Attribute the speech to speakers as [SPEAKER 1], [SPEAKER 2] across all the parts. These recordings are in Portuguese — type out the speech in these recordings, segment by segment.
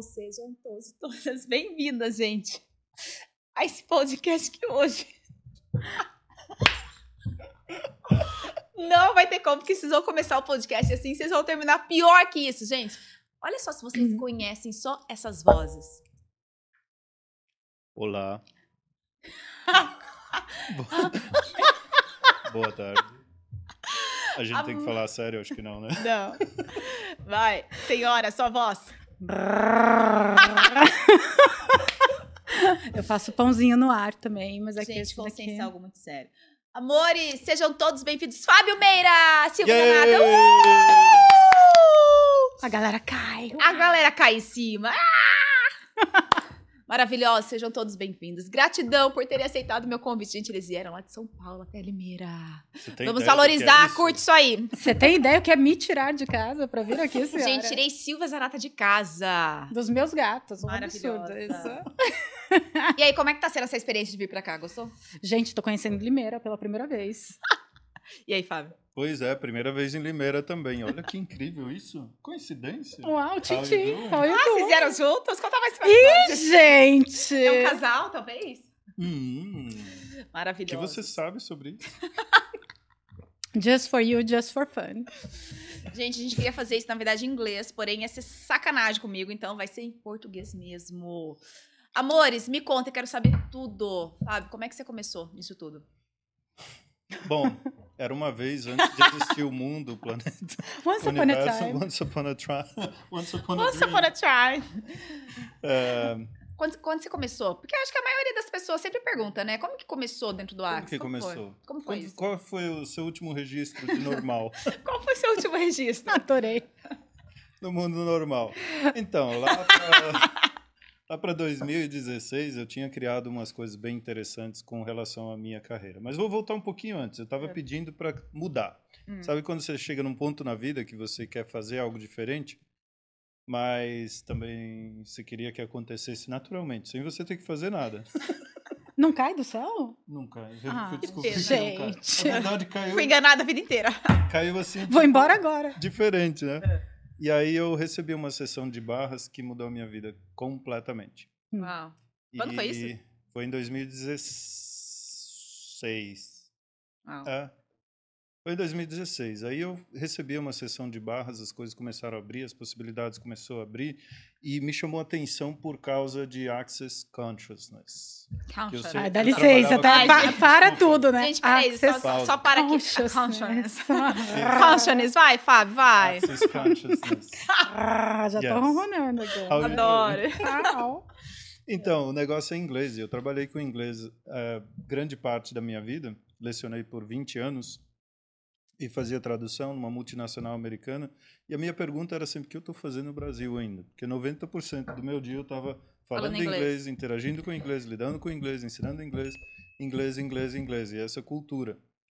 [SPEAKER 1] Sejam todos todas bem-vindas, gente, a esse podcast que hoje. Não vai ter como, porque vocês vão começar o podcast assim, vocês vão terminar pior que isso, gente. Olha só se vocês conhecem só essas vozes.
[SPEAKER 2] Olá. Boa- Boa tarde. A gente tem que falar sério, acho que não, né?
[SPEAKER 1] Não. Vai, senhora, sua voz.
[SPEAKER 3] Eu faço pãozinho no ar também, mas aqui
[SPEAKER 1] Gente,
[SPEAKER 3] esse
[SPEAKER 1] vão
[SPEAKER 3] daqui...
[SPEAKER 1] ser algo muito sério. Amores, sejam todos bem-vindos. Fábio Meira, Silvia
[SPEAKER 2] Yay!
[SPEAKER 1] Donato. Uh!
[SPEAKER 3] a galera cai.
[SPEAKER 1] A galera cai em cima. Ah! Maravilhosos, sejam todos bem-vindos. Gratidão por terem aceitado o meu convite. Gente, eles vieram lá de São Paulo até Limeira.
[SPEAKER 2] Você tem
[SPEAKER 1] Vamos
[SPEAKER 2] ideia do que é
[SPEAKER 1] valorizar,
[SPEAKER 2] isso?
[SPEAKER 1] curte isso aí.
[SPEAKER 3] Você tem ideia o que é me tirar de casa pra vir aqui, senhora?
[SPEAKER 1] Gente, tirei Silva Zanata de casa.
[SPEAKER 3] Dos meus gatos, um
[SPEAKER 1] Maravilhosa.
[SPEAKER 3] absurdo isso.
[SPEAKER 1] E aí, como é que tá sendo essa experiência de vir pra cá? Gostou?
[SPEAKER 3] Gente, tô conhecendo Limeira pela primeira vez.
[SPEAKER 1] E aí, Fábio?
[SPEAKER 2] Pois é, primeira vez em Limeira também. Olha que incrível isso. Coincidência.
[SPEAKER 3] Uau,
[SPEAKER 2] How
[SPEAKER 3] Titi.
[SPEAKER 2] you doing?
[SPEAKER 3] How you
[SPEAKER 1] Ah, vocês
[SPEAKER 3] doing?
[SPEAKER 1] vieram juntos? Conta mais pra
[SPEAKER 3] Ih, gente!
[SPEAKER 1] É um casal, talvez?
[SPEAKER 2] Hum, o
[SPEAKER 1] Maravilhoso.
[SPEAKER 2] que você sabe sobre isso?
[SPEAKER 3] Just for you, just for fun.
[SPEAKER 1] Gente, a gente queria fazer isso, na verdade, em inglês, porém ia ser sacanagem comigo, então vai ser em português mesmo. Amores, me conta, eu quero saber tudo. Fábio, como é que você começou isso tudo?
[SPEAKER 2] Bom, era uma vez antes de existir o mundo, o planeta,
[SPEAKER 3] Once
[SPEAKER 2] o
[SPEAKER 3] upon a
[SPEAKER 2] universo,
[SPEAKER 3] time.
[SPEAKER 2] once upon a time, once upon a
[SPEAKER 1] Once
[SPEAKER 2] dream.
[SPEAKER 1] upon a time.
[SPEAKER 2] É,
[SPEAKER 1] Quando, quando você começou? Porque eu acho que a maioria das pessoas sempre pergunta, né? Como que começou dentro do Axe?
[SPEAKER 2] como que
[SPEAKER 1] foi?
[SPEAKER 2] começou?
[SPEAKER 1] Como foi
[SPEAKER 2] Quando-
[SPEAKER 1] isso?
[SPEAKER 2] qual foi o seu último registro de normal?
[SPEAKER 1] Qual foi seu último registro?
[SPEAKER 3] Adorei.
[SPEAKER 2] no mundo normal. Então, lá pra, lá pra 2016, eu tinha criado umas coisas bem interessantes com relação à minha carreira. Mas vou voltar um pouquinho antes. Eu estava
[SPEAKER 1] É.
[SPEAKER 2] pedindo para mudar.
[SPEAKER 1] Hum.
[SPEAKER 2] Sabe quando você chega num ponto na vida que você quer fazer algo diferente, mas também você queria que acontecesse naturalmente, sem você ter que fazer nada?
[SPEAKER 3] Não cai do céu?
[SPEAKER 2] Nunca.
[SPEAKER 3] Ah,
[SPEAKER 2] eu descobri
[SPEAKER 1] que
[SPEAKER 2] que não cai.
[SPEAKER 3] gente.
[SPEAKER 2] Na verdade, caiu,
[SPEAKER 1] Fui enganada a vida inteira.
[SPEAKER 2] caiu assim.
[SPEAKER 3] Vou embora agora.
[SPEAKER 2] diferente, né?
[SPEAKER 1] É.
[SPEAKER 2] E aí eu recebi uma sessão de barras que mudou a minha vida completamente.
[SPEAKER 3] Hum.
[SPEAKER 1] Uau. Quando
[SPEAKER 2] E
[SPEAKER 1] foi isso?
[SPEAKER 2] Foi em 2016.
[SPEAKER 1] Uau.
[SPEAKER 2] É. Foi em 2016. Aí eu recebi uma sessão de barras, as coisas começaram a abrir, as possibilidades começaram a abrir e me chamou a atenção por causa de Access Consciousness.
[SPEAKER 1] Calma,
[SPEAKER 2] É, que eu
[SPEAKER 1] chora.
[SPEAKER 2] sei-
[SPEAKER 3] Ai, dá
[SPEAKER 2] Eu
[SPEAKER 3] licença, tá?
[SPEAKER 2] trabalhava
[SPEAKER 1] com-
[SPEAKER 3] Pa-
[SPEAKER 1] Ai,
[SPEAKER 3] para
[SPEAKER 2] desculpa.
[SPEAKER 3] tudo, né?
[SPEAKER 1] Gente, peraí, só,
[SPEAKER 3] Access
[SPEAKER 1] só, só para aqui.
[SPEAKER 3] consciousness.
[SPEAKER 1] Consciousness. Consciousness, vai, Fábio, vai.
[SPEAKER 2] Access Consciousness.
[SPEAKER 3] Ah, já
[SPEAKER 2] Yes.
[SPEAKER 3] tô ronronando aqui.
[SPEAKER 2] How you
[SPEAKER 1] Adoro.
[SPEAKER 3] Au.
[SPEAKER 2] Então, o negócio é inglês. Eu trabalhei com inglês eh, grande parte da minha vida. Lecionei por 20 anos e fazia tradução numa multinacional americana. E a minha pergunta era sempre o que eu estou fazendo no Brasil ainda, porque 90% do meu dia eu estava falando,
[SPEAKER 1] Falando
[SPEAKER 2] inglês.
[SPEAKER 1] inglês,
[SPEAKER 2] interagindo com inglês, lidando com inglês, ensinando inglês, inglês, inglês, inglês. E essa é cultura.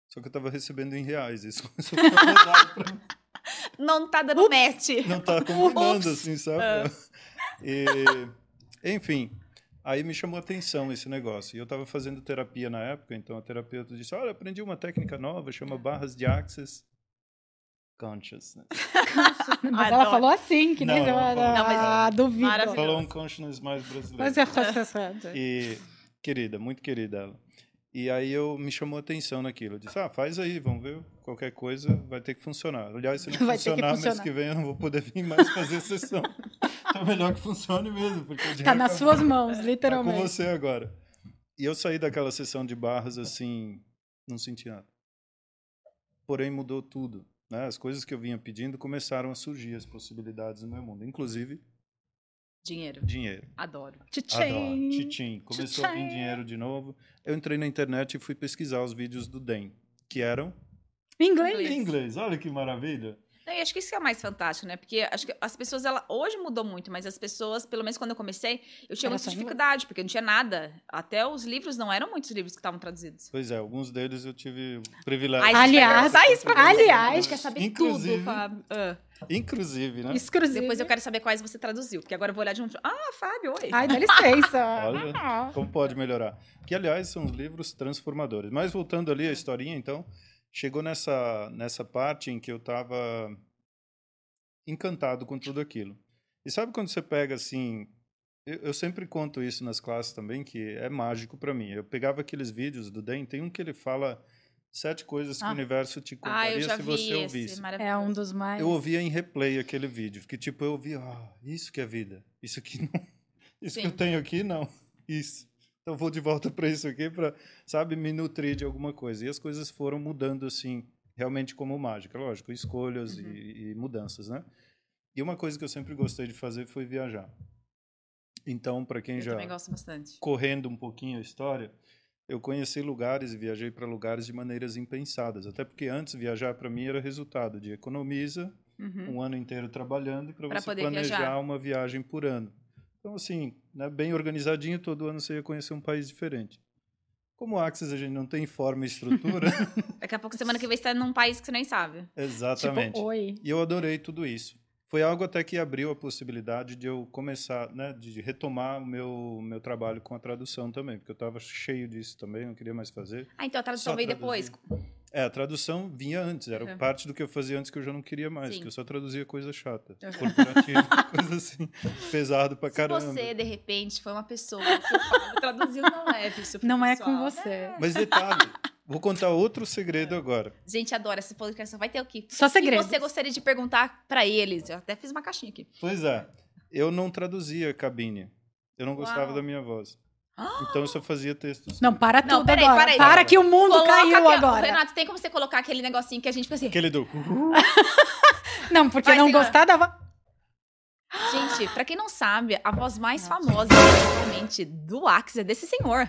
[SPEAKER 2] Só que eu estava recebendo em reais. Isso começou a ficar pesado pra mim.
[SPEAKER 1] Não tá dando match.
[SPEAKER 2] Não tá combinando,
[SPEAKER 1] Ups.
[SPEAKER 2] assim, sabe?
[SPEAKER 3] É.
[SPEAKER 2] E, enfim, aí me chamou a atenção esse negócio. E eu estava fazendo terapia na época, então a terapeuta disse: Olha, aprendi uma técnica nova, chama barras de Access Consciousness.
[SPEAKER 3] Mas
[SPEAKER 1] Adoro.
[SPEAKER 3] ela falou assim, que nem
[SPEAKER 2] Não,
[SPEAKER 3] eu
[SPEAKER 2] ela falou.
[SPEAKER 1] Não, mas-
[SPEAKER 3] ah, duvido.
[SPEAKER 1] Maravilhoso.
[SPEAKER 2] Falou um consciousness mais brasileiro.
[SPEAKER 3] Mas é processado.
[SPEAKER 2] E querida, muito querida ela. E aí eu me chamou a atenção naquilo. Eu disse: "Ah, faz aí, vamos ver, qualquer coisa vai ter que funcionar". Aliás, se não
[SPEAKER 3] Vai ter que
[SPEAKER 2] funcionar mês
[SPEAKER 3] funcionar.
[SPEAKER 2] que vem, eu não vou poder vir mais fazer sessão. então é melhor que funcione mesmo, porque o
[SPEAKER 3] Tá
[SPEAKER 2] dinheiro
[SPEAKER 3] nas
[SPEAKER 2] acabou.
[SPEAKER 3] suas mãos,
[SPEAKER 2] Tá com
[SPEAKER 3] literalmente.
[SPEAKER 2] você agora. E eu saí daquela sessão de barras assim, não senti nada. Porém, mudou tudo. Né? As coisas que eu vinha pedindo começaram a surgir, as possibilidades no meu mundo, inclusive
[SPEAKER 1] Dinheiro.
[SPEAKER 2] dinheiro.
[SPEAKER 1] Adoro.
[SPEAKER 2] Adoro.
[SPEAKER 3] Tchim.
[SPEAKER 2] Tchim. Começou a vir
[SPEAKER 3] Tchim.
[SPEAKER 2] dinheiro de novo. Eu entrei na internet e fui pesquisar os vídeos do DEM, que eram
[SPEAKER 3] Inglês.
[SPEAKER 2] em inglês. Olha que maravilha.
[SPEAKER 1] Não, e acho que isso que é mais fantástico, né? Porque acho que as pessoas, ela hoje mudou muito, mas as pessoas, pelo menos quando eu comecei, eu tinha
[SPEAKER 3] Era
[SPEAKER 1] muita
[SPEAKER 3] só inglês.
[SPEAKER 1] dificuldade, porque não tinha nada. Até os livros não eram muitos livros que estavam traduzidos.
[SPEAKER 2] Pois é, alguns deles eu tive o privilégio.
[SPEAKER 1] Ai,
[SPEAKER 3] Aliás,
[SPEAKER 1] Dá isso pra mim.
[SPEAKER 3] aliás,
[SPEAKER 1] A gente quer saber
[SPEAKER 2] inclusive,
[SPEAKER 1] tudo, Fábio. Ah,
[SPEAKER 2] Inclusive, né?
[SPEAKER 3] Exclusivo.
[SPEAKER 1] Uhum. depois eu quero saber quais você traduziu, porque agora eu vou olhar de um. Ah, Fábio, oi.
[SPEAKER 3] Ai, dá licença.
[SPEAKER 2] Olha.
[SPEAKER 3] Ah.
[SPEAKER 2] Como pode melhorar? Que, aliás, são os livros transformadores. Mas voltando ali à historinha, então, chegou nessa, nessa parte em que eu estava encantado com tudo aquilo. E sabe quando você pega assim. Eu, eu sempre conto isso nas classes também, que é mágico para mim. Eu pegava aqueles vídeos do Dan, tem um que ele fala sete coisas que
[SPEAKER 1] Ah.
[SPEAKER 2] o universo
[SPEAKER 1] Ah,
[SPEAKER 2] te
[SPEAKER 1] eu
[SPEAKER 2] contaria
[SPEAKER 1] já vi
[SPEAKER 2] se você
[SPEAKER 1] esse,
[SPEAKER 2] ouvisse.
[SPEAKER 1] maravilhoso.
[SPEAKER 3] É um dos mais.
[SPEAKER 2] Eu ouvia em replay aquele vídeo, que tipo, eu ouvia, ah, isso que é vida. Isso aqui não. Isso que
[SPEAKER 1] Sim.
[SPEAKER 2] eu tenho aqui, não. Isso. Então vou de volta para isso aqui para, sabe, me nutrir de alguma coisa. E as coisas foram mudando assim, realmente como mágica, lógico, escolhas e-
[SPEAKER 1] Uhum.
[SPEAKER 2] e, mudanças, né? E uma coisa que eu sempre gostei de fazer foi viajar. Então, para quem
[SPEAKER 1] Eu
[SPEAKER 2] já
[SPEAKER 1] também gosto bastante.
[SPEAKER 2] correndo um pouquinho a história, eu conheci lugares e viajei para lugares de maneiras impensadas. Até porque antes viajar para mim era resultado de economiza
[SPEAKER 1] Uhum.
[SPEAKER 2] um ano inteiro trabalhando para
[SPEAKER 1] Pra
[SPEAKER 2] você
[SPEAKER 1] poder
[SPEAKER 2] planejar
[SPEAKER 1] viajar.
[SPEAKER 2] uma viagem por ano. Então, assim, né, bem organizadinho, todo ano você ia conhecer um país diferente. Como Axis a gente não tem forma e estrutura,
[SPEAKER 1] Daqui a pouco, semana que vem, você tá num país que você nem sabe.
[SPEAKER 2] exatamente.
[SPEAKER 3] Tipo, oi.
[SPEAKER 2] E eu adorei tudo isso. Foi algo até que abriu a possibilidade de eu começar, né, de retomar o meu, meu trabalho com a tradução também, porque eu estava cheio disso também, não queria mais fazer.
[SPEAKER 1] Ah, então a tradução
[SPEAKER 2] Só
[SPEAKER 1] veio
[SPEAKER 2] traduzir.
[SPEAKER 1] depois.
[SPEAKER 2] É, a tradução vinha antes, era
[SPEAKER 1] Uhum.
[SPEAKER 2] parte do que eu fazia antes que eu já não queria mais,
[SPEAKER 1] Sim.
[SPEAKER 2] que eu só traduzia coisa chata,
[SPEAKER 3] Uhum.
[SPEAKER 2] corporativa, coisa assim, pesado pra
[SPEAKER 1] Se
[SPEAKER 2] caramba.
[SPEAKER 1] você, de repente, foi uma pessoa que o Fábio traduziu, não é, isso
[SPEAKER 3] Não é com você.
[SPEAKER 1] né?
[SPEAKER 2] Mas detalhe, vou contar outro segredo agora.
[SPEAKER 1] Gente, adora esse podcast. Só Vai ter o quê?
[SPEAKER 3] Só
[SPEAKER 1] O que
[SPEAKER 3] segredo.
[SPEAKER 1] você gostaria de perguntar pra eles? Eu até fiz uma caixinha aqui.
[SPEAKER 2] Pois é, eu não traduzia cabine. Eu não gostava
[SPEAKER 1] Uau.
[SPEAKER 2] da minha voz.
[SPEAKER 1] Ah!
[SPEAKER 2] Então eu só fazia textos.
[SPEAKER 3] Não, para
[SPEAKER 1] Não,
[SPEAKER 3] tudo
[SPEAKER 1] peraí,
[SPEAKER 3] agora.
[SPEAKER 1] peraí.
[SPEAKER 3] Para que o mundo
[SPEAKER 1] aqui,
[SPEAKER 3] caiu
[SPEAKER 1] ó.
[SPEAKER 3] agora.
[SPEAKER 1] Renato, tem como você colocar aquele negocinho que a gente fica assim...
[SPEAKER 2] Aquele do.
[SPEAKER 3] Não, porque
[SPEAKER 1] Vai,
[SPEAKER 3] não
[SPEAKER 1] senhora.
[SPEAKER 3] gostar da voz.
[SPEAKER 1] Gente, pra quem não sabe, a voz mais famosa atualmente do Axe é desse senhor.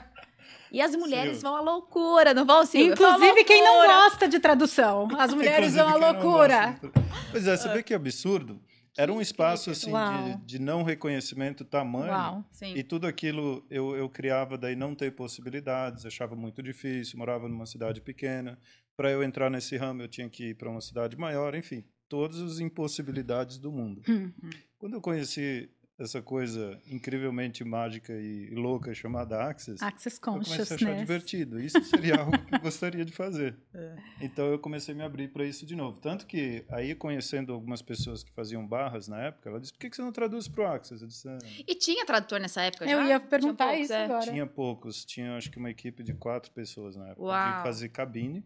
[SPEAKER 1] E as mulheres
[SPEAKER 2] Silvio.
[SPEAKER 1] vão à loucura, não vão, Silvia? Vão à
[SPEAKER 3] Inclusive, quem não
[SPEAKER 1] loucura.
[SPEAKER 3] gosta de tradução. As mulheres
[SPEAKER 2] é Inclusive,
[SPEAKER 3] vão à
[SPEAKER 2] quem não
[SPEAKER 3] loucura.
[SPEAKER 2] gosta de- Pois é, você vê que absurdo? Era um espaço assim
[SPEAKER 3] Uau.
[SPEAKER 2] de, de não reconhecimento tamanho.
[SPEAKER 3] Uau.
[SPEAKER 1] Sim.
[SPEAKER 2] E tudo aquilo eu, eu criava daí não ter possibilidades, achava muito difícil, morava numa cidade pequena. Para eu entrar nesse ramo, eu tinha que ir para uma cidade maior, enfim, todas as impossibilidades do mundo.
[SPEAKER 3] Hum.
[SPEAKER 2] Quando eu conheci essa coisa incrivelmente mágica e louca chamada Axis,
[SPEAKER 3] Access
[SPEAKER 2] eu comecei a achar
[SPEAKER 3] consciousness.
[SPEAKER 2] divertido. Isso seria algo que eu gostaria de fazer.
[SPEAKER 1] né? É.
[SPEAKER 2] Então eu comecei a me abrir para isso de novo. Tanto que aí conhecendo algumas pessoas que faziam barras na época, ela disse: "Por que que você não traduz pro Axis?" Eu disse: "Ah,
[SPEAKER 1] E tinha tradutor nessa época já?
[SPEAKER 3] Eu ia
[SPEAKER 1] Tinha
[SPEAKER 3] perguntar
[SPEAKER 1] poucos,
[SPEAKER 3] isso
[SPEAKER 1] é.
[SPEAKER 3] agora.
[SPEAKER 2] Tinha poucos, tinha acho que uma equipe de quatro pessoas na época
[SPEAKER 1] Uau.
[SPEAKER 2] de fazer cabine.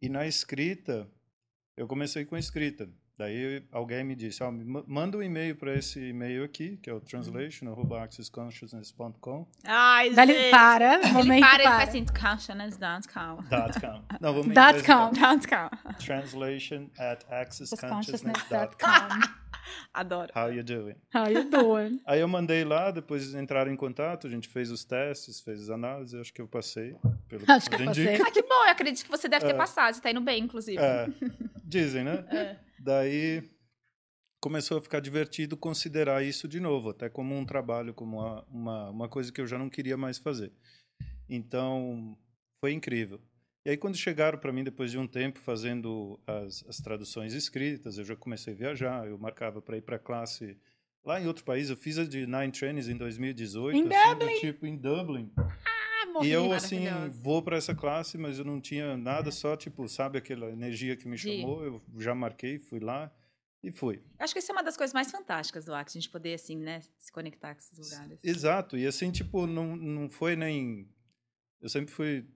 [SPEAKER 2] E na escrita, eu comecei com escrita. Daí alguém me disse, ó, me ma- manda um e-mail para esse e-mail aqui, que é o translation@accessconsciousness.com.
[SPEAKER 1] Ai, gente.
[SPEAKER 3] Dali, para,
[SPEAKER 1] Ele
[SPEAKER 3] momento
[SPEAKER 1] para,
[SPEAKER 3] para.
[SPEAKER 1] ele faz assim, consciousness, dot com.
[SPEAKER 2] Dot com. Não, vamos em
[SPEAKER 3] Dot
[SPEAKER 2] inglês, então.
[SPEAKER 3] com.
[SPEAKER 1] Dot com.
[SPEAKER 2] Translation at accessconsciousness.com.
[SPEAKER 3] Consciousness.com.
[SPEAKER 1] Adoro.
[SPEAKER 2] How you doing?
[SPEAKER 3] How you doing?
[SPEAKER 2] Aí eu mandei lá, depois entraram em contato, a gente fez os testes, fez as análises, acho que eu passei. Pelo
[SPEAKER 3] Acho que
[SPEAKER 2] tudo
[SPEAKER 3] eu
[SPEAKER 2] indica.
[SPEAKER 3] passei.
[SPEAKER 1] Ah, que bom, eu acredito que você deve ter
[SPEAKER 2] É.
[SPEAKER 1] passado, você tá indo bem, inclusive.
[SPEAKER 2] É, dizem, né?
[SPEAKER 1] É.
[SPEAKER 2] Daí começou a ficar divertido considerar isso de novo, até como um trabalho, como uma, uma, uma coisa que eu já não queria mais fazer. Então, foi incrível. E aí, quando chegaram para mim, depois de um tempo, fazendo as, as traduções escritas, eu já comecei a viajar, eu marcava para ir para classe lá em outro país. Eu fiz a de Nine Trains em 2018,
[SPEAKER 3] Em
[SPEAKER 2] assim, do tipo em Dublin.
[SPEAKER 1] Ah, morri,
[SPEAKER 2] E eu, assim,
[SPEAKER 1] maravilhoso.
[SPEAKER 2] vou para essa classe, mas eu não tinha nada,
[SPEAKER 3] Uhum.
[SPEAKER 2] só, tipo, sabe aquela energia que me
[SPEAKER 1] De-
[SPEAKER 2] chamou? Eu já marquei, fui lá e fui.
[SPEAKER 1] Acho que isso é uma das coisas mais fantásticas do Axe, a gente poder, assim, né, se conectar com esses lugares.
[SPEAKER 2] Exato. E, assim, tipo, não, não foi nem... Eu sempre fui...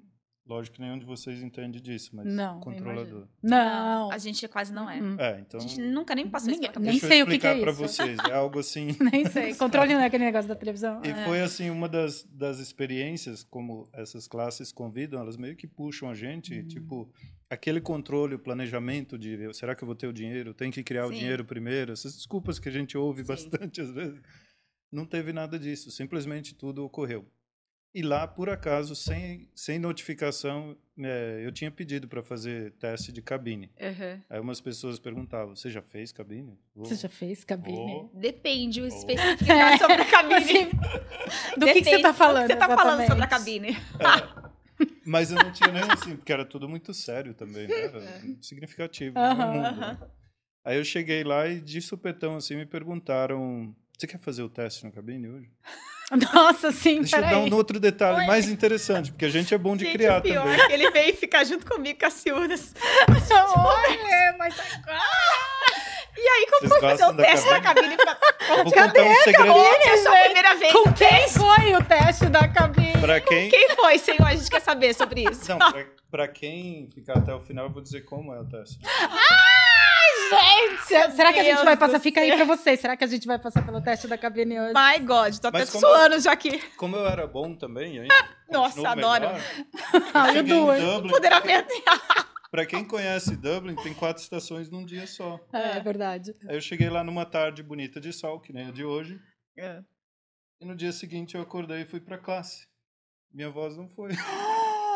[SPEAKER 2] Lógico que nenhum de vocês entende disso, mas
[SPEAKER 3] Não, eu
[SPEAKER 2] controlador.
[SPEAKER 3] Não.
[SPEAKER 1] A gente quase não é.
[SPEAKER 3] Hum,
[SPEAKER 2] É, então...
[SPEAKER 1] A gente nunca nem passou isso
[SPEAKER 3] Ninguém-
[SPEAKER 1] pela cabeça.
[SPEAKER 3] nem
[SPEAKER 2] Deixa
[SPEAKER 3] sei
[SPEAKER 2] eu
[SPEAKER 3] o que que
[SPEAKER 2] explicar
[SPEAKER 3] é
[SPEAKER 2] para
[SPEAKER 3] isso.
[SPEAKER 2] vocês. É algo assim...
[SPEAKER 3] Nem sei. Controle não é aquele negócio da televisão.
[SPEAKER 2] E
[SPEAKER 3] Ah.
[SPEAKER 2] foi assim uma das, das experiências como essas classes convidam, elas meio que puxam a gente,
[SPEAKER 3] Uhum.
[SPEAKER 2] tipo aquele controle, o planejamento de eu- será que eu vou ter o dinheiro, tem que criar o
[SPEAKER 1] Sim.
[SPEAKER 2] dinheiro primeiro, essas desculpas que a gente ouve
[SPEAKER 1] Sim.
[SPEAKER 2] bastante às vezes. Não teve nada disso, simplesmente tudo ocorreu. E lá, por acaso, sem, sem notificação, eh, eu tinha pedido para fazer teste de cabine.
[SPEAKER 1] Uhum.
[SPEAKER 2] Aí umas pessoas perguntavam: "Você já fez cabine?"
[SPEAKER 3] Você já fez cabine? É. assim,
[SPEAKER 2] Vou.
[SPEAKER 1] Depende o
[SPEAKER 2] Oh.
[SPEAKER 1] especificar Tá sobre a cabine.
[SPEAKER 3] Do que, que você tá falando?
[SPEAKER 1] Você tá falando
[SPEAKER 3] exatamente?
[SPEAKER 1] sobre a cabine.
[SPEAKER 2] Mas eu não tinha nem assim, porque era tudo muito sério também, né? Era significativo no
[SPEAKER 3] Aham,
[SPEAKER 2] mundo. né?
[SPEAKER 1] aham.
[SPEAKER 2] Aí eu cheguei lá e de supetão assim me perguntaram: "Você quer fazer o teste na cabine hoje?"
[SPEAKER 3] Nossa, sim,
[SPEAKER 2] Deixa eu
[SPEAKER 3] peraí.
[SPEAKER 2] dar um outro detalhe mais interessante, porque a gente é bom de criar
[SPEAKER 1] o pior
[SPEAKER 2] também.
[SPEAKER 1] é que ele Tipo, veio ficar junto comigo, Cassiuras.
[SPEAKER 3] Olha, mas
[SPEAKER 1] E aí, como
[SPEAKER 2] Vocês
[SPEAKER 1] foi fazer
[SPEAKER 2] gostam
[SPEAKER 1] o
[SPEAKER 2] da
[SPEAKER 1] teste da cabine pra.
[SPEAKER 2] Vou contar um segredo
[SPEAKER 1] Ontem é só a primeira vez.
[SPEAKER 3] Com quem foi o teste da cabine?
[SPEAKER 2] para quem.
[SPEAKER 1] Quem foi, senhor? A gente quer saber sobre isso.
[SPEAKER 2] Não, pra, pra quem ficar até o final, eu vou dizer como é o teste.
[SPEAKER 3] Se- Será que a gente
[SPEAKER 1] Deus
[SPEAKER 3] vai
[SPEAKER 1] do
[SPEAKER 3] passar? Fica aí pra vocês. Será que a gente vai passar pelo teste da cabine hoje?
[SPEAKER 1] My God, tô até
[SPEAKER 2] Mas como-
[SPEAKER 1] suando já aqui.
[SPEAKER 2] Como eu era bom também, ainda.
[SPEAKER 1] Nossa,
[SPEAKER 2] continuo
[SPEAKER 1] adoro.
[SPEAKER 2] melhor,
[SPEAKER 3] Ah,
[SPEAKER 2] cheguei
[SPEAKER 3] eu
[SPEAKER 2] em
[SPEAKER 3] duas.
[SPEAKER 2] Dublin.
[SPEAKER 1] Empoderamento.
[SPEAKER 2] Pra quem conhece Dublin, tem quatro estações num dia só.
[SPEAKER 3] É, é verdade.
[SPEAKER 2] Aí eu cheguei lá numa tarde bonita de sol, que nem a de hoje,
[SPEAKER 1] É.
[SPEAKER 2] e no dia seguinte eu acordei e fui pra classe. Minha voz não foi.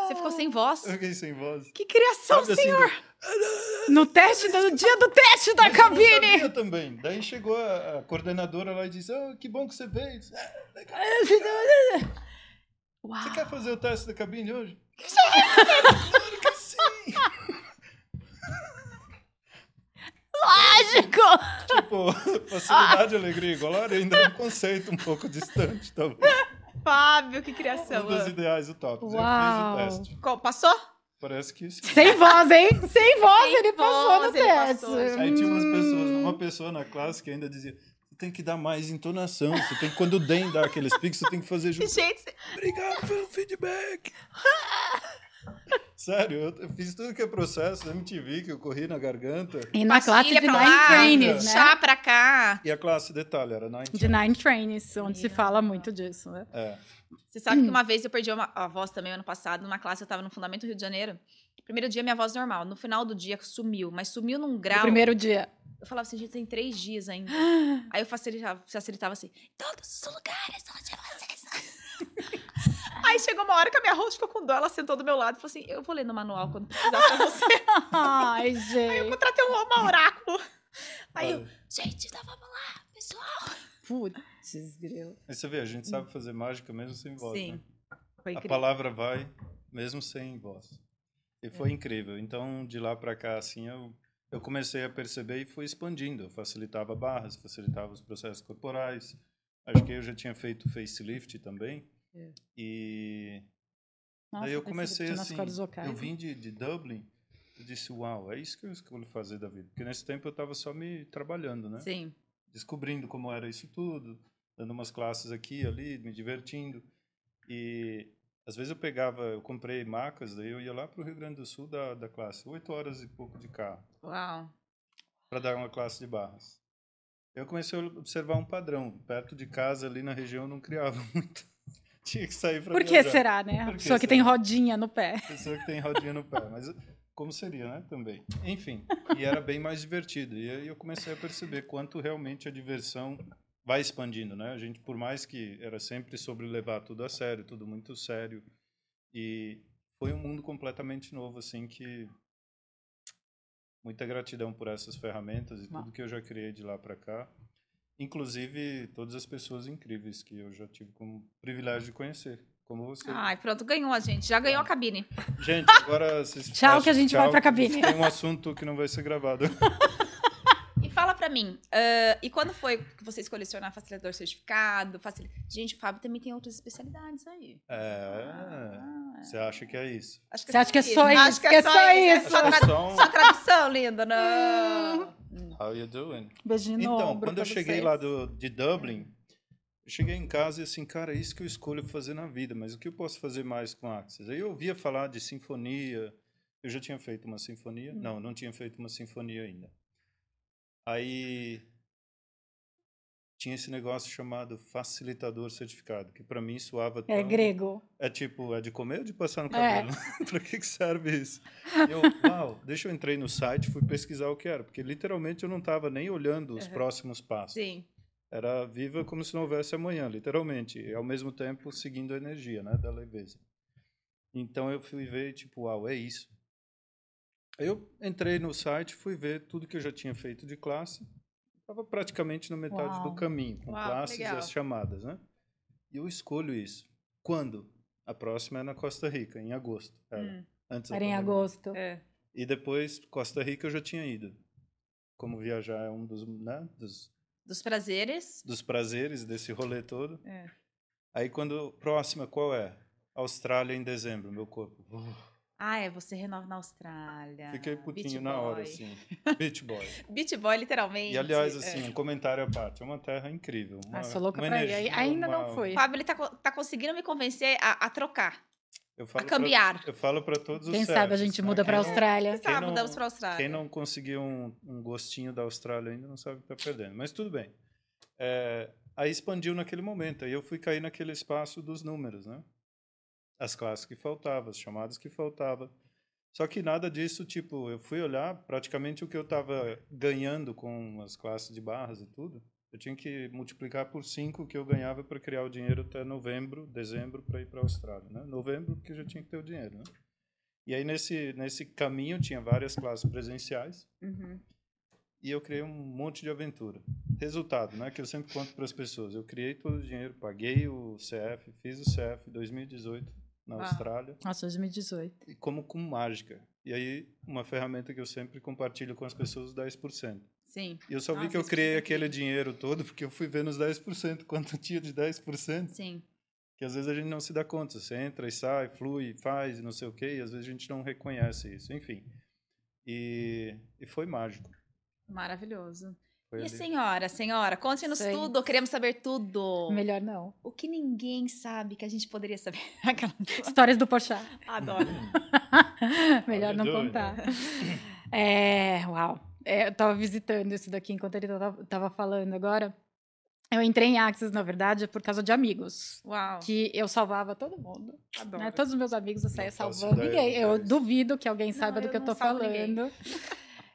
[SPEAKER 1] Você ficou sem voz?
[SPEAKER 2] Eu fiquei sem voz.
[SPEAKER 1] Que criação,
[SPEAKER 2] Sabe, assim,
[SPEAKER 1] senhor!
[SPEAKER 3] No teste, do- no dia do teste da
[SPEAKER 2] Eu não
[SPEAKER 3] cabine!
[SPEAKER 2] sabia também. Daí chegou a, a coordenadora lá e disse: "Ah, que bom que você veio. "Ah, Você
[SPEAKER 1] Uau!
[SPEAKER 2] quer fazer o teste da cabine hoje? Claro que sim!
[SPEAKER 1] Lógico!
[SPEAKER 2] Tipo, facilidade, alegria e igualdade ainda é um conceito um pouco distante, talvez.
[SPEAKER 1] Fábio, que
[SPEAKER 2] Um
[SPEAKER 1] criação.
[SPEAKER 2] dos ideais utópicos.
[SPEAKER 3] Uau.
[SPEAKER 2] Eu fiz o teste.
[SPEAKER 1] Co- Passou?
[SPEAKER 2] Parece que sim.
[SPEAKER 3] Sem voz, hein? Sem voz,
[SPEAKER 1] Sem
[SPEAKER 3] ele passou
[SPEAKER 1] voz,
[SPEAKER 3] no
[SPEAKER 1] ele
[SPEAKER 3] teste.
[SPEAKER 1] passou, gente.
[SPEAKER 2] Aí tinha umas pessoas,
[SPEAKER 3] Hum.
[SPEAKER 2] uma pessoa na classe que ainda dizia: você tem que dar mais entonação, você tem que, quando o DEM dá aqueles piques, você tem que fazer junto.
[SPEAKER 1] Gente,
[SPEAKER 2] Obrigado pelo feedback! Sério, eu eu fiz tudo que é processo, MTV, que eu corri na garganta.
[SPEAKER 3] E na classe de
[SPEAKER 1] pastilha é pra
[SPEAKER 3] Nine
[SPEAKER 1] lá,
[SPEAKER 3] Trainers, né?
[SPEAKER 1] Chá pra cá.
[SPEAKER 2] E a classe, detalhe, era na
[SPEAKER 3] De Nine Trainers, onde se fala muito disso, né?
[SPEAKER 2] é,
[SPEAKER 1] Você sabe que uma vez eu perdi uma- a voz também ano passado, numa classe, eu tava no Fundamento Rio de Janeiro. Primeiro dia, minha voz normal. No final do dia, sumiu, mas sumiu num
[SPEAKER 3] No
[SPEAKER 1] grau.
[SPEAKER 3] primeiro dia.
[SPEAKER 1] Eu falava assim, gente, tem três dias ainda. Aí eu facilitava, facilitava assim, todos os lugares onde vocês... Aí chegou uma hora que a minha host ficou com dó, ela sentou do meu lado e falou assim, eu vou ler no manual quando precisar pra você.
[SPEAKER 3] Ai,
[SPEAKER 1] Eu
[SPEAKER 3] gente.
[SPEAKER 1] contratei um homem oráculo. Aí eu,
[SPEAKER 2] olha,
[SPEAKER 1] gente, então vamos lá, pessoal.
[SPEAKER 3] Putz, grilo.
[SPEAKER 2] aí você vê, a gente sabe fazer mágica mesmo sem voz.
[SPEAKER 1] Sim.
[SPEAKER 2] né?
[SPEAKER 1] Foi
[SPEAKER 2] A
[SPEAKER 1] incrível.
[SPEAKER 2] palavra vai, mesmo sem voz. E foi incrível. Então, de lá para cá, assim, eu, eu comecei a perceber e fui expandindo. Eu facilitava barras, facilitava os processos corporais. Acho que eu já tinha feito facelift também.
[SPEAKER 3] É.
[SPEAKER 2] E
[SPEAKER 3] Nossa, é
[SPEAKER 2] daí eu
[SPEAKER 3] pensei que
[SPEAKER 2] comecei
[SPEAKER 3] tinha nas
[SPEAKER 2] assim.
[SPEAKER 3] cordas vocais.
[SPEAKER 2] Eu vim de, de Dublin, eu disse, uau, é isso que eu escolho fazer da vida. Porque nesse tempo eu estava só me trabalhando, né?
[SPEAKER 1] Sim.
[SPEAKER 2] descobrindo como era isso tudo, dando umas classes aqui e ali, me divertindo. E às vezes eu pegava, eu comprei macas, daí eu ia lá para o Rio Grande do Sul da, da classe, oito horas e pouco de carro,
[SPEAKER 1] Uau.
[SPEAKER 2] para dar uma classe de barras. Eu comecei a observar um padrão. Perto de casa, ali na região, não criava muito. Tinha que sair para
[SPEAKER 3] Por que será, né? A
[SPEAKER 2] é Por que
[SPEAKER 3] pessoa que tem
[SPEAKER 2] será?
[SPEAKER 3] rodinha no pé.
[SPEAKER 2] pessoa que tem rodinha no pé, mas como seria, né? Também. Enfim, e era bem mais divertido. E aí eu comecei a perceber quanto realmente a diversão vai expandindo, né? A gente, por mais que era sempre sobre levar tudo a sério, tudo muito sério, e foi um mundo completamente novo, assim, que muita gratidão por essas ferramentas e
[SPEAKER 3] Uau.
[SPEAKER 2] tudo que eu já criei de lá para cá. Inclusive todas as pessoas incríveis que eu já tive como privilégio de conhecer, como você.
[SPEAKER 1] Ai, pronto, ganhou a gente. Já ganhou a cabine.
[SPEAKER 2] Gente, agora vocês
[SPEAKER 3] Tchau,
[SPEAKER 2] acham-
[SPEAKER 3] que a gente vai pra cabine.
[SPEAKER 2] Tem um assunto que não vai ser gravado.
[SPEAKER 1] E fala pra mim, ah, e quando foi que você escolheu se tornar facilitador certificado? Facil... Gente, o Fábio também tem outras especialidades aí. Ah,
[SPEAKER 2] É. Você acha que é isso?
[SPEAKER 1] Acho
[SPEAKER 3] Você acha que é só isso?
[SPEAKER 1] Acho que é só isso.
[SPEAKER 2] Acho
[SPEAKER 1] Só,
[SPEAKER 2] que é
[SPEAKER 1] tra...
[SPEAKER 2] só um
[SPEAKER 1] só tradução, linda,
[SPEAKER 3] Hum.
[SPEAKER 1] não.
[SPEAKER 2] How you doing?
[SPEAKER 3] Beijinho no
[SPEAKER 2] Então,
[SPEAKER 3] ombro
[SPEAKER 2] quando eu
[SPEAKER 3] pra
[SPEAKER 2] cheguei
[SPEAKER 3] vocês.
[SPEAKER 2] lá do, de Dublin, eu cheguei em casa e assim, cara, é isso que eu escolho fazer na vida, mas o que eu posso fazer mais com Axis? Aí eu ouvia falar de sinfonia, eu já tinha feito uma sinfonia,
[SPEAKER 3] Hum.
[SPEAKER 2] não, não tinha feito uma sinfonia ainda. Aí tinha esse negócio chamado facilitador certificado, que para mim soava
[SPEAKER 3] É
[SPEAKER 2] tão-
[SPEAKER 3] grego.
[SPEAKER 2] É tipo, é de comer ou de passar no
[SPEAKER 3] É.
[SPEAKER 2] cabelo? pra que, que serve isso? Eu, uau, deixa eu entrei no site fui pesquisar o que era, porque literalmente eu não estava nem olhando os próximos passos.
[SPEAKER 1] Sim.
[SPEAKER 2] Era viva como se não houvesse amanhã, literalmente, e ao mesmo tempo seguindo a energia né, da leveza. Então eu fui ver, tipo, uau, é isso. Aí Eu entrei no site, fui ver tudo que eu já tinha feito de classe, estava praticamente na metade
[SPEAKER 3] Uau.
[SPEAKER 2] do caminho, com
[SPEAKER 1] Uau, que
[SPEAKER 2] classes e
[SPEAKER 1] legal.
[SPEAKER 2] as chamadas, né? E eu escolho isso. Quando? A próxima é na Costa Rica, em agosto. Era.
[SPEAKER 1] Hum.
[SPEAKER 2] Antes da
[SPEAKER 3] Era em
[SPEAKER 2] pandemia.
[SPEAKER 3] agosto.
[SPEAKER 1] É.
[SPEAKER 2] E depois, Costa Rica eu já tinha ido. Como viajar é um dos, né, dos,
[SPEAKER 1] Dos prazeres.
[SPEAKER 2] dos prazeres desse rolê todo.
[SPEAKER 1] É.
[SPEAKER 2] Aí quando, próxima, qual é? Austrália em dezembro, meu corpo. uh,
[SPEAKER 1] Ah, é, você renova na
[SPEAKER 3] Ah,
[SPEAKER 1] Austrália.
[SPEAKER 2] Fiquei
[SPEAKER 1] Beach
[SPEAKER 2] putinho na
[SPEAKER 1] Boy.
[SPEAKER 2] hora, assim. Beach boy.
[SPEAKER 1] Beach Boy, literalmente.
[SPEAKER 2] E, aliás,
[SPEAKER 1] É.
[SPEAKER 2] assim, um comentário à parte. É uma terra incrível. Uma,
[SPEAKER 3] Ah, sou louca
[SPEAKER 2] uma
[SPEAKER 3] pra ir.
[SPEAKER 2] energia,
[SPEAKER 3] Ainda
[SPEAKER 2] uma-
[SPEAKER 3] não fui.
[SPEAKER 1] O Fábio, ele tá, co- tá conseguindo me convencer a, a trocar,
[SPEAKER 2] Eu
[SPEAKER 1] a
[SPEAKER 2] falo pra-
[SPEAKER 1] cambiar.
[SPEAKER 2] eu falo para todos os
[SPEAKER 3] Quem sabe a
[SPEAKER 2] sérvios,
[SPEAKER 3] gente
[SPEAKER 2] né?
[SPEAKER 3] muda pra
[SPEAKER 2] Quem não-
[SPEAKER 3] Austrália.
[SPEAKER 1] Quem sabe,
[SPEAKER 2] não-
[SPEAKER 1] mudamos pra Austrália.
[SPEAKER 2] Quem não conseguiu um, um gostinho da Austrália ainda não sabe o que está perdendo. Mas tudo bem. É, aí expandiu naquele momento. Aí eu fui cair naquele espaço dos números, né? As classes que faltavam, as chamadas que faltavam. Só que nada disso, tipo, eu fui olhar praticamente o que eu estava ganhando com as classes de barras e tudo. Eu tinha que multiplicar por cinco o que eu ganhava para criar o dinheiro até novembro, dezembro, para ir para a Austrália. Né? Novembro, porque já tinha que ter o dinheiro. Né? E aí, nesse, nesse caminho, tinha várias classes presenciais
[SPEAKER 1] Uhum.
[SPEAKER 2] e eu criei um monte de aventura. Resultado, né, que eu sempre conto para as pessoas. Eu criei todo o dinheiro, paguei o CF, fiz o CF 2018 na
[SPEAKER 1] Uau.
[SPEAKER 2] Austrália,
[SPEAKER 3] Nossa, 2018.
[SPEAKER 2] e como com mágica. E aí, uma ferramenta que eu sempre compartilho com as pessoas, os 10%.
[SPEAKER 1] Sim,
[SPEAKER 2] E eu só vi
[SPEAKER 1] Nossa,
[SPEAKER 2] que eu
[SPEAKER 1] isso
[SPEAKER 2] criei
[SPEAKER 1] é
[SPEAKER 2] aquele
[SPEAKER 1] incrível.
[SPEAKER 2] dinheiro todo porque eu fui vendo os 10%, quanto tinha de 10%.
[SPEAKER 1] sim.
[SPEAKER 2] que às vezes a gente não se dá conta. Você entra e sai, flui, faz e não sei o quê, e às vezes a gente não reconhece isso. Enfim. E, e foi mágico.
[SPEAKER 1] Maravilhoso.
[SPEAKER 2] Foi
[SPEAKER 1] e a
[SPEAKER 2] ali.
[SPEAKER 1] senhora, senhora, conte-nos
[SPEAKER 3] Sei.
[SPEAKER 1] tudo, queremos saber tudo.
[SPEAKER 3] Melhor não.
[SPEAKER 1] O que ninguém sabe que a gente poderia saber.
[SPEAKER 3] Histórias do Porchat.
[SPEAKER 1] Adoro.
[SPEAKER 3] Melhor não
[SPEAKER 2] Aleluia.
[SPEAKER 3] contar. É, uau. É, eu tava visitando isso daqui enquanto ele tava, tava falando agora. Eu entrei em Axis, na verdade, por causa de amigos.
[SPEAKER 1] Uau,
[SPEAKER 3] Que eu salvava todo mundo.
[SPEAKER 1] adoro.
[SPEAKER 3] Né? Todos os meus amigos eu saía
[SPEAKER 2] Não faço
[SPEAKER 3] salvando
[SPEAKER 2] ideia
[SPEAKER 3] ninguém.
[SPEAKER 2] do que é
[SPEAKER 3] Eu
[SPEAKER 2] isso.
[SPEAKER 3] duvido que alguém
[SPEAKER 1] Não,
[SPEAKER 3] saiba do
[SPEAKER 1] eu
[SPEAKER 3] que eu tô
[SPEAKER 1] não salvo ninguém.
[SPEAKER 3] falando.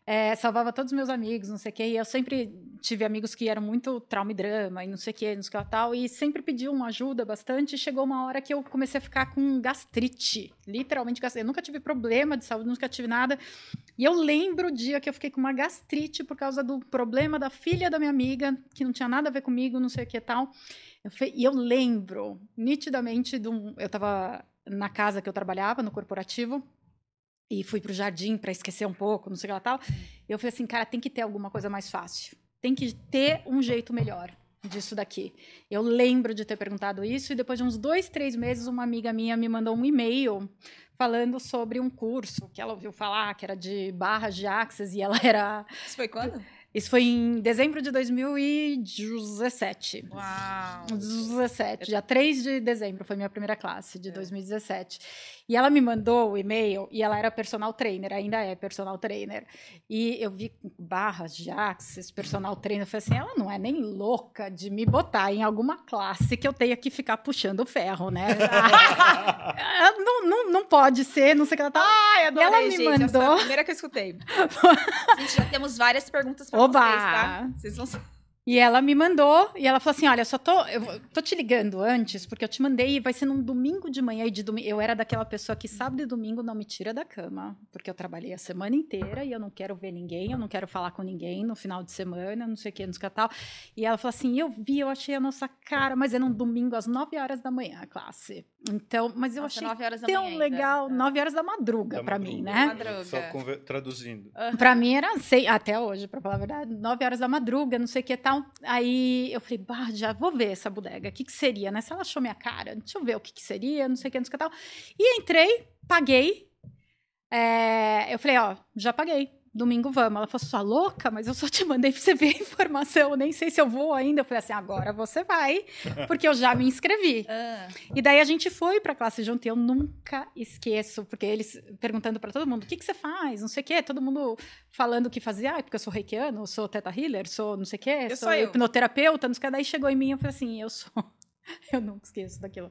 [SPEAKER 3] É, salvava todos os meus amigos, não sei o quê. E eu sempre tive amigos que eram muito trauma e drama e não sei o quê, não sei o que tal. E sempre pediam uma ajuda bastante. E chegou uma hora que eu comecei a ficar com gastrite. Literalmente gastrite. Eu nunca tive problema de saúde, nunca tive nada. E eu lembro o dia que eu fiquei com uma gastrite por causa do problema da filha da minha amiga, que não tinha nada a ver comigo, não sei o que tal. Eu fe- E eu lembro nitidamente de um. Eu tava na casa que eu trabalhava, no corporativo, e fui pro jardim para esquecer um pouco, não sei o que lá tal. E eu falei assim, cara, tem que ter alguma coisa mais fácil. Tem que ter um jeito melhor disso daqui. Eu lembro de ter perguntado isso, e depois de uns dois, três meses, uma amiga minha me mandou um e-mail falando sobre um curso que ela ouviu falar, que era de barras de axis, e ela era.
[SPEAKER 1] Isso foi quando?
[SPEAKER 3] Isso foi em dezembro de 2017.
[SPEAKER 1] Uau.
[SPEAKER 3] 17, dia 3 de dezembro foi minha primeira classe de 2017. E ela me mandou o e-mail e ela era personal trainer, ainda é personal trainer. E eu vi barras de axis, personal trainer, eu falei assim, ela não é nem louca de me botar em alguma classe que eu tenha que ficar puxando o ferro, né? Ah, não, não, não pode ser, não sei o que ela tá.
[SPEAKER 1] Ai, adorei,
[SPEAKER 3] ela me
[SPEAKER 1] gente. Essa é
[SPEAKER 3] mandou-
[SPEAKER 1] a primeira que eu escutei. gente, já temos várias perguntas pra
[SPEAKER 3] Oba!
[SPEAKER 1] vocês, tá? Vocês vão saber.
[SPEAKER 3] E ela me mandou, e ela falou assim: olha, só tô. Eu vou- tô te ligando antes, porque eu te mandei, vai ser num domingo de manhã e de domingo. Eu era daquela pessoa que sábado e domingo não me tira da cama, porque eu trabalhei a semana inteira e eu não quero ver ninguém, eu não quero falar com ninguém no final de semana, não sei o que, não sei o que tal. E ela falou assim: eu vi, eu achei a nossa cara, mas era um domingo às 9 horas da manhã a classe. Então, mas eu
[SPEAKER 1] Nossa,
[SPEAKER 3] achei
[SPEAKER 1] nove horas da manhã
[SPEAKER 3] tão
[SPEAKER 1] ainda.
[SPEAKER 3] legal,
[SPEAKER 1] Tá.
[SPEAKER 3] 9 horas da madruga
[SPEAKER 2] Da
[SPEAKER 3] pra mim,
[SPEAKER 2] madruga,
[SPEAKER 3] né?
[SPEAKER 1] Madruga.
[SPEAKER 2] Só conver- traduzindo.
[SPEAKER 3] Pra mim era sei, até hoje, pra falar a verdade, 9 horas da madruga, não sei o que tal. Aí eu falei, bah, já vou ver essa bodega, o que, que seria, né? Se ela achou minha cara, deixa eu ver o que, que seria, não sei o que, não sei o que tal. E entrei, paguei. É, eu falei, ó, já paguei. Domingo vamos. Ela falou, sua louca, mas eu só te mandei pra você ver a informação, eu nem sei se eu vou ainda. Eu falei assim, agora você vai, porque eu já me inscrevi.
[SPEAKER 1] Ah,
[SPEAKER 3] E daí a gente foi pra classe junto e eu nunca esqueço, porque eles perguntando pra todo mundo, o que, que você faz, não sei o quê, todo mundo falando o que fazia, ah, é porque eu sou reikiano, eu sou teta healer, sou não sei o quê,
[SPEAKER 1] Eu
[SPEAKER 3] sou
[SPEAKER 1] sou eu.
[SPEAKER 3] hipnoterapeuta, não sei o quê, daí chegou em mim e eu falei assim, eu sou... Eu nunca esqueço daquilo.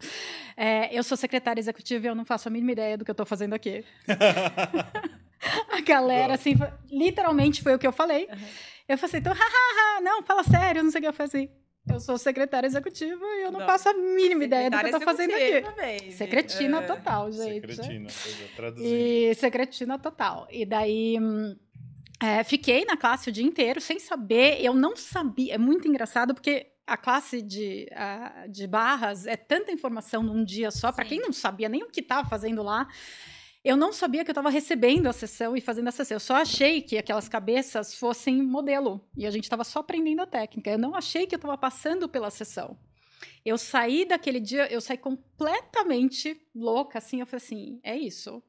[SPEAKER 3] É, eu sou secretária executiva e eu não faço a mínima ideia do que eu tô fazendo aqui. A galera,
[SPEAKER 2] Gosto.
[SPEAKER 3] assim, fa- literalmente foi o que eu falei.
[SPEAKER 1] Uhum.
[SPEAKER 3] Eu falei assim, então, hahaha, não, fala sério, não sei o que. Eu falei assim, eu sou secretária executiva e eu não,
[SPEAKER 1] Não.
[SPEAKER 3] faço a mínima ideia do que eu tô
[SPEAKER 1] secretária
[SPEAKER 3] fazendo aqui.
[SPEAKER 1] executiva, baby.
[SPEAKER 3] Secretina
[SPEAKER 1] Ah.
[SPEAKER 3] total, gente.
[SPEAKER 2] Secretina, pois é, traduzindo.
[SPEAKER 3] E secretina total. E daí. hum, é, fiquei na classe o dia inteiro sem saber. Eu não sabia. É muito engraçado porque a classe de, ah, de barras é tanta informação num dia só. Para
[SPEAKER 1] Sim.
[SPEAKER 3] quem não sabia nem o que estava fazendo lá. Eu não sabia que eu estava recebendo a sessão e fazendo a sessão. Eu só achei que aquelas cabeças fossem modelo. E a gente estava só aprendendo a técnica. Eu não achei que eu estava passando pela sessão. Eu saí daquele dia, eu saí completamente louca, assim. Eu falei assim: é isso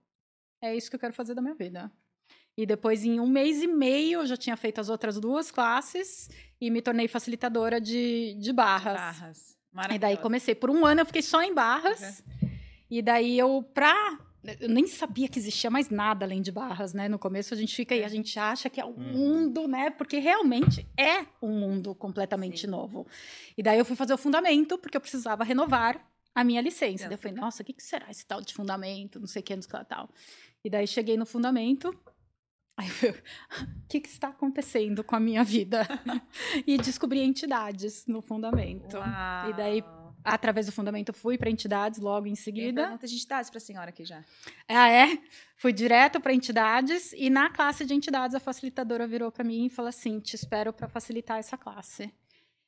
[SPEAKER 3] é isso que eu quero fazer da minha vida. E depois, em um mês e meio, eu já tinha feito as outras duas classes e me tornei facilitadora de, de barras.
[SPEAKER 1] Barras.
[SPEAKER 3] E daí
[SPEAKER 1] Maravilhosa.
[SPEAKER 3] comecei. Por um ano eu fiquei só em barras. E daí eu, pra. Eu nem sabia que existia mais nada além de barras, né? No começo a gente fica aí, a gente acha que é um
[SPEAKER 2] Uhum.
[SPEAKER 3] mundo, né? Porque realmente é um mundo completamente
[SPEAKER 1] Sim.
[SPEAKER 3] novo. E daí eu fui fazer o fundamento, porque eu precisava renovar a minha licença. Daí eu falei, nossa, o que, que será esse tal de fundamento? Não sei o que, não sei o que lá, tal. E daí cheguei no fundamento. Aí eu, o que, que está acontecendo com a minha vida? e descobri entidades no fundamento.
[SPEAKER 1] Uau.
[SPEAKER 3] E daí, Através do fundamento, fui para entidades logo em
[SPEAKER 1] Tem
[SPEAKER 3] seguida.
[SPEAKER 1] pergunta de entidades pra senhora aqui já.
[SPEAKER 3] Ah, é? Fui direto para entidades e na classe de entidades a facilitadora virou para mim e falou assim: "Te espero para facilitar essa classe".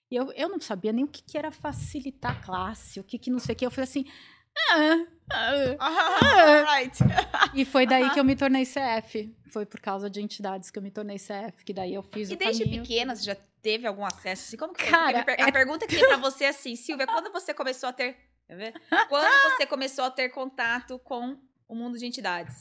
[SPEAKER 3] E eu, eu não sabia nem o que, que era facilitar a classe, o que que não sei o que. Eu falei assim: "Ah, ah".
[SPEAKER 1] Alright.
[SPEAKER 3] E foi daí que eu me tornei CF. Foi por causa de entidades que eu me tornei CF, que daí eu fiz
[SPEAKER 1] E
[SPEAKER 3] o
[SPEAKER 1] desde
[SPEAKER 3] caminho.
[SPEAKER 1] pequena você já teve algum acesso? Assim, como que foi?
[SPEAKER 3] Cara,
[SPEAKER 1] Porque a per- a pergunta que tem pra você é assim, Silvia, quando você começou a ter. Quer ver? Quando você começou a ter contato com o mundo de entidades?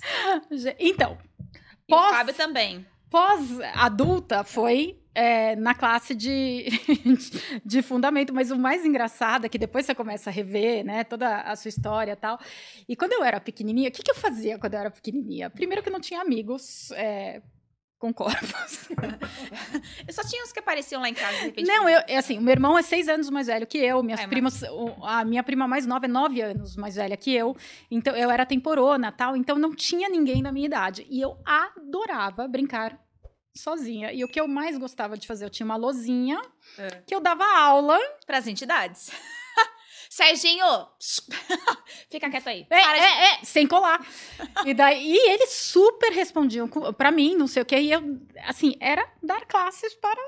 [SPEAKER 3] Então,
[SPEAKER 1] E o
[SPEAKER 3] Posso?
[SPEAKER 1] Fábio também.
[SPEAKER 3] pós-adulta foi é, na classe de, de fundamento, mas o mais engraçado é que depois você começa a rever, né, toda a sua história e tal. E quando eu era pequenininha, o que, que eu fazia quando eu era pequenininha? Primeiro que eu não tinha amigos é, com corpos.
[SPEAKER 1] Eu só tinha uns que apareciam lá em casa, de repente. né?
[SPEAKER 3] Não, eu, é assim, o meu irmão é seis anos mais velho que eu, minhas
[SPEAKER 1] É, mas-
[SPEAKER 3] primas, o- a minha prima mais nova é nove anos mais velha que eu, então eu era temporona tal, então não tinha ninguém da minha idade. E eu adorava brincar sozinha. E o que eu mais gostava de fazer, eu tinha uma lozinha
[SPEAKER 1] É.
[SPEAKER 3] que eu dava aula.
[SPEAKER 1] Pras entidades. Serginho! Fica quieto aí.
[SPEAKER 3] É,
[SPEAKER 1] Para de-
[SPEAKER 3] é, é, sem colar. E daí e eles super respondiam com- pra mim, não sei o quê. E eu, assim, era dar classes para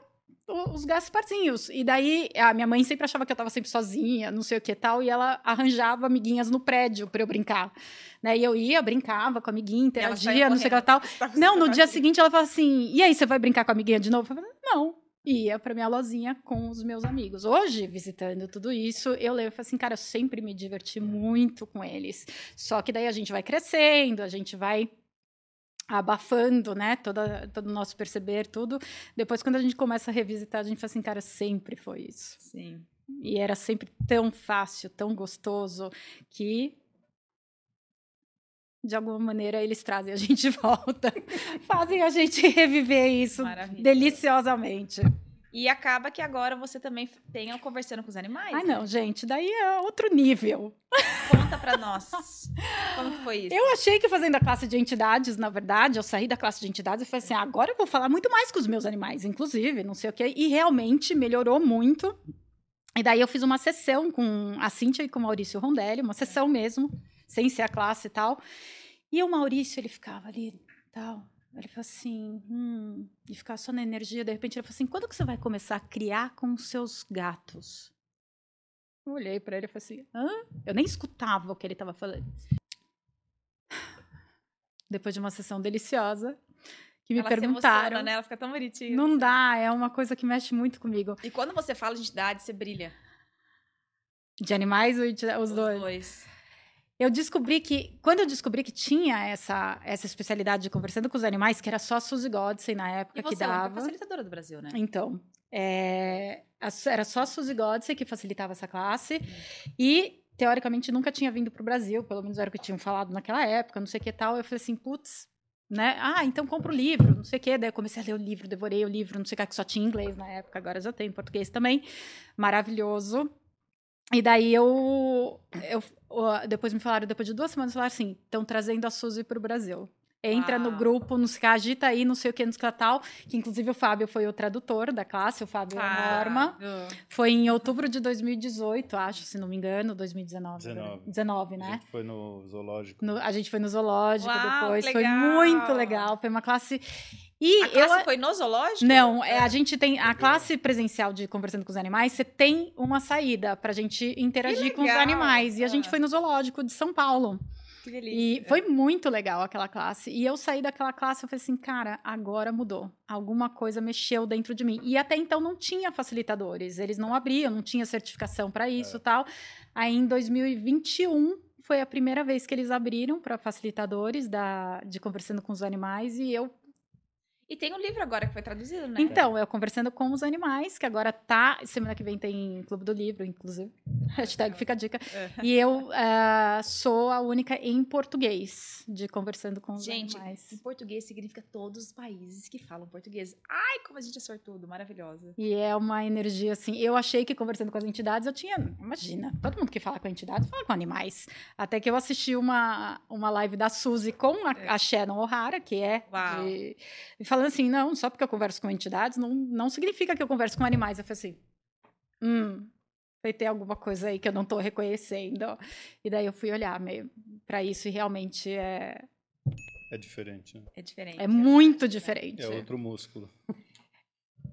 [SPEAKER 3] o- os Gasparzinhos. E daí a minha mãe sempre achava que eu tava sempre sozinha, não sei o que tal, e ela arranjava amiguinhas no prédio pra eu brincar. Né? E eu ia, brincava com a amiguinha,
[SPEAKER 1] E ela saía
[SPEAKER 3] interagia, não sei o que lá, tal.
[SPEAKER 1] tá
[SPEAKER 3] Não, no dia seguinte ela fala assim: e aí, você vai brincar com a amiguinha de novo? Eu falei, não. Ia pra minha lozinha com os meus amigos. Hoje, visitando tudo isso, eu lembro e falo assim, cara, eu sempre me diverti muito com eles. Só que daí a gente vai crescendo, a gente vai abafando, né? Toda, todo o nosso perceber, tudo. Depois, quando a gente começa a revisitar, a gente fala assim, cara, sempre foi isso.
[SPEAKER 1] Sim.
[SPEAKER 3] E era sempre tão fácil, tão gostoso, que de alguma maneira eles trazem a gente de volta, fazem a gente reviver isso
[SPEAKER 1] Maravilha.
[SPEAKER 3] deliciosamente.
[SPEAKER 1] E acaba que agora você também tem o conversando com os animais.
[SPEAKER 3] Ai, não, gente, daí é outro nível.
[SPEAKER 1] Conta pra nós. Como que foi isso?
[SPEAKER 3] Eu achei que fazendo a classe de entidades, na verdade, eu saí da classe de entidades e falei assim: "Ah, agora eu vou falar muito mais com os meus animais, inclusive, não sei o quê. E realmente melhorou muito. E daí eu fiz uma sessão com a Cíntia e com o Maurício Rondelli, uma sessão mesmo, sem ser a classe e tal. E o Maurício, ele ficava ali, tal. Ele falou assim, hum, e ficar só na energia. De repente ele falou assim: quando que você vai começar a criar com os seus gatos? Eu olhei pra ele e falei assim: hã? Eu nem escutava o que ele tava falando. Depois de uma sessão deliciosa, que me
[SPEAKER 1] ela se
[SPEAKER 3] perguntaram.
[SPEAKER 1] emociona, né? Ela fica tão bonitinha.
[SPEAKER 3] Não dá, é uma coisa que mexe muito comigo.
[SPEAKER 1] E quando você fala de entidade, você brilha.
[SPEAKER 3] De animais ou de- os, dois? Eu descobri que, quando eu descobri que tinha essa, essa especialidade de conversando com os animais, que era só a Suzy Godsen na época
[SPEAKER 1] E
[SPEAKER 3] que
[SPEAKER 1] você é a única
[SPEAKER 3] dava.
[SPEAKER 1] facilitadora do Brasil, né?
[SPEAKER 3] Então, é, a Su- era só a Suzy Godse que facilitava essa classe.
[SPEAKER 1] Uhum.
[SPEAKER 3] E, teoricamente, nunca tinha vindo para o Brasil, pelo menos era o que tinham falado naquela época, não sei o que tal. Eu falei assim, putz, né? Ah, então compra o livro, não sei o que. Daí eu comecei a ler o livro, devorei o livro, não sei o que, que só tinha em inglês na época, agora já tem em português também. Maravilhoso. E daí eu, eu- ó, depois me falaram, depois de duas semanas, falaram assim: estão trazendo a Suzy para o Brasil. Entra no
[SPEAKER 1] Uau.
[SPEAKER 3] grupo, nos agita aí, não sei o que, nos que tal que inclusive o Fábio foi o tradutor da classe, o Fábio
[SPEAKER 1] Ah,
[SPEAKER 3] Norma.
[SPEAKER 1] do-
[SPEAKER 3] Foi em outubro de 2018, acho, se não me engano, 2019.
[SPEAKER 2] 19.
[SPEAKER 3] 19,
[SPEAKER 2] A
[SPEAKER 3] né?
[SPEAKER 2] gente foi no zoológico.
[SPEAKER 3] No- a gente foi no zoológico
[SPEAKER 1] Uau,
[SPEAKER 3] depois,
[SPEAKER 1] que
[SPEAKER 3] foi
[SPEAKER 1] legal.
[SPEAKER 3] muito legal, foi uma classe e
[SPEAKER 1] A
[SPEAKER 3] eu
[SPEAKER 1] classe foi no zoológico? Ah,
[SPEAKER 3] não, é, a gente tem a classe presencial de conversando com os animais, você tem uma saída pra gente interagir com os
[SPEAKER 1] legal.
[SPEAKER 3] animais e a gente
[SPEAKER 1] Ah.
[SPEAKER 3] foi no zoológico de São Paulo.
[SPEAKER 1] Que delícia.
[SPEAKER 3] E foi muito legal aquela classe. E eu saí daquela classe, eu falei assim, cara, agora mudou. Alguma coisa mexeu dentro de mim. E até então não tinha facilitadores, eles não abriam, não tinha certificação para isso e tal. Aí em 2021 foi a primeira vez que eles abriram para facilitadores da, de conversando com os animais e eu
[SPEAKER 1] E tem um livro agora que foi traduzido, né?
[SPEAKER 3] Então, eu conversando com os animais, que agora tá. Semana que vem tem Clube do Livro, inclusive. Hashtag fica a dica.
[SPEAKER 1] É.
[SPEAKER 3] E eu ah, sou a única em português de conversando com os
[SPEAKER 1] Gente, em
[SPEAKER 3] animais.
[SPEAKER 1] português significa todos os países que falam português. Ai, como a gente é sortudo, maravilhosa.
[SPEAKER 3] E é uma energia assim. Eu achei que conversando com as entidades eu tinha. Imagina, todo mundo que fala com entidades fala com animais. Até que eu assisti uma, uma live da Suzy com a,
[SPEAKER 1] É.
[SPEAKER 3] a Shannon O'Hara, que é.
[SPEAKER 1] Uau.
[SPEAKER 3] de- e falando assim: não, só porque eu converso com entidades não, não significa que eu converso com animais. Eu falei assim: hum, vai ter alguma coisa aí que eu não tô reconhecendo. E daí eu fui olhar meio pra isso e realmente é,
[SPEAKER 2] É diferente, né?
[SPEAKER 1] É diferente.
[SPEAKER 3] é muito diferente.
[SPEAKER 2] É outro músculo.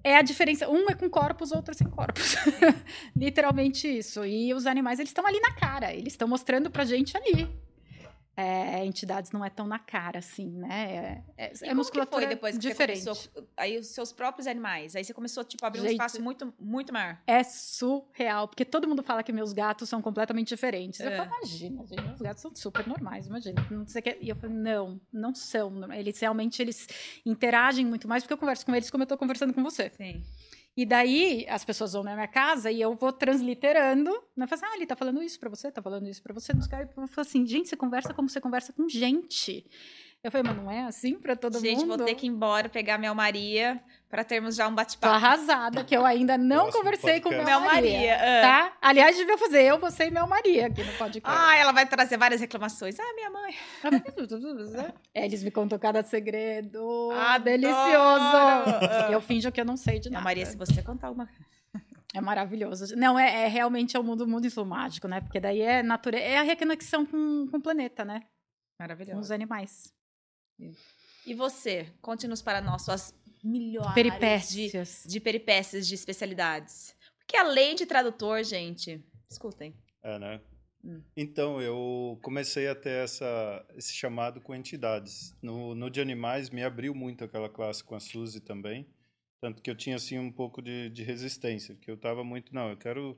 [SPEAKER 3] É a diferença. Um é com corpos, outro é sem corpos. Literalmente isso. E os animais, eles estão ali na cara. Eles estão mostrando pra gente ali. É, entidades não é tão na cara, assim, né? É, é,
[SPEAKER 1] E
[SPEAKER 3] é
[SPEAKER 1] como
[SPEAKER 3] musculatura
[SPEAKER 1] que foi depois que
[SPEAKER 3] diferente.
[SPEAKER 1] você começou, aí os seus próprios animais, aí você começou tipo a abrir um
[SPEAKER 3] Gente.
[SPEAKER 1] espaço muito muito maior.
[SPEAKER 3] É surreal, porque todo mundo fala que meus gatos são completamente diferentes. Eu
[SPEAKER 1] É.
[SPEAKER 3] falo, imagina, gente, meus gatos são super normais, imagina. Não sei o que. E eu falo, não, não são. normais. Eles realmente eles interagem muito mais, porque eu converso com eles como eu tô conversando com você.
[SPEAKER 1] Sim.
[SPEAKER 3] E daí as pessoas vão na minha casa e eu vou transliterando. Né? Falo assim, ah, ele tá falando isso pra você, tá falando isso pra você. Nos caras eu falo assim, gente, você conversa como você conversa com gente. Eu falei, mas não é assim pra todo
[SPEAKER 1] gente,
[SPEAKER 3] mundo?
[SPEAKER 1] vou ter que ir embora pegar Mel Maria pra termos já um
[SPEAKER 3] Tô
[SPEAKER 1] bate-papo.
[SPEAKER 3] arrasada, que eu ainda não
[SPEAKER 2] Próximo
[SPEAKER 3] conversei com o
[SPEAKER 2] podcast.
[SPEAKER 3] Mel
[SPEAKER 1] Mel
[SPEAKER 3] Maria.
[SPEAKER 1] Maria. ah.
[SPEAKER 3] Tá? Aliás, devia fazer eu, você e Mel Maria aqui no podcast.
[SPEAKER 1] Ah, ela vai trazer várias reclamações. Ah, minha mãe.
[SPEAKER 3] É, eles me contam cada segredo.
[SPEAKER 1] Adoro!
[SPEAKER 3] delicioso!
[SPEAKER 1] Ah.
[SPEAKER 3] E eu finjo que eu não sei de
[SPEAKER 1] Mel
[SPEAKER 3] nada.
[SPEAKER 1] Maria, é se você contar alguma coisa.
[SPEAKER 3] É maravilhoso. Não, é, é realmente é o mundo, mundo isso mágico, né? Porque daí é natureza, é a reconexão com, com o planeta, né? Com os
[SPEAKER 1] Maravilhosa.
[SPEAKER 3] animais.
[SPEAKER 1] E você, conte-nos para nós suas milhares de,
[SPEAKER 3] Peripécias.
[SPEAKER 1] de peripécias de especialidades. Porque além de tradutor, gente, escutem.
[SPEAKER 2] É, né?
[SPEAKER 1] Hum.
[SPEAKER 2] Então, eu comecei a ter essa, esse chamado com entidades. No, no de animais, me abriu muito aquela classe com a Suzy também. Tanto que eu tinha, assim, um pouco de, de resistência. Que eu estava muito, não, eu quero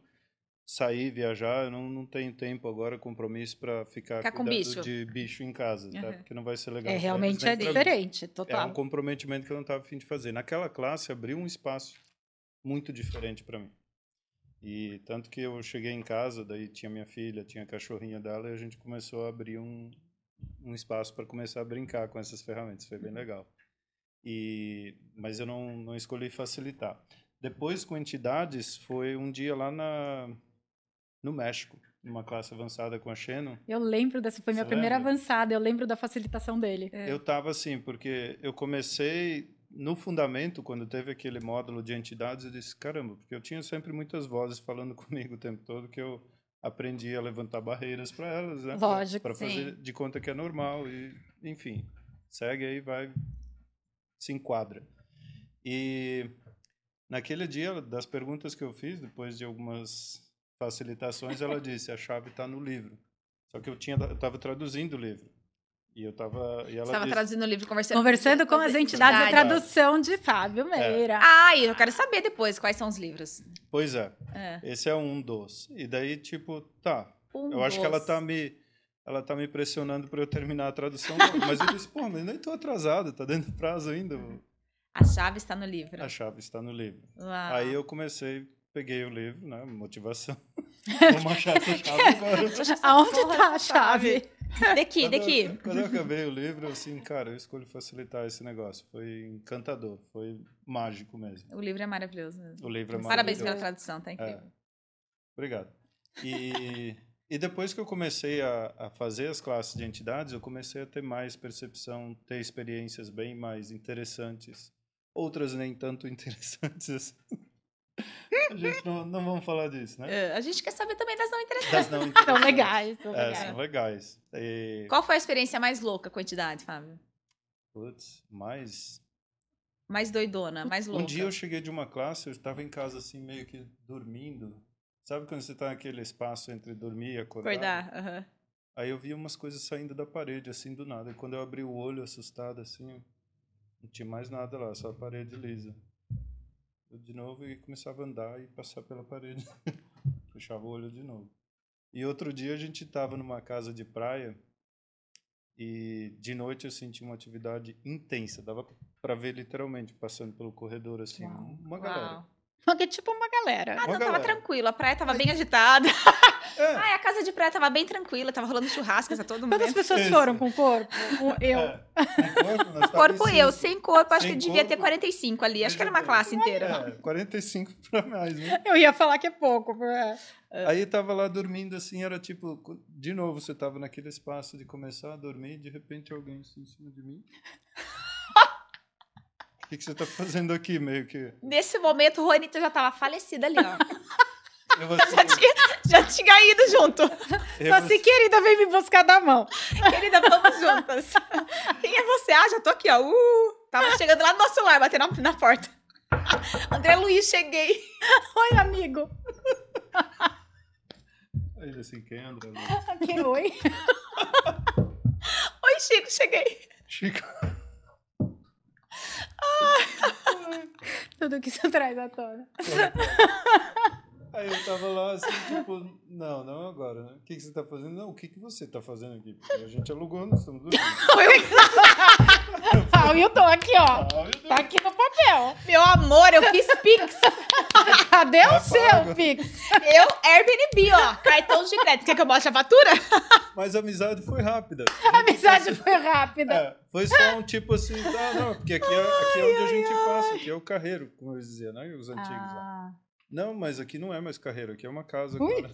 [SPEAKER 2] sair, viajar. Eu não, não tenho tempo agora, compromisso para ficar
[SPEAKER 1] Ficar com
[SPEAKER 2] cuidando
[SPEAKER 1] bicho.
[SPEAKER 2] de bicho em casa. Tá?
[SPEAKER 1] Aham.
[SPEAKER 2] Porque não vai ser legal. pra
[SPEAKER 3] É,
[SPEAKER 2] eles,
[SPEAKER 3] realmente
[SPEAKER 2] nem
[SPEAKER 3] é
[SPEAKER 2] pra mim.
[SPEAKER 3] diferente,
[SPEAKER 2] Era
[SPEAKER 3] total.
[SPEAKER 2] um comprometimento que eu não estava afim de fazer. Naquela classe abriu um espaço muito diferente para mim. E tanto que eu cheguei em casa, daí tinha minha filha, tinha a cachorrinha dela, e a gente começou a abrir um, um espaço para começar a brincar com essas ferramentas. Foi bem legal. E, mas eu não, não escolhi facilitar. Depois, com entidades, foi um dia lá na, no México, numa classe avançada com a Shannon.
[SPEAKER 3] Eu lembro dessa, foi minha
[SPEAKER 2] Você
[SPEAKER 3] primeira
[SPEAKER 2] lembra?
[SPEAKER 3] avançada, eu lembro da facilitação dele.
[SPEAKER 1] É.
[SPEAKER 2] Eu tava assim, porque eu comecei no fundamento, quando teve aquele módulo de entidades, eu disse, caramba, porque eu tinha sempre muitas vozes falando comigo o tempo todo, que eu aprendi a levantar barreiras para elas, né?
[SPEAKER 3] Lógico,
[SPEAKER 2] Para fazer
[SPEAKER 1] sim.
[SPEAKER 2] de conta que é normal e, enfim, segue aí, vai, se enquadra. E naquele dia, das perguntas que eu fiz, depois de algumas facilitações, ela disse, a chave está no livro. Só que eu tinha, eu estava traduzindo o livro. E eu tava, e ela
[SPEAKER 1] Você estava
[SPEAKER 2] disse,
[SPEAKER 1] traduzindo o livro, conversando,
[SPEAKER 3] Conversando com as entidades, a
[SPEAKER 2] entidades.
[SPEAKER 3] tradução de Fábio
[SPEAKER 2] É.
[SPEAKER 3] Meira.
[SPEAKER 1] Ai, eu quero saber depois quais são os livros.
[SPEAKER 2] Pois é,
[SPEAKER 1] É.
[SPEAKER 2] esse é um dos. E daí, tipo, tá.
[SPEAKER 1] Um,
[SPEAKER 2] Eu acho que ela
[SPEAKER 1] dois.
[SPEAKER 2] tá me. Ela tá me pressionando para eu terminar a tradução. logo. mas eu disse, pô, mas nem tô atrasado, tá dentro do prazo ainda.
[SPEAKER 1] A chave está no livro.
[SPEAKER 2] A chave está tá no livro.
[SPEAKER 1] Uau.
[SPEAKER 2] Aí eu comecei, peguei o livro, né? Motivação. Vamos achar essa chave agora.
[SPEAKER 3] Aonde
[SPEAKER 1] Porra,
[SPEAKER 3] tá a
[SPEAKER 1] essa chave.
[SPEAKER 3] chave?
[SPEAKER 1] Daqui,
[SPEAKER 2] Quando eu-
[SPEAKER 1] daqui.
[SPEAKER 2] Quando eu acabei o livro, eu assim, cara, eu escolho facilitar esse negócio. Foi encantador, foi mágico mesmo.
[SPEAKER 1] O livro é maravilhoso. mesmo.
[SPEAKER 2] O livro é
[SPEAKER 1] Parabéns
[SPEAKER 2] maravilhoso.
[SPEAKER 1] pela tradução, tá incrível.
[SPEAKER 2] É. Obrigado. E, e depois que eu comecei a, a fazer as classes de entidades, eu comecei a ter mais percepção, ter experiências bem mais interessantes. Outras nem tanto interessantes. assim. A gente não, não vamos falar disso, né?
[SPEAKER 1] É, a gente quer saber também das não interessantes.
[SPEAKER 2] Das não
[SPEAKER 3] São
[SPEAKER 2] interessantes.
[SPEAKER 3] legais, são
[SPEAKER 2] É,
[SPEAKER 3] legais.
[SPEAKER 2] são legais. E,
[SPEAKER 1] Qual foi a experiência mais louca com a entidade, Fábio?
[SPEAKER 2] putz, mas...
[SPEAKER 1] Mais doidona, mais louca.
[SPEAKER 2] Um dia eu cheguei de uma classe, eu estava em casa assim, meio que dormindo. Sabe quando você está naquele espaço entre dormir e
[SPEAKER 1] acordar. aham.
[SPEAKER 2] Aí eu vi umas coisas saindo da parede, assim, do nada. E quando eu abri o olho, assustado, assim, não tinha mais nada lá, só a parede lisa. Eu de novo e começava a andar e passar pela parede. Fechava o olho de novo. E outro dia a gente estava numa casa de praia e de noite eu senti uma atividade intensa. Dava para ver literalmente passando pelo corredor assim,
[SPEAKER 3] Uau.
[SPEAKER 2] uma galera.
[SPEAKER 3] Porque é tipo uma galera.
[SPEAKER 1] Ah, não,
[SPEAKER 2] Ó,
[SPEAKER 1] tava Ah,
[SPEAKER 2] galera.
[SPEAKER 1] tranquilo. A praia tava bem agitada.
[SPEAKER 2] É,
[SPEAKER 1] Ai, a casa de praia tava bem tranquila. Tava rolando churrascas a todo
[SPEAKER 3] Quantas
[SPEAKER 1] momento.
[SPEAKER 3] pessoas
[SPEAKER 2] Isso.
[SPEAKER 3] foram com o corpo? Um- Eu.
[SPEAKER 2] é. Sem corpo, nós tava
[SPEAKER 1] Corpo
[SPEAKER 2] em
[SPEAKER 1] eu,
[SPEAKER 2] cinco.
[SPEAKER 1] sem corpo, acho
[SPEAKER 2] Sem
[SPEAKER 1] que devia ter
[SPEAKER 2] corpo.
[SPEAKER 1] 45 ali. Acho que era uma
[SPEAKER 2] Veja
[SPEAKER 1] classe inteira.
[SPEAKER 2] É, 45 para mais, né?
[SPEAKER 3] Eu ia falar que é pouco. é.
[SPEAKER 2] Aí tava lá dormindo assim, era tipo, co- de novo, você tava naquele espaço de começar a dormir e de repente alguém assim em cima de mim. O que, que você tá fazendo aqui, meio que?
[SPEAKER 1] Nesse momento, o Juanita já tava falecida ali, ó.
[SPEAKER 2] Eu assim,
[SPEAKER 1] já, tinha, já tinha ido junto.
[SPEAKER 2] eu
[SPEAKER 3] Só assim, querida, vem me buscar da mão.
[SPEAKER 1] Querida, vamos juntas. Quem é você? Ah, já tô aqui, ó. Uh, tava chegando lá no nosso lar, batendo na, na porta. André Luiz, cheguei.
[SPEAKER 3] Oi, amigo.
[SPEAKER 2] Aí ele assim, quem é André? Luiz?
[SPEAKER 3] Que oi.
[SPEAKER 1] Oi, Chico, cheguei.
[SPEAKER 2] Chico.
[SPEAKER 3] Tudo que você traz à tona.
[SPEAKER 2] Aí eu tava lá assim, tipo, não, não agora, né? O que, que você tá fazendo? Não, o que, que você tá fazendo aqui? Porque a gente alugou, nós estamos dormindo.
[SPEAKER 3] Ah, o Wilton aqui, ó.
[SPEAKER 2] Ah, meu Deus.
[SPEAKER 3] Tá aqui no papel.
[SPEAKER 1] Meu amor, eu fiz Pix.
[SPEAKER 3] Cadê Ah, o
[SPEAKER 2] Tá
[SPEAKER 3] seu,
[SPEAKER 2] pago.
[SPEAKER 3] Pix?
[SPEAKER 1] Eu, Airbnb, ó. Cartão de crédito. Quer que eu mostre a fatura?
[SPEAKER 2] Mas a amizade foi rápida.
[SPEAKER 3] A amizade foi rápida.
[SPEAKER 2] É, foi só um tipo assim, ah, não, porque aqui é, aqui é onde a gente passa, aqui é o carreiro, como eles diziam, né? Os antigos lá.
[SPEAKER 3] Ah,
[SPEAKER 2] Não, mas aqui não é mais carreiro, aqui é uma casa
[SPEAKER 3] Ui.
[SPEAKER 2] agora.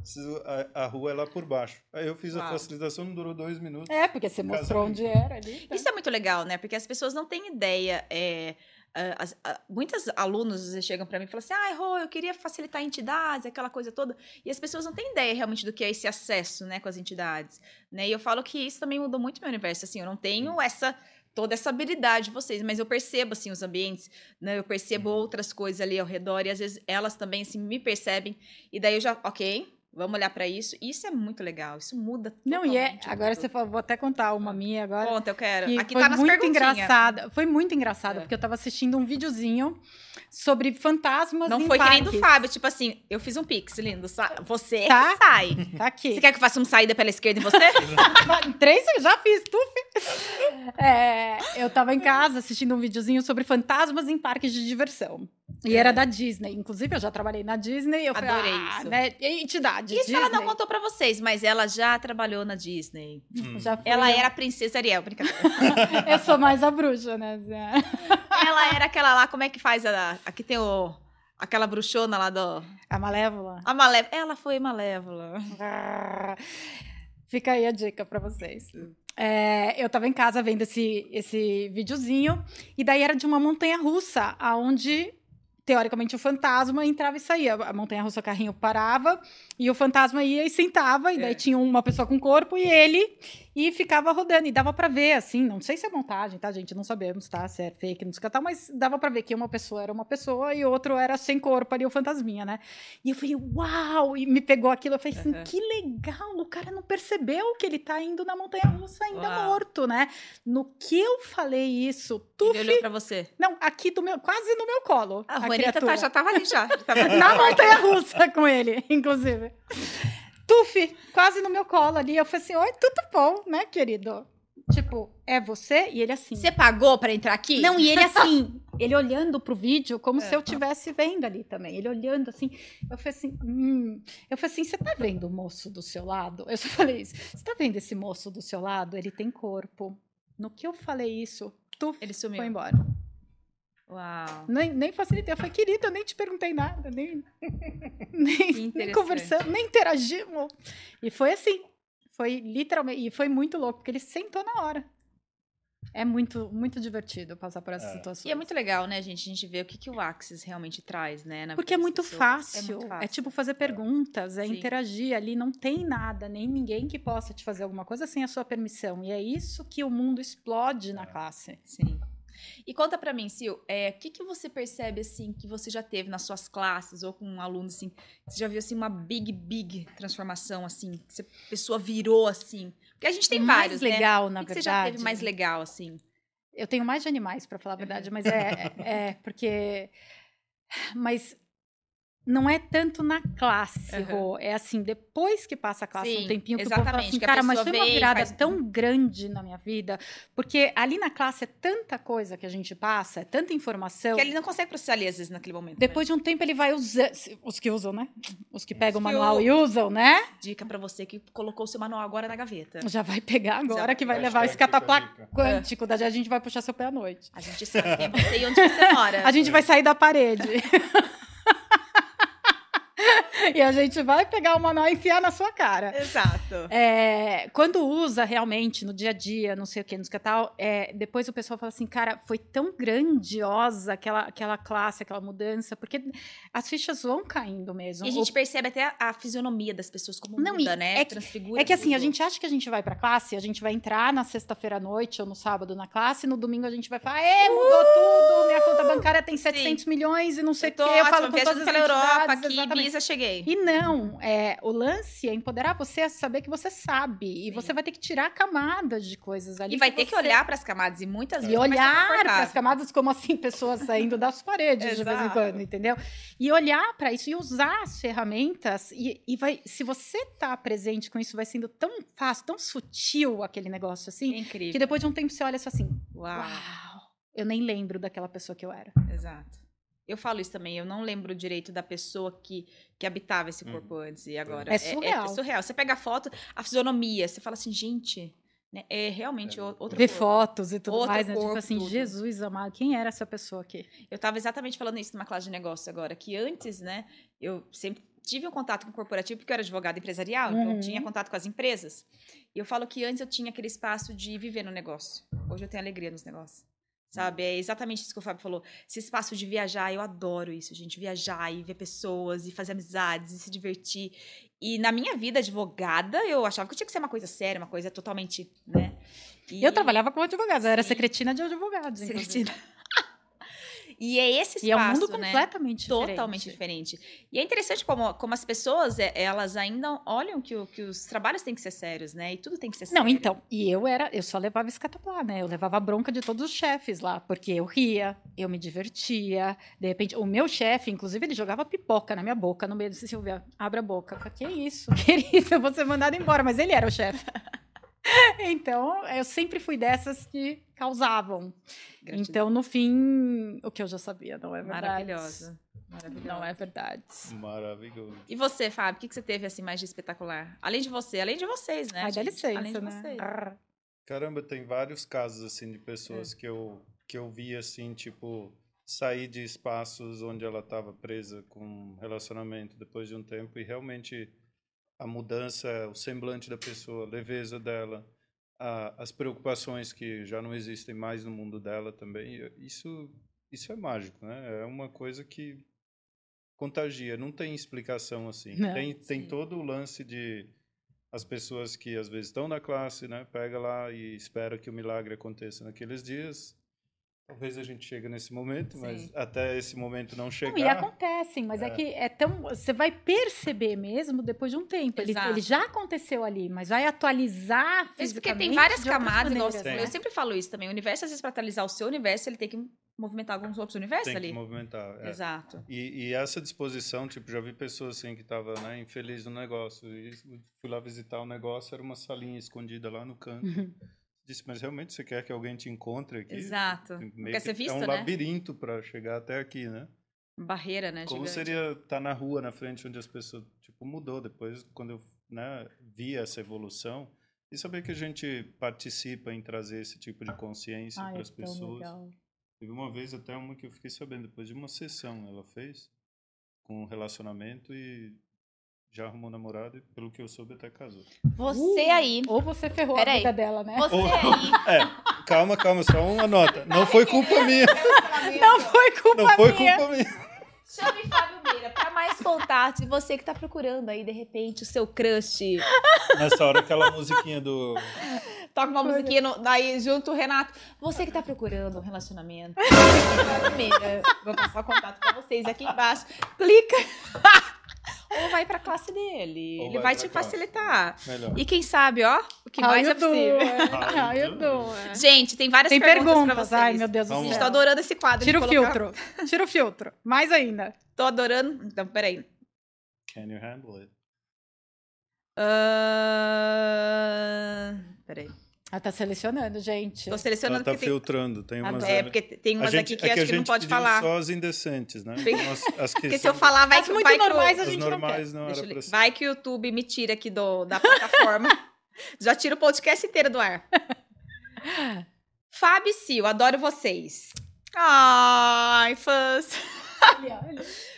[SPEAKER 2] Preciso- a, a rua é lá por baixo. Aí eu fiz a
[SPEAKER 1] Uau.
[SPEAKER 2] facilitação, não durou dois minutos.
[SPEAKER 3] é, porque você mostrou
[SPEAKER 2] Casamento.
[SPEAKER 3] onde era ali. tá?
[SPEAKER 1] Isso é muito legal, né? Porque as pessoas não têm ideia. É, ah, as- ah, muitas alunos às vezes, chegam pra mim e falam assim: ah, Rô, eu queria facilitar entidades, aquela coisa toda. E as pessoas não têm ideia realmente do que é esse acesso né, com as entidades. Né? E eu falo que isso também mudou muito meu universo. Assim, eu não tenho essa. Toda essa habilidade de vocês, mas eu percebo assim os ambientes, né? Eu percebo outras coisas ali ao redor e às vezes elas também assim me percebem e daí eu já, ok, vamos olhar pra isso. Isso é muito legal, isso muda.
[SPEAKER 3] Não, e é.
[SPEAKER 1] totalmente o
[SPEAKER 3] Agora
[SPEAKER 1] mundo.
[SPEAKER 3] você falou, vou até contar uma minha agora.
[SPEAKER 1] Conta, eu quero.
[SPEAKER 3] que
[SPEAKER 1] Aqui
[SPEAKER 3] foi
[SPEAKER 1] tá nas
[SPEAKER 3] muito
[SPEAKER 1] perguntinhas.
[SPEAKER 3] engraçada. Foi muito engraçada,
[SPEAKER 1] É.
[SPEAKER 3] porque eu tava assistindo um videozinho sobre fantasmas
[SPEAKER 1] Não
[SPEAKER 3] em
[SPEAKER 1] foi que nem do
[SPEAKER 3] parques.
[SPEAKER 1] Fábio, tipo assim, eu fiz um pix, lindo. sa- Você é
[SPEAKER 3] Tá?
[SPEAKER 1] que sai.
[SPEAKER 3] Tá aqui.
[SPEAKER 1] Você quer que eu faça uma saída pela esquerda em você?
[SPEAKER 3] Em Três eu já fiz, tu fez. É, eu tava em casa assistindo um videozinho sobre fantasmas em parques de diversão. E era da Disney. Inclusive, eu já trabalhei na Disney. Eu falei,
[SPEAKER 1] Adorei
[SPEAKER 3] ah,
[SPEAKER 1] isso.
[SPEAKER 3] Né, entidade.
[SPEAKER 1] Isso ela não
[SPEAKER 3] Disney.
[SPEAKER 1] contou pra vocês, mas ela já trabalhou na Disney.
[SPEAKER 2] Hum.
[SPEAKER 3] Já fui,
[SPEAKER 1] Ela
[SPEAKER 3] eu-
[SPEAKER 1] era a princesa Ariel, brincadeira.
[SPEAKER 3] Eu sou mais a bruxa, né? Zé?
[SPEAKER 1] ela era aquela lá, como é que faz a... Aqui tem o... Aquela bruxona lá do...
[SPEAKER 3] A malévola.
[SPEAKER 1] A Malévola. Ela foi Malévola.
[SPEAKER 3] Ah, Fica aí a dica pra vocês. É, eu tava em casa vendo esse, esse videozinho, e daí era de uma montanha russa, aonde teoricamente o fantasma entrava e saía. A montanha russa, o carrinho parava, e o fantasma ia e sentava, e daí
[SPEAKER 1] É.
[SPEAKER 3] tinha uma pessoa com corpo e ele, e ficava rodando. E dava pra ver, assim, não sei se é montagem, tá, gente? Não sabemos, tá? Se é fake, não sei o que tal, mas dava pra ver que uma pessoa era uma pessoa e outro era sem corpo ali, o fantasminha, né? E eu falei, uau! E me pegou aquilo. Eu falei assim,
[SPEAKER 1] Aham.
[SPEAKER 3] que legal! O cara não percebeu que ele tá indo na montanha russa ainda
[SPEAKER 1] Uau.
[SPEAKER 3] morto, né? No que eu falei isso, tu.
[SPEAKER 1] Ele olhou pra você.
[SPEAKER 3] Não, aqui do meu, quase no meu colo.
[SPEAKER 1] A Juanita
[SPEAKER 3] criatura.
[SPEAKER 1] tá- já tava ali, já. Já tava ali.
[SPEAKER 3] Na montanha russa com ele, inclusive. Tuf, quase no meu colo ali. Eu falei assim: Oi, tudo bom, né, querido? Tipo, é você? E ele assim.
[SPEAKER 1] Você pagou pra entrar aqui?
[SPEAKER 3] Não, e ele assim, ele olhando pro vídeo como
[SPEAKER 1] É.
[SPEAKER 3] se eu tivesse vendo ali também. Ele olhando assim, eu falei assim, hum. eu falei assim, você tá vendo o moço do seu lado? Eu só falei isso. Você tá vendo esse moço do seu lado? Ele tem corpo. No que eu falei isso, tu
[SPEAKER 1] Ele
[SPEAKER 3] foi
[SPEAKER 1] sumiu.
[SPEAKER 3] embora.
[SPEAKER 1] Uau.
[SPEAKER 3] Nem, nem facilitei. Eu falei, querida, eu nem te perguntei nada, nem, nem, nem
[SPEAKER 1] interessante.
[SPEAKER 3] conversamos, nem interagimos. E foi assim. Foi literalmente. E foi muito louco, porque ele sentou na hora. É muito, muito divertido passar por essas
[SPEAKER 2] É.
[SPEAKER 3] situações.
[SPEAKER 1] E é muito legal, né, gente? A gente vê o que, que o Axis realmente traz, né? na
[SPEAKER 3] Porque é
[SPEAKER 1] vida das
[SPEAKER 3] muito,
[SPEAKER 1] pessoas.
[SPEAKER 3] fácil.
[SPEAKER 1] É muito fácil.
[SPEAKER 3] É tipo fazer perguntas, é
[SPEAKER 1] Sim.
[SPEAKER 3] interagir ali. Não tem nada, nem ninguém que possa te fazer alguma coisa sem a sua permissão. E é isso que o mundo explode
[SPEAKER 1] É.
[SPEAKER 3] na classe.
[SPEAKER 1] Sim. E conta pra mim, Sil, é, o que, que você percebe, assim, que você já teve nas suas classes ou com um aluno, assim, que você já viu, assim, uma big, big transformação, assim, que você- a pessoa virou, assim? Porque a gente tem
[SPEAKER 3] O
[SPEAKER 1] vários,
[SPEAKER 3] É mais legal,
[SPEAKER 1] né?
[SPEAKER 3] na
[SPEAKER 1] O que que
[SPEAKER 3] verdade.
[SPEAKER 1] você já teve mais legal, assim?
[SPEAKER 3] Eu tenho mais de animais, para falar a verdade, mas é, é, é porque. Mas não é tanto na classe,
[SPEAKER 1] Aham.
[SPEAKER 3] Rô. É assim, depois que passa a classe
[SPEAKER 1] Sim,
[SPEAKER 3] um tempinho, que o povo fala
[SPEAKER 1] exatamente,
[SPEAKER 3] assim,
[SPEAKER 1] que a
[SPEAKER 3] cara, mas
[SPEAKER 1] pessoa
[SPEAKER 3] foi uma
[SPEAKER 1] vem e
[SPEAKER 3] virada
[SPEAKER 1] faz-
[SPEAKER 3] tão grande na minha vida. Porque ali na classe é tanta coisa que a gente passa, é tanta informação.
[SPEAKER 1] Porque ele não consegue processar ali, às vezes, naquele momento. né?
[SPEAKER 3] Depois de um tempo ele vai usando. Os que usam, né? Os que pegam o
[SPEAKER 1] É, que
[SPEAKER 3] manual
[SPEAKER 1] eu-
[SPEAKER 3] e usam, né?
[SPEAKER 1] né? Dica pra você que colocou o seu manual agora na gaveta.
[SPEAKER 3] Já vai pegar agora
[SPEAKER 1] Já-
[SPEAKER 3] que vai
[SPEAKER 2] Hashtag
[SPEAKER 3] levar esse
[SPEAKER 2] fica a
[SPEAKER 3] catapla
[SPEAKER 2] dica.
[SPEAKER 3] quântico. Daí a gente vai puxar seu pé à noite.
[SPEAKER 1] A gente sabe quem é você e onde você mora.
[SPEAKER 3] A gente vai sair da parede. e a gente vai pegar o manual e enfiar na sua cara.
[SPEAKER 1] Exato.
[SPEAKER 3] É, quando usa realmente no dia a dia, não sei o que, não sei o que tal, é, depois o pessoal fala assim, cara, foi tão grandiosa aquela, aquela classe, aquela mudança, porque as fichas vão caindo mesmo.
[SPEAKER 1] E a gente percebe até a, a fisionomia das pessoas como
[SPEAKER 3] Não,
[SPEAKER 1] muda,
[SPEAKER 3] e
[SPEAKER 1] né?
[SPEAKER 3] é que-
[SPEAKER 1] Transfigura.
[SPEAKER 3] É que assim, a
[SPEAKER 1] tudo.
[SPEAKER 3] gente acha que a gente vai pra classe, a gente vai entrar na sexta-feira à noite ou no sábado na classe, e no domingo a gente vai falar, é, mudou tudo, minha conta bancária tem 700 milhões e não sei
[SPEAKER 1] Uh! Eu
[SPEAKER 3] o quê,
[SPEAKER 1] tô
[SPEAKER 3] eu
[SPEAKER 1] ótima,
[SPEAKER 3] falo com
[SPEAKER 1] viajando
[SPEAKER 3] todas as
[SPEAKER 1] pela Europa,
[SPEAKER 3] entidades,
[SPEAKER 1] aqui,
[SPEAKER 3] exatamente.
[SPEAKER 1] Ibiza, cheguei.
[SPEAKER 3] E não, é, o lance é empoderar você a saber que você sabe. E
[SPEAKER 1] Sim.
[SPEAKER 3] você vai ter que tirar camadas de coisas ali.
[SPEAKER 1] E vai ter que
[SPEAKER 3] você-
[SPEAKER 1] olhar pras camadas e muitas
[SPEAKER 3] E
[SPEAKER 1] vezes vai ser
[SPEAKER 3] olhar para as
[SPEAKER 1] desconfortável.
[SPEAKER 3] camadas como assim, pessoas saindo das paredes de vez em
[SPEAKER 1] Exato.
[SPEAKER 3] quando, entendeu? E olhar para isso e usar as ferramentas. E, e vai, se você tá presente com isso, vai sendo tão fácil, tão sutil aquele negócio assim, que
[SPEAKER 1] Incrível.
[SPEAKER 3] depois de um tempo você olha só assim:
[SPEAKER 1] Uau.
[SPEAKER 3] Uau, eu nem lembro daquela pessoa que eu era.
[SPEAKER 1] Exato. Eu falo isso também, eu não lembro direito da pessoa que, que habitava esse
[SPEAKER 2] Hum.
[SPEAKER 1] corpo antes e agora.
[SPEAKER 3] É surreal.
[SPEAKER 1] É, surreal. Você pega a foto, a fisionomia, você fala assim, gente, né, é realmente
[SPEAKER 2] É,
[SPEAKER 1] o- outro
[SPEAKER 3] Ver
[SPEAKER 1] corpo.
[SPEAKER 3] fotos e tudo
[SPEAKER 1] Outro
[SPEAKER 3] mais, né? Tipo
[SPEAKER 1] corpo,
[SPEAKER 3] assim,
[SPEAKER 1] tudo.
[SPEAKER 3] Jesus amado, quem era essa pessoa aqui?
[SPEAKER 1] Eu tava exatamente falando isso numa classe de negócio agora, que antes, né, eu sempre tive um contato com o corporativo, porque eu era advogada empresarial, então
[SPEAKER 3] Uhum.
[SPEAKER 1] eu tinha contato com as empresas. E eu falo que antes eu tinha aquele espaço de viver no negócio. Hoje eu tenho alegria nos negócios. Sabe? É exatamente isso que o Fábio falou. Esse espaço de viajar, eu adoro isso, gente. Viajar e ver pessoas e fazer amizades e se divertir. E na minha vida, advogada, eu achava que tinha que ser uma coisa séria, uma coisa totalmente, né? E-
[SPEAKER 3] Eu trabalhava como advogada, eu era
[SPEAKER 1] Sim.
[SPEAKER 3] secretina de advogados. inclusive.
[SPEAKER 1] Secretina. E é esse espaço,
[SPEAKER 3] E é um mundo
[SPEAKER 1] né?
[SPEAKER 3] completamente diferente.
[SPEAKER 1] Totalmente diferente. E é interessante como, como as pessoas, é, elas ainda olham que, o- que os trabalhos têm que ser sérios, né? E tudo tem que ser sério.
[SPEAKER 3] Não, então, e eu era, eu só levava escataplá, né? Eu levava a bronca de todos os chefes lá, porque eu ria, eu me divertia, de repente, o meu chefe, inclusive, ele jogava pipoca na minha boca, no meio disse, Silvia, abre a boca. Eu falei, que isso, querida, eu vou ser mandada embora, mas ele era o chefe. Então, eu sempre fui dessas que causavam.
[SPEAKER 1] Gratidão.
[SPEAKER 3] Então, no fim, o que eu já sabia, não é verdade.
[SPEAKER 1] maravilhosa. Maravilhosa.
[SPEAKER 3] Não é verdade.
[SPEAKER 2] Maravilhoso.
[SPEAKER 1] E você, Fábio, o que, que você teve assim mais de espetacular? Além de você, além de vocês, né?
[SPEAKER 3] Ai, dá
[SPEAKER 1] gente?
[SPEAKER 3] licença,
[SPEAKER 1] Além de
[SPEAKER 3] né?
[SPEAKER 1] vocês.
[SPEAKER 3] Arr.
[SPEAKER 2] Caramba, tem vários casos assim de pessoas que eu que eu vi assim, tipo, sair de espaços onde ela estava presa com um relacionamento depois de um tempo e realmente a mudança, o semblante da pessoa, a leveza dela, a, as preocupações que já não existem mais no mundo dela também. e Isso isso é mágico, né? É uma coisa que contagia, não tem explicação assim.
[SPEAKER 3] Não.
[SPEAKER 2] tem tem
[SPEAKER 1] Sim.
[SPEAKER 2] todo o lance de as pessoas que às vezes estão na classe, né? Pega lá e espera que o milagre aconteça naqueles dias. Talvez a gente chegue nesse momento,
[SPEAKER 1] Sim.
[SPEAKER 2] mas até esse momento não chegar.
[SPEAKER 3] Não, e acontecem, mas é.
[SPEAKER 2] É.
[SPEAKER 3] que é tão. Você vai perceber mesmo depois de um tempo. Ele,
[SPEAKER 1] Exato.
[SPEAKER 3] ele já aconteceu ali, mas vai atualizar
[SPEAKER 1] Mas
[SPEAKER 3] fisicamente.
[SPEAKER 1] porque tem várias
[SPEAKER 3] de outras
[SPEAKER 1] camadas, igual
[SPEAKER 3] maneiras, né?
[SPEAKER 1] você
[SPEAKER 2] Tem.
[SPEAKER 1] falou. Eu sempre falo isso também. O universo, às vezes, para atualizar o seu universo, ele tem que movimentar alguns outros universos
[SPEAKER 2] tem
[SPEAKER 1] ali.
[SPEAKER 2] que movimentar. é.
[SPEAKER 1] Exato.
[SPEAKER 2] E, e essa disposição, tipo, já vi pessoas assim que tava, né, infeliz no negócio. E fui lá visitar o negócio, era uma salinha escondida lá no canto.
[SPEAKER 3] Uhum.
[SPEAKER 2] Disse, mas realmente você quer que alguém te encontre aqui?
[SPEAKER 1] Exato.
[SPEAKER 2] Meio
[SPEAKER 1] Não quer
[SPEAKER 2] que
[SPEAKER 1] ser visto,
[SPEAKER 2] é um
[SPEAKER 1] né?
[SPEAKER 2] labirinto para chegar até aqui, né?
[SPEAKER 1] Barreira,
[SPEAKER 3] É
[SPEAKER 1] né?
[SPEAKER 2] Como
[SPEAKER 1] gigante.
[SPEAKER 2] seria estar na rua, na frente, onde as pessoas, tipo, mudou depois, quando eu né, vi essa evolução, e saber que a gente participa em trazer esse tipo de consciência
[SPEAKER 3] Ai,
[SPEAKER 2] para
[SPEAKER 3] é
[SPEAKER 2] as
[SPEAKER 3] tão
[SPEAKER 2] pessoas.
[SPEAKER 3] legal.
[SPEAKER 2] Teve uma vez até uma que eu fiquei sabendo, depois de uma sessão ela fez, com um relacionamento e já arrumou um namorado e, pelo que eu soube, até casou.
[SPEAKER 1] Você
[SPEAKER 3] Uh,
[SPEAKER 1] aí.
[SPEAKER 3] Ou você ferrou a
[SPEAKER 1] Peraí.
[SPEAKER 3] vida dela, né?
[SPEAKER 1] Você
[SPEAKER 2] Ou-
[SPEAKER 1] aí.
[SPEAKER 2] É, calma, calma, só uma nota. Não foi culpa minha,
[SPEAKER 3] Não foi culpa
[SPEAKER 2] não foi
[SPEAKER 3] minha.
[SPEAKER 2] culpa minha.
[SPEAKER 1] Chame Fábio Meira para mais contatos. E você que tá procurando aí, de repente, o seu crush.
[SPEAKER 2] Nessa hora, aquela musiquinha do...
[SPEAKER 1] Toca uma musiquinha no, daí junto o Renato. Você que tá procurando um relacionamento. Fábio Meira. Vou passar o contato pra vocês aqui embaixo. Clica. Ou vai pra classe dele.
[SPEAKER 2] Ou
[SPEAKER 1] Ele
[SPEAKER 2] vai
[SPEAKER 1] vai
[SPEAKER 2] pra
[SPEAKER 1] te
[SPEAKER 2] classe.
[SPEAKER 1] facilitar.
[SPEAKER 2] Melhor.
[SPEAKER 1] E quem sabe, ó, o que mais é possível.
[SPEAKER 3] Ah, eu dou. é.
[SPEAKER 1] Gente, tem várias
[SPEAKER 3] Tem
[SPEAKER 1] perguntas,
[SPEAKER 3] perguntas.
[SPEAKER 1] pra vocês.
[SPEAKER 3] Ai, meu Deus
[SPEAKER 2] Vamos
[SPEAKER 3] do
[SPEAKER 1] Gente,
[SPEAKER 3] céu.
[SPEAKER 1] tô adorando esse quadro. de
[SPEAKER 3] Tira o
[SPEAKER 1] colocar-
[SPEAKER 3] filtro. Tira o filtro. Mais ainda.
[SPEAKER 1] Tô adorando. Então, peraí.
[SPEAKER 2] Can you handle it?
[SPEAKER 1] Ahn, Ah, Peraí.
[SPEAKER 3] Ela tá selecionando, gente.
[SPEAKER 1] Tô
[SPEAKER 2] Ela
[SPEAKER 1] selecionando
[SPEAKER 2] tá
[SPEAKER 1] porque tem...
[SPEAKER 2] filtrando. Tem umas.
[SPEAKER 1] É, porque tem umas aqui que
[SPEAKER 2] é
[SPEAKER 1] eu acho
[SPEAKER 2] a
[SPEAKER 1] que não
[SPEAKER 2] gente
[SPEAKER 1] pode
[SPEAKER 2] pediu
[SPEAKER 1] falar.
[SPEAKER 2] Só as indecentes, né?
[SPEAKER 1] Bem-
[SPEAKER 2] Então, as, as que
[SPEAKER 1] Porque se
[SPEAKER 2] são-
[SPEAKER 1] eu falar, vai
[SPEAKER 3] As
[SPEAKER 1] que,
[SPEAKER 3] muito
[SPEAKER 1] vai que o-
[SPEAKER 3] normais, a
[SPEAKER 2] as
[SPEAKER 3] gente não quer.
[SPEAKER 2] normais não,
[SPEAKER 1] assim, Deixa
[SPEAKER 2] era
[SPEAKER 1] eu
[SPEAKER 2] pra
[SPEAKER 1] ler.
[SPEAKER 2] ser.
[SPEAKER 1] Vai que o YouTube me tira aqui do, da plataforma. Já tira o podcast inteiro do ar. Fábio e Sil, adoro vocês. Ai, fãs.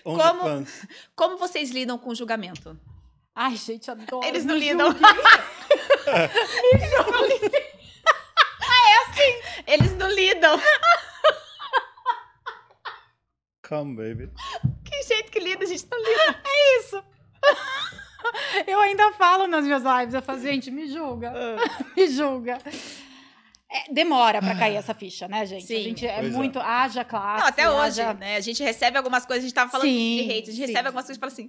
[SPEAKER 2] Only
[SPEAKER 1] Como-
[SPEAKER 2] fans.
[SPEAKER 1] Como vocês lidam com o julgamento?
[SPEAKER 3] Ai, gente, adoro.
[SPEAKER 1] Eles não
[SPEAKER 3] me
[SPEAKER 1] lidam.
[SPEAKER 3] julguem.
[SPEAKER 1] Ah, é assim. Eles não lidam.
[SPEAKER 2] Come, baby.
[SPEAKER 1] Que jeito que lida, a gente não lida.
[SPEAKER 3] Eu ainda falo nas minhas lives. Eu falo, gente, me julga.
[SPEAKER 1] Ah.
[SPEAKER 3] Me julga. É, demora pra cair essa ficha, né, gente?
[SPEAKER 1] Sim.
[SPEAKER 3] A gente é
[SPEAKER 2] Pois é.
[SPEAKER 3] muito. Haja classe.
[SPEAKER 1] Não, até hoje,
[SPEAKER 3] haja-
[SPEAKER 1] né? A gente recebe algumas coisas, a gente tava falando
[SPEAKER 3] Assim, Sim,
[SPEAKER 1] de hate, a gente
[SPEAKER 3] sim.
[SPEAKER 1] recebe algumas coisas e fala assim,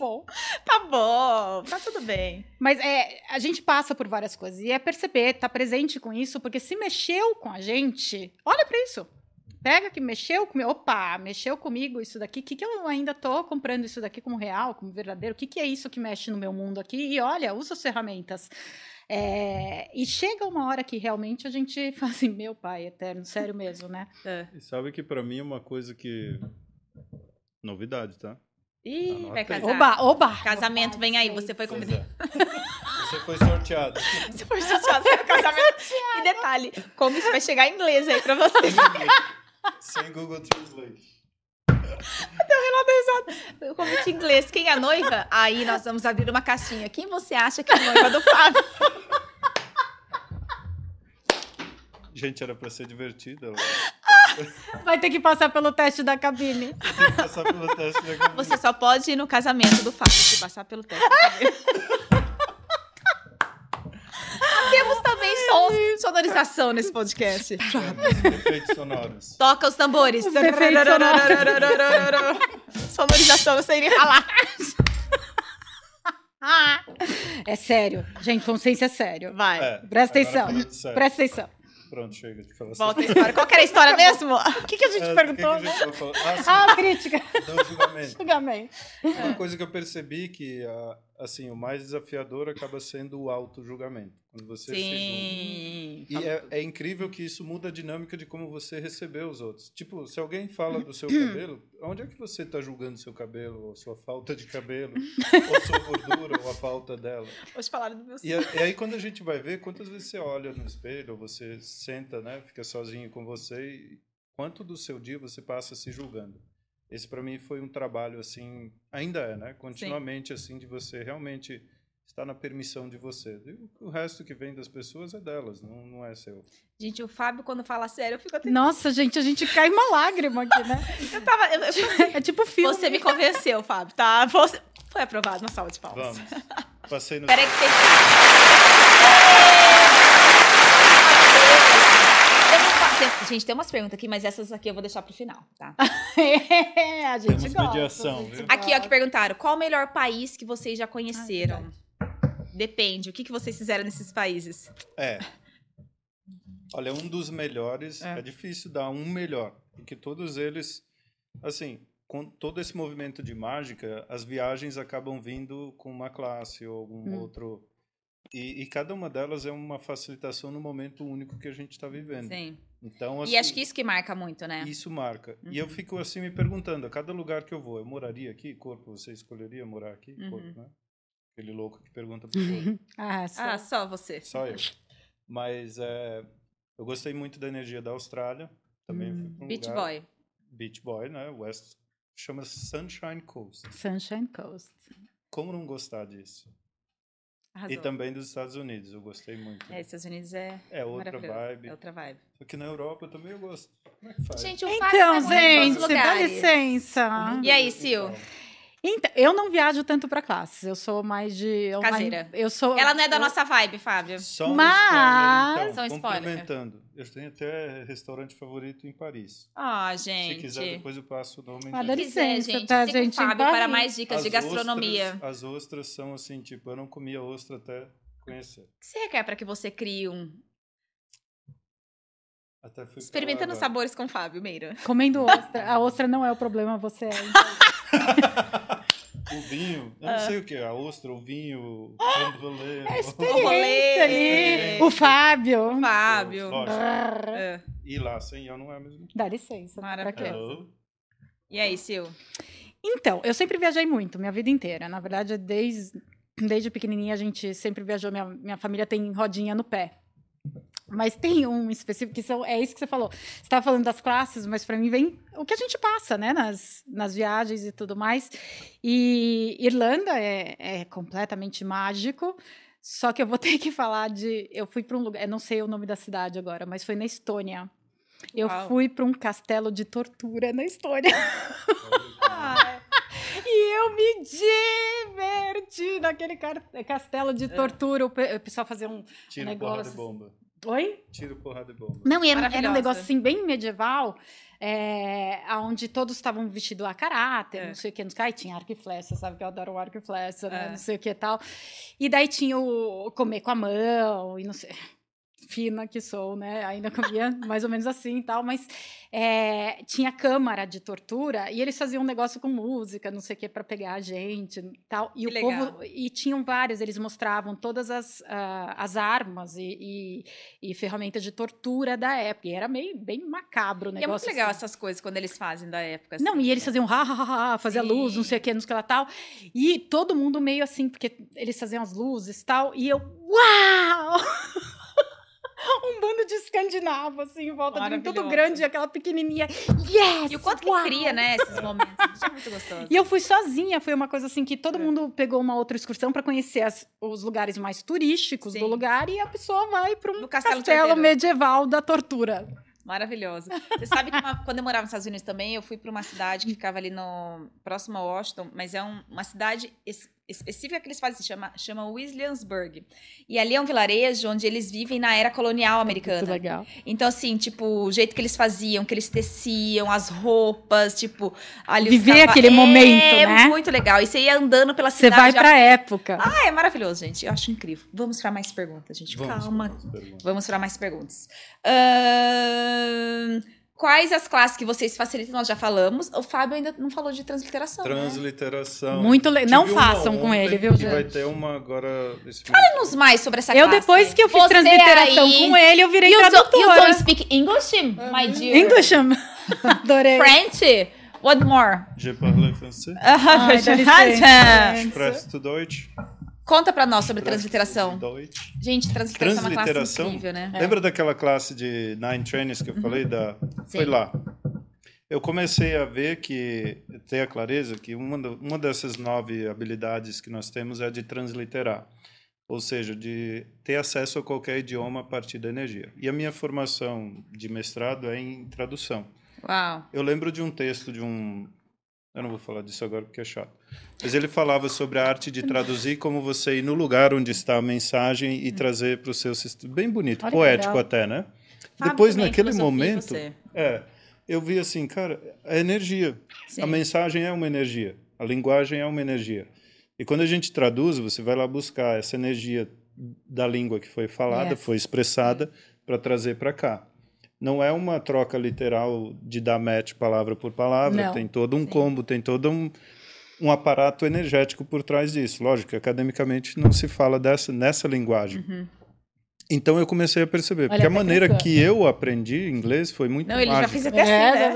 [SPEAKER 3] Bom.
[SPEAKER 1] tá bom, tá tudo bem.
[SPEAKER 3] Mas é, a gente passa por várias coisas. E é perceber, tá presente com isso, porque se mexeu com a gente, olha pra isso. Pega que mexeu comigo. Opa, mexeu comigo isso daqui. O que, que eu ainda tô comprando isso daqui como real, como verdadeiro? O que, que é isso que mexe no meu mundo aqui? E olha, usa as ferramentas. É, e chega uma hora que realmente a gente fala assim, meu pai eterno, sério mesmo, né?
[SPEAKER 2] E sabe que pra mim é uma coisa que. Novidade, tá?
[SPEAKER 1] Ih,
[SPEAKER 2] Anota
[SPEAKER 1] vai
[SPEAKER 2] aí.
[SPEAKER 1] casar.
[SPEAKER 3] Oba, oba!
[SPEAKER 1] Casamento
[SPEAKER 3] Oba, é
[SPEAKER 1] vem aí,
[SPEAKER 3] sei.
[SPEAKER 1] você foi
[SPEAKER 2] Pois
[SPEAKER 1] convidado.
[SPEAKER 2] é. Você foi sorteado.
[SPEAKER 1] Se for chateado, você vai casamento. E detalhe, como isso vai chegar em inglês aí pra vocês?
[SPEAKER 2] Sem Google Translate.
[SPEAKER 1] Eu cometi inglês. Quem é a noiva? Aí nós vamos abrir uma caixinha. Quem você acha que é a noiva do Fábio?
[SPEAKER 2] Gente, era pra ser divertida.
[SPEAKER 3] Vai ter que passar pelo teste da cabine.
[SPEAKER 2] Tem que passar pelo teste da Google.
[SPEAKER 1] Você só pode ir no casamento do Fábio se passar pelo tá teste. Temos também som, sonorização nesse podcast.
[SPEAKER 2] né? Efeitos sonoros.
[SPEAKER 1] Toca os tambores.
[SPEAKER 3] Os efeitos
[SPEAKER 1] Sonorização, não sei nem falar.
[SPEAKER 3] Ah, é sério. Gente, consciência é sério.
[SPEAKER 1] Vai.
[SPEAKER 2] É,
[SPEAKER 3] Presta
[SPEAKER 2] agora
[SPEAKER 3] atenção.
[SPEAKER 2] falando sério.
[SPEAKER 3] Presta atenção.
[SPEAKER 2] Pronto, chega de falar
[SPEAKER 1] Volta a né? história. Qual que era a história mesmo?
[SPEAKER 3] O que, que a gente
[SPEAKER 2] sério. É, do que que
[SPEAKER 3] perguntou?
[SPEAKER 2] a gente tava falando? Ah, sim,
[SPEAKER 3] Ah, crítica.
[SPEAKER 2] do julgamento.
[SPEAKER 3] Julgamento.
[SPEAKER 2] Uma coisa que eu percebi que a- assim o mais desafiador acaba sendo o auto julgamento quando você se
[SPEAKER 1] Sim.
[SPEAKER 2] julga. E é, é incrível que isso muda a dinâmica de como você recebeu os outros. Tipo, se alguém fala do seu cabelo, onde é que você está julgando seu cabelo, ou sua falta de cabelo, ou sua gordura, ou a falta dela?
[SPEAKER 1] Hoje falaram do meu
[SPEAKER 2] E, a- e aí quando a gente vai ver, quantas vezes você olha no espelho, ou você senta, né, fica sozinho com você, e quanto do seu dia você passa se julgando? Esse para mim foi um trabalho assim, ainda é, né, continuamente assim de você realmente estar na permissão de você. E o- o resto que vem das pessoas é delas, não, não é seu.
[SPEAKER 1] Gente, o Fábio, quando fala sério, eu fico até.
[SPEAKER 3] Nossa, gente, a gente cai uma lágrima aqui, né?
[SPEAKER 1] Eu tava. eu- eu-
[SPEAKER 3] É tipo filme.
[SPEAKER 1] você me convenceu, Fábio, tá? Você... Foi aprovado uma salva de palmas.
[SPEAKER 2] Vamos. Passei no
[SPEAKER 1] Peraí que tem. Eu vou fa- tem- Gente, tem umas perguntas aqui, mas essas aqui eu vou deixar pro final, tá?
[SPEAKER 3] É, a gente
[SPEAKER 2] Temos
[SPEAKER 3] gosta.
[SPEAKER 2] mediação,
[SPEAKER 3] a gente
[SPEAKER 2] viu?
[SPEAKER 1] Aqui, ó, que
[SPEAKER 3] gosta.
[SPEAKER 1] perguntaram: qual o melhor país que vocês já
[SPEAKER 3] Ai,
[SPEAKER 1] conheceram? Depende, o que, que vocês fizeram nesses países?
[SPEAKER 2] É. Olha, um dos melhores. É.
[SPEAKER 1] É.
[SPEAKER 2] difícil dar um melhor, porque todos eles, assim, com todo esse movimento de mágica, as viagens acabam vindo com uma classe ou algum
[SPEAKER 3] Hum.
[SPEAKER 2] outro. E, e cada uma delas é uma facilitação no momento único que a gente está vivendo.
[SPEAKER 1] Sim.
[SPEAKER 2] Então, assim,
[SPEAKER 1] E acho que isso que marca muito, né? Uhum.
[SPEAKER 2] isso marca. E eu fico assim me perguntando, a cada lugar que eu vou, eu moraria aqui? Corpo, você escolheria morar aqui?
[SPEAKER 1] Uhum.
[SPEAKER 2] Corpo, né? Aquele louco que pergunta pro corpo.
[SPEAKER 3] Ah, só.
[SPEAKER 1] Ah, só você.
[SPEAKER 2] Só eu. Mas é, eu gostei muito da energia da Austrália. Também
[SPEAKER 3] Hum.
[SPEAKER 2] fui pra um
[SPEAKER 1] Beach
[SPEAKER 2] lugar-
[SPEAKER 1] Boy.
[SPEAKER 2] Beach Boy, né? West. Chama Sunshine Coast.
[SPEAKER 3] Sunshine Coast.
[SPEAKER 2] Como não gostar disso?
[SPEAKER 1] Arrasou.
[SPEAKER 2] E também dos Estados Unidos, eu gostei muito.
[SPEAKER 1] É, Estados Unidos é
[SPEAKER 2] É outra
[SPEAKER 1] maravilhoso.
[SPEAKER 2] vibe.
[SPEAKER 1] É outra vibe.
[SPEAKER 2] Só que na Europa eu também eu gosto. Como é que faz?
[SPEAKER 1] Gente, o Fábio
[SPEAKER 3] Então,
[SPEAKER 1] vai muito em todos os
[SPEAKER 3] gente, dá
[SPEAKER 1] lugares.
[SPEAKER 3] licença.
[SPEAKER 2] Eu nunca
[SPEAKER 1] e aí,
[SPEAKER 2] fui
[SPEAKER 1] Sil?
[SPEAKER 2] pra lá.
[SPEAKER 3] Então, eu não viajo tanto para classes, eu sou mais de online-
[SPEAKER 1] Caseira.
[SPEAKER 3] Eu sou
[SPEAKER 1] Ela não é da
[SPEAKER 3] eu-
[SPEAKER 1] nossa vibe, Fábio.
[SPEAKER 2] Só um
[SPEAKER 3] Mas-
[SPEAKER 2] spoiler,
[SPEAKER 4] Só um
[SPEAKER 2] então,
[SPEAKER 4] spoiler.
[SPEAKER 2] complementando. Eu tenho até restaurante favorito em Paris.
[SPEAKER 1] Ah,
[SPEAKER 2] Se
[SPEAKER 1] gente.
[SPEAKER 2] quiser, depois eu passo o nome.
[SPEAKER 3] Ah,
[SPEAKER 2] em-
[SPEAKER 3] dá
[SPEAKER 1] Se quiser,
[SPEAKER 3] licença,
[SPEAKER 1] gente,
[SPEAKER 3] tá,
[SPEAKER 1] siga o
[SPEAKER 3] gente?
[SPEAKER 1] Fábio
[SPEAKER 3] Barra.
[SPEAKER 1] para mais dicas de
[SPEAKER 2] As
[SPEAKER 1] gastronomia.
[SPEAKER 2] ostras- as ostras são assim, tipo, eu não comia ostra até conhecer.
[SPEAKER 1] O que você requer para que você crie um?
[SPEAKER 2] Até fui pra tá lá
[SPEAKER 1] Experimentando
[SPEAKER 2] agora.
[SPEAKER 1] sabores com o Fábio Meira.
[SPEAKER 3] comendo ostra. A ostra não é o problema, você é.
[SPEAKER 2] O vinho, eu
[SPEAKER 3] Ah.
[SPEAKER 2] não sei o que, a ostra, o vinho, o creme brulee, o-
[SPEAKER 1] experiência.
[SPEAKER 3] é Experiência ali. O Fábio. Ah.
[SPEAKER 1] Fábio.
[SPEAKER 2] Lógico.
[SPEAKER 3] Brrr.
[SPEAKER 1] É.
[SPEAKER 2] E lá sem eu não é mesmo.
[SPEAKER 3] Dá licença.
[SPEAKER 1] Maravilha.
[SPEAKER 3] Pra quê?
[SPEAKER 2] Hello?
[SPEAKER 1] E aí, Sil?
[SPEAKER 3] Então, eu sempre viajei muito, minha vida inteira. Na verdade, desde, desde pequenininha a gente sempre viajou. Minha, minha família tem rodinha no pé. Mas tem um específico que são, é isso que você falou. Você estava falando das classes, mas para mim vem o que a gente passa, né, nas, nas viagens e tudo mais. E Irlanda é, é completamente mágico. Só que eu vou ter que falar de. Eu fui para um lugar, eu não sei o nome da cidade agora, mas foi na Estônia. Eu
[SPEAKER 1] Uau.
[SPEAKER 3] fui para um castelo de tortura na Estônia.
[SPEAKER 1] Ah,
[SPEAKER 3] E eu me diverti naquele car- castelo de tortura. O pe- o pessoal fazia um.
[SPEAKER 2] Tiro
[SPEAKER 3] Negócio
[SPEAKER 2] porrada de
[SPEAKER 3] assim.
[SPEAKER 2] bomba.
[SPEAKER 3] Oi?
[SPEAKER 2] Tiro porrada de bomba.
[SPEAKER 3] Não, e era, era um
[SPEAKER 1] Maravilhosa.
[SPEAKER 3] negócio assim bem medieval, é, onde todos estavam vestidos a caráter,
[SPEAKER 1] É.
[SPEAKER 3] não sei o que. Não sei, ai, tinha arco e flecha, sabe que eu adoro o arco e flecha, né,
[SPEAKER 1] É.
[SPEAKER 3] não sei o que e tal. E daí tinha o comer com a mão, e não sei. Fina que sou, né? Ainda comia mais ou menos assim e tal, mas é, tinha câmara de tortura e eles faziam um negócio com música, não sei o que, para pegar a gente e tal. E
[SPEAKER 1] Que
[SPEAKER 3] o
[SPEAKER 1] legal.
[SPEAKER 3] povo. E tinham vários, eles mostravam todas as, ah, as armas e, e, e ferramentas de tortura da época. E era meio, bem macabro o
[SPEAKER 1] e é muito
[SPEAKER 3] negócio.
[SPEAKER 1] legal
[SPEAKER 3] assim.
[SPEAKER 1] essas coisas quando eles fazem da época. assim.
[SPEAKER 3] Não, e eles faziam ha, ha, ha, ha, fazia
[SPEAKER 1] Sim.
[SPEAKER 3] luz, não sei o que, não sei o que lá tal. E todo mundo meio assim, porque eles faziam as luzes e tal. E eu, uau! um bando de escandinavo, assim, em volta de mim, tudo
[SPEAKER 1] Maravilhosa.
[SPEAKER 3] grande, e aquela pequenininha. Yes!
[SPEAKER 1] E o quanto que
[SPEAKER 3] uau!
[SPEAKER 1] cria, né, esses momentos. É muito gostoso.
[SPEAKER 3] É E eu fui sozinha, foi uma coisa assim que todo
[SPEAKER 1] É.
[SPEAKER 3] mundo pegou uma outra excursão para conhecer as- os lugares mais turísticos
[SPEAKER 1] Sim.
[SPEAKER 3] do lugar e a pessoa vai para um
[SPEAKER 1] No
[SPEAKER 3] castelo,
[SPEAKER 1] Castelo Torpedo.
[SPEAKER 3] medieval da tortura.
[SPEAKER 1] Maravilhosa. Você sabe que uma- quando eu morava nos Estados Unidos também, eu fui para uma cidade que ficava ali no próximo a Washington, mas é um- uma cidade es- específica que eles fazem, se chama, chama Williamsburg. E ali é um vilarejo onde eles vivem na era colonial
[SPEAKER 3] Muito
[SPEAKER 1] americana.
[SPEAKER 3] legal.
[SPEAKER 1] Então, assim, tipo, o jeito que eles faziam, que eles teciam, as roupas, tipo, ali os
[SPEAKER 3] Viver
[SPEAKER 1] cava-
[SPEAKER 3] aquele
[SPEAKER 1] É,
[SPEAKER 3] momento, né?
[SPEAKER 1] Muito legal. E você ia andando pela
[SPEAKER 3] Você
[SPEAKER 1] cidade.
[SPEAKER 3] vai para época.
[SPEAKER 1] Ah, é maravilhoso, gente. Eu acho incrível. Vamos para mais perguntas, gente.
[SPEAKER 2] Vamos
[SPEAKER 1] Calma,
[SPEAKER 2] para as perguntas.
[SPEAKER 1] Vamos para mais perguntas. Ahn, quais as classes que vocês facilitam? Nós já falamos. O Fábio ainda não falou de transliteração. Né?
[SPEAKER 2] Transliteração.
[SPEAKER 3] Muito legal. Não
[SPEAKER 2] Tive uma
[SPEAKER 3] façam com
[SPEAKER 2] ontem
[SPEAKER 3] ele, viu,
[SPEAKER 2] E vai
[SPEAKER 3] gente?
[SPEAKER 2] ter uma agora. Esse
[SPEAKER 1] Fala-nos mais sobre essa
[SPEAKER 3] Eu,
[SPEAKER 1] classe.
[SPEAKER 3] depois que eu fiz
[SPEAKER 4] Você
[SPEAKER 3] transliteração
[SPEAKER 4] aí-
[SPEAKER 3] com ele, eu virei
[SPEAKER 4] You, do, you
[SPEAKER 3] tradutora.
[SPEAKER 4] don't speak English, my
[SPEAKER 2] Uhum.
[SPEAKER 4] dear?
[SPEAKER 3] English. Adorei.
[SPEAKER 1] French? What more?
[SPEAKER 2] Je parle français.
[SPEAKER 3] Ai, dá licença.
[SPEAKER 2] Express to Deutsch.
[SPEAKER 1] Conta para nós sobre
[SPEAKER 2] Express to
[SPEAKER 1] transliteração.
[SPEAKER 2] Deutsch.
[SPEAKER 1] Gente, transliteração, é
[SPEAKER 2] Transliteração?
[SPEAKER 1] uma classe incrível, né?
[SPEAKER 2] Lembra daquela classe de Nine Trainers que eu falei? Da... Foi lá. Eu comecei a ver que, ter a clareza, que uma, do- uma dessas nove habilidades que nós temos é a de transliterar. Ou seja, de ter acesso a qualquer idioma a partir da energia. E a minha formação de mestrado é em tradução.
[SPEAKER 1] Uau.
[SPEAKER 2] Eu lembro de um texto de um. Eu não vou falar disso agora porque é chato. Mas ele falava sobre a arte de traduzir, como você ir no lugar onde está a mensagem e trazer para o seu sistema. Bem bonito,
[SPEAKER 3] Olha que
[SPEAKER 2] poético
[SPEAKER 3] legal.
[SPEAKER 2] até, né?
[SPEAKER 1] Fábio
[SPEAKER 2] Depois,
[SPEAKER 1] também,
[SPEAKER 2] naquele
[SPEAKER 1] filosofia,
[SPEAKER 2] momento,
[SPEAKER 1] você.
[SPEAKER 2] é, eu vi assim, cara, é energia.
[SPEAKER 1] Sim.
[SPEAKER 2] A mensagem é uma energia, a linguagem é uma energia. E quando a gente traduz, você vai lá buscar essa energia da língua que foi falada,
[SPEAKER 3] Yes.
[SPEAKER 2] foi expressada, para trazer para cá. Não é uma troca literal de dar match palavra por palavra,
[SPEAKER 3] Não.
[SPEAKER 2] tem todo um combo, tem todo um, um aparato energético por trás disso. Lógico, que academicamente não se fala dessa, nessa linguagem.
[SPEAKER 3] Uhum.
[SPEAKER 2] Então eu comecei a perceber, porque a
[SPEAKER 3] tá
[SPEAKER 2] maneira
[SPEAKER 3] crescendo.
[SPEAKER 2] que eu aprendi inglês foi muito
[SPEAKER 1] Não, ele já
[SPEAKER 2] mágica.
[SPEAKER 1] fez até assim, né?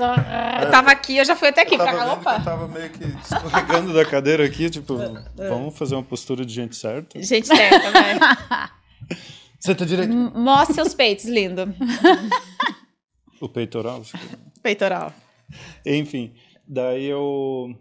[SPEAKER 3] É,
[SPEAKER 1] Eu tava aqui, eu já fui até aqui.
[SPEAKER 2] Eu tava,
[SPEAKER 1] pra cá.
[SPEAKER 2] vendo que eu
[SPEAKER 1] Opa.
[SPEAKER 2] tava meio que escorregando da cadeira aqui, tipo, vamos fazer uma postura de gente certa?
[SPEAKER 1] É. Gente certa, vai.
[SPEAKER 2] Senta direito.
[SPEAKER 1] Mostra seus peitos, lindo.
[SPEAKER 2] O peitoral. você-
[SPEAKER 1] Peitoral.
[SPEAKER 2] Enfim, daí eu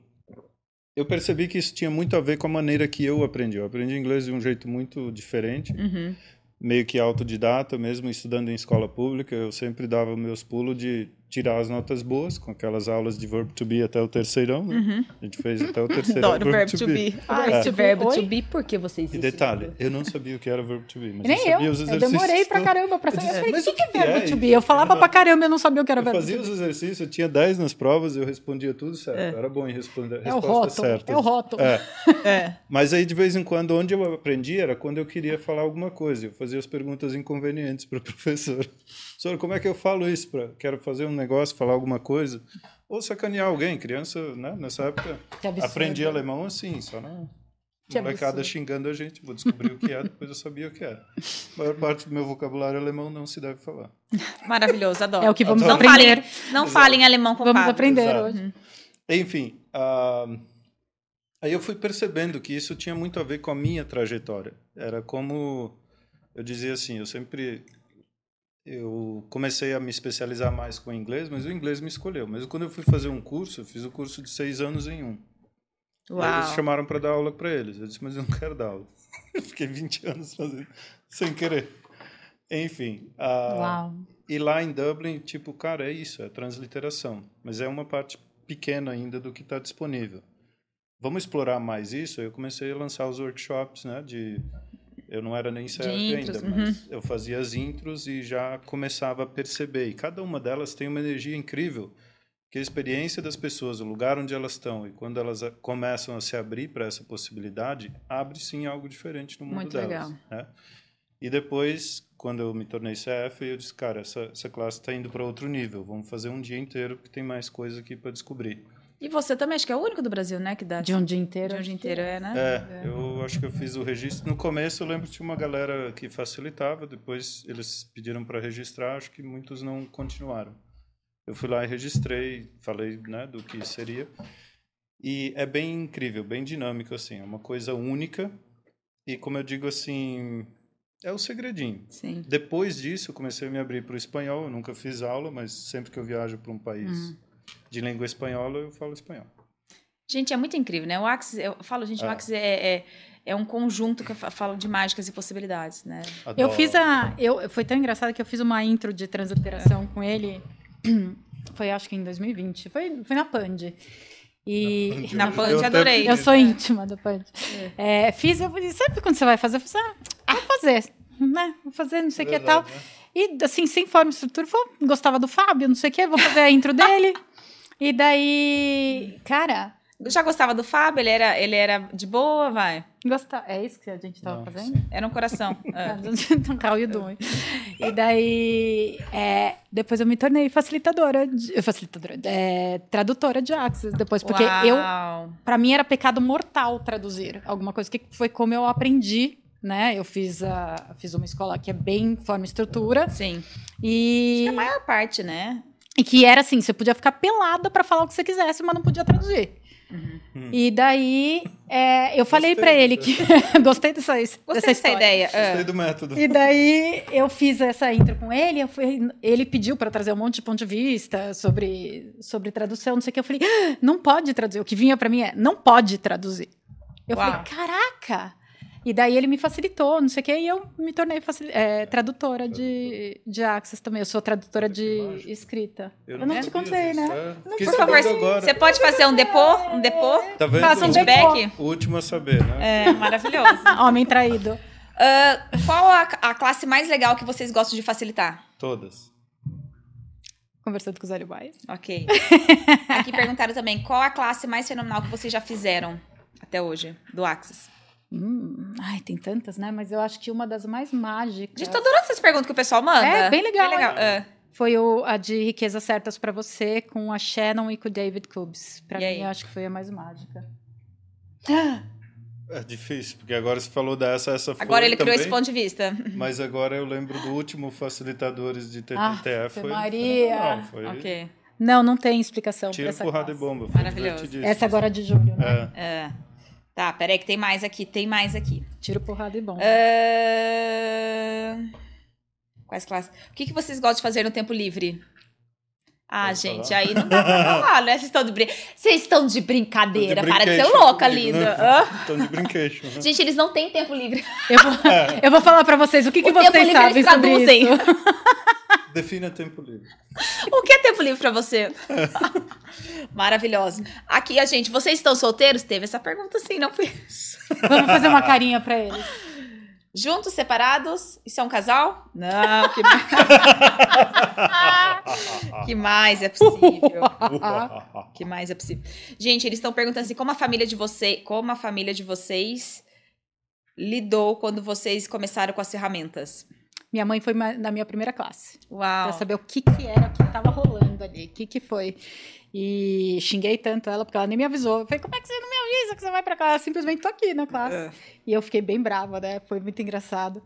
[SPEAKER 2] eu percebi que isso tinha muito a ver com a maneira que eu aprendi. Eu aprendi inglês de um jeito muito diferente,
[SPEAKER 1] Uhum.
[SPEAKER 2] meio que autodidata mesmo, estudando em escola pública, eu sempre dava meus pulos de tirar as notas boas com aquelas aulas de verb to be até o terceirão, né?
[SPEAKER 1] Uhum.
[SPEAKER 2] A gente fez até o terceirão.
[SPEAKER 1] Adoro verbo to be.
[SPEAKER 4] Ah, esse
[SPEAKER 3] É.
[SPEAKER 4] verbo
[SPEAKER 3] Oi?
[SPEAKER 4] to be, por que você existe?
[SPEAKER 2] E detalhe, eu não sabia o que era verbo to be, mas
[SPEAKER 3] Nem
[SPEAKER 2] eu
[SPEAKER 3] eu.
[SPEAKER 2] sabia os
[SPEAKER 3] Eu
[SPEAKER 2] exercícios.
[SPEAKER 3] demorei pra
[SPEAKER 2] todos.
[SPEAKER 3] caramba pra
[SPEAKER 2] Eu
[SPEAKER 3] saber. Eu
[SPEAKER 2] disse,
[SPEAKER 3] falei,
[SPEAKER 2] "Mas
[SPEAKER 3] o
[SPEAKER 2] o
[SPEAKER 3] que,
[SPEAKER 2] que
[SPEAKER 3] que é verbo
[SPEAKER 2] é
[SPEAKER 3] to be? Eu falava
[SPEAKER 2] isso?"
[SPEAKER 3] pra caramba, eu não sabia o que era
[SPEAKER 2] Eu
[SPEAKER 3] verbo to
[SPEAKER 2] fazia
[SPEAKER 3] be.
[SPEAKER 2] os exercícios, eu tinha 10 nas provas, eu respondia tudo certo.
[SPEAKER 1] É.
[SPEAKER 2] Eu Era bom em responder
[SPEAKER 3] É o
[SPEAKER 2] respostas
[SPEAKER 3] rótulo.
[SPEAKER 2] certas.
[SPEAKER 3] É o rótulo.
[SPEAKER 2] É.
[SPEAKER 1] É.
[SPEAKER 2] Mas aí, de vez em quando, onde eu aprendi era quando eu queria falar alguma coisa. Eu fazia as perguntas inconvenientes para o professor. Professor, como é que eu falo isso? Pra... Quero fazer um negócio, falar alguma coisa. Ou sacanear alguém. Criança, né? nessa época,
[SPEAKER 3] Que absurdo.
[SPEAKER 2] aprendi alemão assim, só na
[SPEAKER 3] Que
[SPEAKER 2] molecada
[SPEAKER 3] absurdo.
[SPEAKER 2] xingando a gente. Vou descobrir o que é, depois eu sabia o que era. A maior parte do meu vocabulário alemão não se deve falar.
[SPEAKER 1] Maravilhoso, adoro.
[SPEAKER 3] É o que vamos
[SPEAKER 2] Não
[SPEAKER 3] aprender.
[SPEAKER 1] Falem, não falem alemão com o
[SPEAKER 3] Vamos
[SPEAKER 1] Pablo.
[SPEAKER 3] aprender
[SPEAKER 2] Exato.
[SPEAKER 3] hoje.
[SPEAKER 2] Enfim, ah, aí eu fui percebendo que isso tinha muito a ver com a minha trajetória. Era como eu dizia assim, eu sempre eu comecei a me especializar mais com o inglês, mas o inglês me escolheu. Mas quando eu fui fazer um curso, eu fiz o curso de seis anos em um. Aí Eles
[SPEAKER 1] Uau.
[SPEAKER 2] chamaram para dar aula para eles. Eu disse, mas eu não quero dar aula. Eu fiquei 20 anos fazendo sem querer. Enfim. ah,
[SPEAKER 3] Uau.
[SPEAKER 2] e lá em Dublin, tipo, cara, é isso, é transliteração. Mas é uma parte pequena ainda do que está disponível. Vamos explorar mais isso? Eu comecei a lançar os workshops, né? De, eu não era nem certo ainda,
[SPEAKER 1] intros,
[SPEAKER 2] mas eu fazia as intros e já começava a perceber. E cada uma delas tem uma energia incrível, que a experiência das pessoas, o lugar onde elas estão e quando elas a- começam a se abrir para essa possibilidade, abre sim algo diferente no mundo
[SPEAKER 3] Muito
[SPEAKER 2] delas.
[SPEAKER 3] legal.
[SPEAKER 2] né? E depois, quando eu me tornei CF, eu disse, cara, essa, essa classe está indo para outro nível. Vamos fazer um dia inteiro, porque tem mais coisa aqui para descobrir.
[SPEAKER 1] E você também, acho que é o único do Brasil, né? Que dá
[SPEAKER 3] De um dia inteiro.
[SPEAKER 1] de um dia inteiro, é, né?
[SPEAKER 2] É, eu acho que eu fiz o registro. No começo, eu lembro que tinha uma galera que facilitava, depois eles pediram para registrar, acho que muitos não continuaram. Eu fui lá e registrei, falei né, do que seria. E é bem incrível, bem dinâmico, assim. É uma coisa única. E como eu digo, assim, é o segredinho.
[SPEAKER 1] Sim.
[SPEAKER 2] Depois disso, eu comecei a me abrir para o espanhol. Eu nunca fiz aula, mas sempre que eu viajo para um país de língua espanhola, eu falo espanhol.
[SPEAKER 1] Gente, é muito incrível, né? O Axis, eu falo, gente, o
[SPEAKER 2] É.
[SPEAKER 1] Axis é, é, é um conjunto que eu fa- falo de mágicas e possibilidades, né?
[SPEAKER 3] Eu
[SPEAKER 2] Adoro.
[SPEAKER 3] fiz a. Eu, foi tão engraçado que eu fiz uma intro de transliteração com ele. Foi acho que em 2020. Foi, foi na Pand. E.
[SPEAKER 1] Na
[SPEAKER 2] Eu
[SPEAKER 1] Band,
[SPEAKER 2] até-
[SPEAKER 1] adorei.
[SPEAKER 3] Eu sou íntima da Pand. É, fiz, eu falei, sabe quando você vai fazer? Eu falei, assim, ah, vou fazer, né? Vou fazer, não
[SPEAKER 1] é
[SPEAKER 3] sei o que e tal.
[SPEAKER 2] Verdade, né?
[SPEAKER 3] E assim, sem forma e estrutura, falou, gostava do Fábio, não sei o que, vou fazer a intro dele. E daí, cara,
[SPEAKER 1] Eu já gostava do Fábio, ele era, ele era de boa, vai.
[SPEAKER 3] gostava. É isso que a gente tava
[SPEAKER 2] Não,
[SPEAKER 3] fazendo?
[SPEAKER 2] sim.
[SPEAKER 1] Era um coração. é.
[SPEAKER 3] Então, Carl e o Dum. E daí, é, depois eu me tornei facilitadora, de, facilitadora, é, tradutora de Axis depois, porque eu,
[SPEAKER 1] Uau.
[SPEAKER 3] para mim era pecado mortal traduzir alguma coisa que foi como eu aprendi, né? Eu fiz a, fiz uma escola que é bem forma e estrutura
[SPEAKER 1] Sim.
[SPEAKER 3] e
[SPEAKER 1] E a é maior parte, né?
[SPEAKER 3] e que era assim, você podia ficar pelada pra falar o que você quisesse, mas não podia traduzir.
[SPEAKER 1] Uhum.
[SPEAKER 2] Hum.
[SPEAKER 3] E daí, é, eu falei
[SPEAKER 2] Gostei
[SPEAKER 3] pra ele que
[SPEAKER 2] dessa-
[SPEAKER 3] gostei dessa,
[SPEAKER 1] Gostei
[SPEAKER 3] dessa
[SPEAKER 1] dessa
[SPEAKER 3] história.
[SPEAKER 1] ideia.
[SPEAKER 2] Gostei
[SPEAKER 1] é.
[SPEAKER 2] do método.
[SPEAKER 3] E daí eu fiz essa intro com ele, eu fui- ele pediu para trazer um monte de ponto de vista sobre, sobre tradução, não sei o que. Eu falei, "Ah, não pode traduzir. O que vinha para mim é, não pode traduzir. Eu
[SPEAKER 1] Uau.
[SPEAKER 3] falei, caraca! E daí ele me facilitou, não sei o que, e eu me tornei facil- é, tradutora de, de Access também. Eu sou tradutora
[SPEAKER 2] Olha que
[SPEAKER 3] de
[SPEAKER 2] mágico.
[SPEAKER 3] escrita. Eu não te
[SPEAKER 2] sabia
[SPEAKER 3] contei,
[SPEAKER 2] disso,
[SPEAKER 3] né?
[SPEAKER 2] é. Fiquei
[SPEAKER 1] Por favor,
[SPEAKER 2] sabendo agora.
[SPEAKER 1] você pode fazer um depô? Um depô?
[SPEAKER 2] Tá vendo?
[SPEAKER 3] Faça um
[SPEAKER 2] O-
[SPEAKER 1] Feedback?
[SPEAKER 2] O último a saber, né?
[SPEAKER 1] É, maravilhoso.
[SPEAKER 3] Homem traído.
[SPEAKER 1] Ah, qual a, a classe mais legal que vocês gostam de facilitar?
[SPEAKER 2] Todas.
[SPEAKER 3] Conversando com o Zélio Baez.
[SPEAKER 1] Ok. Aqui perguntaram também qual a classe mais fenomenal que vocês já fizeram até hoje do Axis.
[SPEAKER 3] Hum, ai, tem tantas, né? Mas eu acho que uma das mais mágicas.
[SPEAKER 1] Gente, tô adorando essas perguntas que o pessoal manda.
[SPEAKER 3] É, bem legal,
[SPEAKER 1] Ah,
[SPEAKER 3] Foi o- a de Riquezas Certas pra Você, com a Shannon e com o David Cubes. Pra
[SPEAKER 1] E
[SPEAKER 3] mim,
[SPEAKER 1] aí?
[SPEAKER 3] eu acho que foi a mais mágica.
[SPEAKER 2] É difícil, porque agora você falou dessa, essa foi
[SPEAKER 1] agora ele criou
[SPEAKER 2] também,
[SPEAKER 1] esse ponto de vista.
[SPEAKER 2] Mas agora eu lembro do último Facilitadores de TTF.
[SPEAKER 3] Ah,
[SPEAKER 2] foi
[SPEAKER 3] Maria.
[SPEAKER 2] fenomenal, foi
[SPEAKER 1] Ok.
[SPEAKER 3] Não, não tem explicação pra
[SPEAKER 2] tiro,
[SPEAKER 3] essa
[SPEAKER 2] porrada e
[SPEAKER 3] classe.
[SPEAKER 2] bomba. Foi
[SPEAKER 1] Maravilhoso.
[SPEAKER 2] divertidíssimo.
[SPEAKER 3] Essa agora é de julho, né?
[SPEAKER 2] É.
[SPEAKER 1] É. Tá, peraí que tem mais aqui, tem mais aqui.
[SPEAKER 3] Tiro, porrada e
[SPEAKER 1] É.
[SPEAKER 3] bomba.
[SPEAKER 1] Ahn, Ah, Quais classes? O que, que vocês gostam de fazer no tempo livre? Ah,
[SPEAKER 2] Pode
[SPEAKER 1] gente,
[SPEAKER 2] falar?
[SPEAKER 1] aí não dá pra falar, né? Vocês estão de, brin... Vocês estão de brincadeira,
[SPEAKER 2] Tô
[SPEAKER 1] para de ser
[SPEAKER 2] então, brinquedo
[SPEAKER 1] louca,
[SPEAKER 2] comigo,
[SPEAKER 1] linda.
[SPEAKER 2] né?
[SPEAKER 1] Hã?
[SPEAKER 2] Tô de brinquedo. né?
[SPEAKER 1] Gente, eles não têm tempo livre.
[SPEAKER 2] É.
[SPEAKER 3] Eu, vou, eu vou falar pra vocês o que, que
[SPEAKER 1] tempo
[SPEAKER 3] vocês
[SPEAKER 1] livre
[SPEAKER 3] sabem
[SPEAKER 1] eles
[SPEAKER 3] sobre
[SPEAKER 1] traduzem.
[SPEAKER 3] isso.
[SPEAKER 2] Defina tempo livre.
[SPEAKER 1] O que é tempo livre pra você? Maravilhoso. Aqui, a gente, vocês estão solteiros? Teve essa pergunta sim, não fui.
[SPEAKER 3] Vamos fazer uma carinha pra ele.
[SPEAKER 1] Juntos, separados? Isso é um casal? Não, que, que mais é possível?
[SPEAKER 3] Assim,
[SPEAKER 1] que mais é possível? Gente, eles estão perguntando assim, como a família de você, como a família de vocês lidou quando vocês começaram com as ferramentas?
[SPEAKER 3] Minha mãe foi ma- na minha primeira classe.
[SPEAKER 1] Uau.
[SPEAKER 3] Pra saber o que que era, o que tava rolando ali, o que que foi. E xinguei tanto ela, porque ela nem me avisou. Eu falei, como é que você não me avisa que você vai pra classe? Simplesmente tô aqui na classe.
[SPEAKER 1] É.
[SPEAKER 3] E eu fiquei bem brava, né? Foi muito engraçado.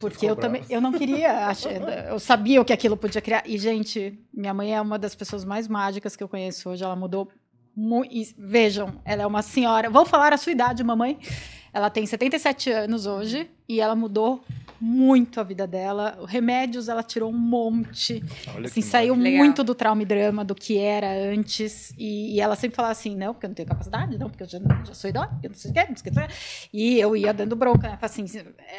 [SPEAKER 3] Porque
[SPEAKER 2] Ficou
[SPEAKER 3] eu
[SPEAKER 2] brava.
[SPEAKER 3] também, eu não queria, ach- eu sabia o que aquilo podia criar. E gente, minha mãe é uma das pessoas mais mágicas que eu conheço hoje. Ela mudou muito. Vejam, ela é uma senhora. Vou falar a sua idade, mamãe. Ela tem 77 anos hoje e ela mudou muito a vida dela. Remédios ela tirou um monte.
[SPEAKER 2] Olha
[SPEAKER 3] Assim,
[SPEAKER 2] que
[SPEAKER 3] saiu
[SPEAKER 1] maravilha.
[SPEAKER 3] muito do trauma e drama, do que era antes. E, e ela sempre falava assim: não, porque eu não tenho capacidade, não, porque eu já, já sou idosa, porque eu não sei o que, não sei o que. E eu ia dando bronca. Ela fala assim,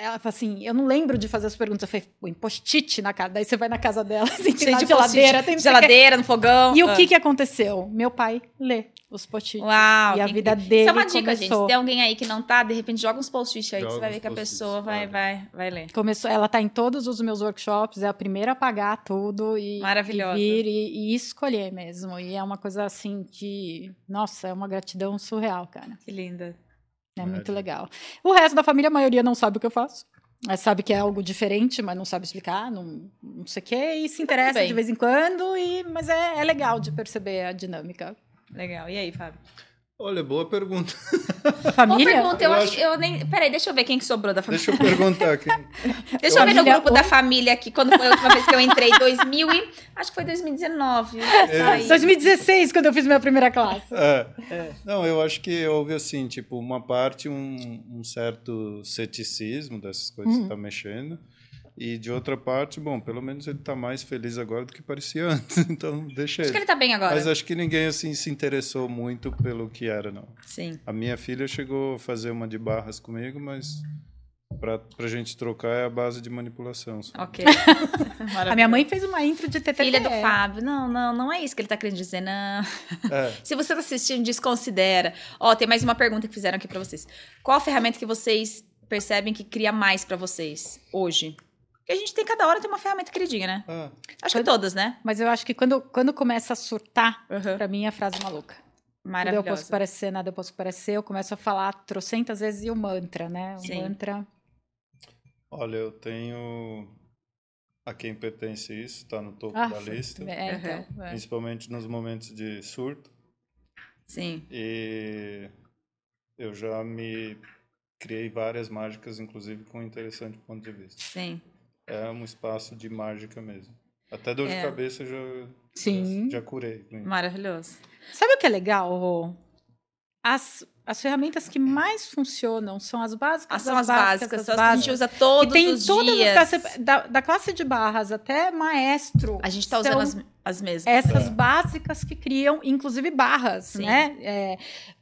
[SPEAKER 3] ela fala assim: eu não lembro de fazer as perguntas. Eu falei: põe post-it na cara. Daí você vai na casa dela, assim, tem
[SPEAKER 1] Cheio
[SPEAKER 3] na
[SPEAKER 1] de
[SPEAKER 3] geladeira,
[SPEAKER 1] geladeira,
[SPEAKER 3] tem não sei o quê.
[SPEAKER 1] geladeira no fogão.
[SPEAKER 3] E o
[SPEAKER 1] Ah.
[SPEAKER 3] que, que aconteceu? Meu pai lê os post-it.
[SPEAKER 1] Uau.
[SPEAKER 3] e a
[SPEAKER 1] que
[SPEAKER 3] vida
[SPEAKER 1] incrível.
[SPEAKER 3] dele
[SPEAKER 1] Isso é uma dica, gente.
[SPEAKER 3] começou.
[SPEAKER 1] Se tem alguém aí que não tá, de repente joga uns post-it aí, que você
[SPEAKER 2] Joga
[SPEAKER 1] vai
[SPEAKER 2] uns
[SPEAKER 1] ver que a
[SPEAKER 2] post-its,
[SPEAKER 1] pessoa vai,
[SPEAKER 2] claro.
[SPEAKER 1] vai, vai ler.
[SPEAKER 3] Começou, ela tá em todos os meus workshops, é a primeira a pagar tudo e,
[SPEAKER 1] Maravilhosa.
[SPEAKER 3] e vir e, e escolher mesmo. E é uma coisa assim que, nossa, é uma gratidão surreal, cara.
[SPEAKER 1] Que linda.
[SPEAKER 3] É
[SPEAKER 2] Verdade.
[SPEAKER 3] muito legal. O resto da família, a maioria não sabe o que eu faço. É, sabe que é algo diferente, mas não sabe explicar, não, não sei o quê, e se interessa
[SPEAKER 1] bem.
[SPEAKER 3] de vez em quando, e, mas é, é legal de perceber a dinâmica.
[SPEAKER 1] Legal. E aí, Fábio?
[SPEAKER 2] Olha, boa pergunta.
[SPEAKER 1] Uma
[SPEAKER 3] Família?
[SPEAKER 1] pergunta, eu,
[SPEAKER 2] Eu
[SPEAKER 1] acho que eu nem. Peraí, deixa eu ver quem que sobrou da família.
[SPEAKER 2] Deixa eu perguntar aqui.
[SPEAKER 1] Deixa, eu ver no
[SPEAKER 3] Família um.
[SPEAKER 1] grupo da família aqui, quando foi a última vez que eu entrei, 2000 e. Acho que foi 2019. Aí.
[SPEAKER 3] 2016, quando eu fiz minha primeira classe.
[SPEAKER 2] É. Não, eu acho que houve assim, tipo, uma parte, um, um certo ceticismo dessas coisas que
[SPEAKER 3] Uhum.
[SPEAKER 2] está mexendo. E de outra parte, bom, pelo menos ele está mais feliz agora do que parecia antes, então deixa
[SPEAKER 1] Acho que
[SPEAKER 2] ele.
[SPEAKER 1] ele tá bem agora.
[SPEAKER 2] Mas acho que ninguém assim se interessou muito pelo que era, não.
[SPEAKER 1] Sim.
[SPEAKER 2] A minha filha chegou a fazer uma de barras comigo, mas pra, pra gente trocar é a base de manipulação. só.
[SPEAKER 1] Ok.
[SPEAKER 3] A minha mãe fez uma intro de TTT.
[SPEAKER 1] Filha é do Fábio. Não, não, não é isso que ele tá querendo dizer, não.
[SPEAKER 2] É.
[SPEAKER 1] Se você tá assistindo, desconsidera. Ó, tem mais uma pergunta que fizeram aqui pra vocês. Qual a ferramenta que vocês percebem que cria mais pra vocês hoje? Porque a gente tem cada hora tem uma ferramenta queridinha, né?
[SPEAKER 2] Ah,
[SPEAKER 1] Acho que todas, né?
[SPEAKER 3] Mas eu acho que quando, quando começa a surtar,
[SPEAKER 1] Uhum.
[SPEAKER 3] pra mim é a frase maluca. Tudo eu posso
[SPEAKER 1] Maravilhosa.
[SPEAKER 3] parecer, nada eu posso parecer. Eu começo a falar trocentas vezes e o mantra, né? O
[SPEAKER 1] Sim.
[SPEAKER 3] mantra.
[SPEAKER 2] olha, eu tenho a quem pertence isso, está no topo
[SPEAKER 1] Ah,
[SPEAKER 2] da lista.
[SPEAKER 3] é,
[SPEAKER 1] Uhum.
[SPEAKER 3] então, é.
[SPEAKER 2] principalmente nos momentos de surto.
[SPEAKER 1] Sim.
[SPEAKER 2] E eu já me criei várias mágicas, inclusive com um interessante ponto de vista.
[SPEAKER 1] Sim.
[SPEAKER 2] É um espaço de mágica mesmo. Até dor
[SPEAKER 1] É.
[SPEAKER 2] de cabeça eu já,
[SPEAKER 3] Sim.
[SPEAKER 2] já, já curei. né? com isso.
[SPEAKER 1] Maravilhoso.
[SPEAKER 3] Sabe o que é legal, Rô? As, as ferramentas que mais funcionam são as básicas.
[SPEAKER 1] Ação
[SPEAKER 3] das
[SPEAKER 1] Ah, as básicas,
[SPEAKER 3] das
[SPEAKER 1] só que a gente usa todos
[SPEAKER 3] e tem
[SPEAKER 1] os
[SPEAKER 3] todas
[SPEAKER 1] dias.
[SPEAKER 3] as classes, da, da classe de barras até maestro.
[SPEAKER 1] A gente tá
[SPEAKER 3] são
[SPEAKER 1] usando as, as mesmas.
[SPEAKER 3] essas
[SPEAKER 2] É.
[SPEAKER 3] básicas que criam, inclusive barras,
[SPEAKER 1] Sim.
[SPEAKER 3] né? É,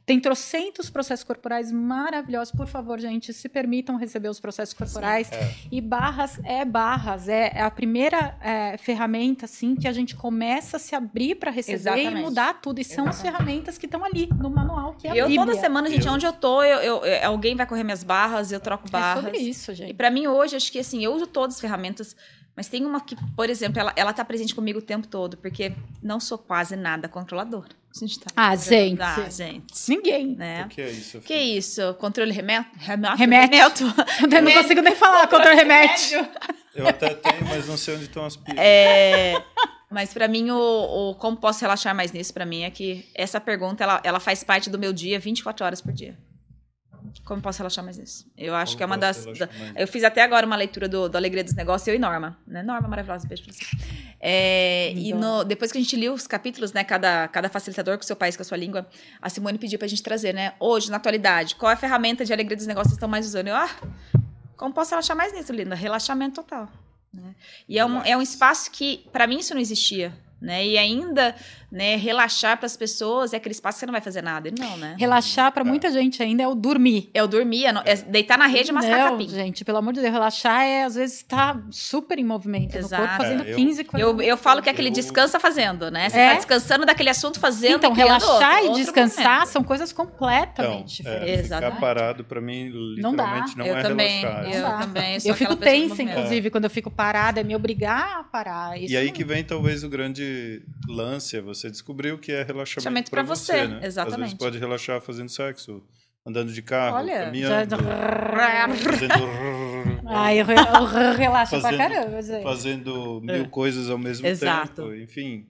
[SPEAKER 3] tem trocentos processos corporais maravilhosos. Por favor, gente, se permitam receber os processos corporais.
[SPEAKER 2] É.
[SPEAKER 3] E barras é barras, é, é a primeira é, ferramenta, assim, que a gente começa a se abrir para receber e
[SPEAKER 1] Exatamente.
[SPEAKER 3] mudar tudo. E são as ferramentas que estão ali no manual, que é a
[SPEAKER 1] eu
[SPEAKER 3] Bíblia.
[SPEAKER 1] toda semana, gente,
[SPEAKER 2] Eu-
[SPEAKER 1] onde eu tô, eu, eu- eu- alguém vai correr minhas barras, eu troco
[SPEAKER 3] É
[SPEAKER 1] barras.
[SPEAKER 3] sobre isso,
[SPEAKER 1] E
[SPEAKER 3] gente.
[SPEAKER 1] pra mim hoje, acho que assim, eu uso todas as ferramentas, mas tem uma que, por exemplo, ela, ela tá presente comigo o tempo todo, porque não sou quase nada controladora. A gente tá
[SPEAKER 3] Ah, gente.
[SPEAKER 1] Ah, gente.
[SPEAKER 3] Ninguém.
[SPEAKER 2] O
[SPEAKER 1] Né?
[SPEAKER 2] que é isso?
[SPEAKER 1] Que isso? Controle remeto? Remeto?
[SPEAKER 3] Remédio. Eu não
[SPEAKER 1] Remédio.
[SPEAKER 3] consigo nem falar contra o remédio.
[SPEAKER 2] Eu até tenho, mas não sei onde estão as pilhas.
[SPEAKER 1] É, mas pra mim, o, o- como posso relaxar mais nisso pra mim é que essa pergunta ela, ela faz parte do meu dia 24 horas por dia. Como posso relaxar mais nisso? Eu acho
[SPEAKER 2] Como
[SPEAKER 1] que é uma
[SPEAKER 2] posso
[SPEAKER 1] das.
[SPEAKER 2] relaxar
[SPEAKER 1] da-
[SPEAKER 2] mais?
[SPEAKER 1] eu fiz até agora uma leitura do, do Alegria dos Negócios, eu e Norma. Né? Norma, maravilhosa, beijo pra você. É, e
[SPEAKER 3] Legal.
[SPEAKER 1] no- depois que a gente liu os capítulos, né? Cada, cada facilitador com seu país, com a sua língua, a Simone pediu pra gente trazer, né? Hoje, na atualidade, qual é a ferramenta de alegria dos negócios que vocês estão mais usando? Eu, ah, como posso relaxar mais nisso, linda? Relaxamento total. né? E é um, é um espaço que, pra mim, isso não existia. né? E ainda, né, relaxar para as pessoas é aquele espaço que você não vai fazer nada. E Não, né?
[SPEAKER 3] Relaxar para
[SPEAKER 2] Tá.
[SPEAKER 3] muita gente ainda é o dormir.
[SPEAKER 1] É o dormir, é, no- é deitar na rede e mascar
[SPEAKER 3] Não,
[SPEAKER 1] capim.
[SPEAKER 3] gente, pelo amor de Deus, relaxar é às vezes estar super em movimento, no
[SPEAKER 1] Exato.
[SPEAKER 3] corpo fazendo
[SPEAKER 2] É, eu-
[SPEAKER 3] 15 coisas.
[SPEAKER 1] Eu, eu falo que é aquele
[SPEAKER 2] Eu-
[SPEAKER 1] descansa fazendo, né? Você
[SPEAKER 3] É.
[SPEAKER 1] tá descansando daquele assunto fazendo.
[SPEAKER 3] então,
[SPEAKER 1] e criando
[SPEAKER 3] relaxar
[SPEAKER 1] outro-
[SPEAKER 3] e
[SPEAKER 1] outro
[SPEAKER 3] descansar
[SPEAKER 1] movimento.
[SPEAKER 3] são coisas
[SPEAKER 2] Então,
[SPEAKER 3] completamente
[SPEAKER 2] é,
[SPEAKER 3] diferentes.
[SPEAKER 1] Exatamente.
[SPEAKER 2] ficar parado pra mim
[SPEAKER 3] Não dá.
[SPEAKER 2] literalmente não,
[SPEAKER 1] eu
[SPEAKER 2] é
[SPEAKER 1] também,
[SPEAKER 2] relaxar.
[SPEAKER 3] Não
[SPEAKER 1] eu
[SPEAKER 3] dá.
[SPEAKER 1] também. sou
[SPEAKER 3] Eu fico
[SPEAKER 1] aquela pessoa do
[SPEAKER 3] tensa,
[SPEAKER 1] movimento.
[SPEAKER 3] inclusive, quando eu fico parada, é me obrigar a parar. Isso
[SPEAKER 2] E aí
[SPEAKER 3] não-
[SPEAKER 2] que vem talvez o grande lance, é você descobrir o que é relaxamento
[SPEAKER 1] Relaxamento
[SPEAKER 2] para
[SPEAKER 1] pra
[SPEAKER 2] você,
[SPEAKER 1] você,
[SPEAKER 2] né? Às vezes
[SPEAKER 1] exatamente.
[SPEAKER 2] pode relaxar fazendo sexo, andando de carro,
[SPEAKER 1] Olha,
[SPEAKER 3] já-
[SPEAKER 2] caminhando, fazendo,
[SPEAKER 3] Ai, eu, re- eu re- relaxo pra
[SPEAKER 2] Fazendo-
[SPEAKER 3] caramba, gente.
[SPEAKER 2] fazendo mil coisas ao mesmo
[SPEAKER 1] É. Exato.
[SPEAKER 2] tempo. Enfim,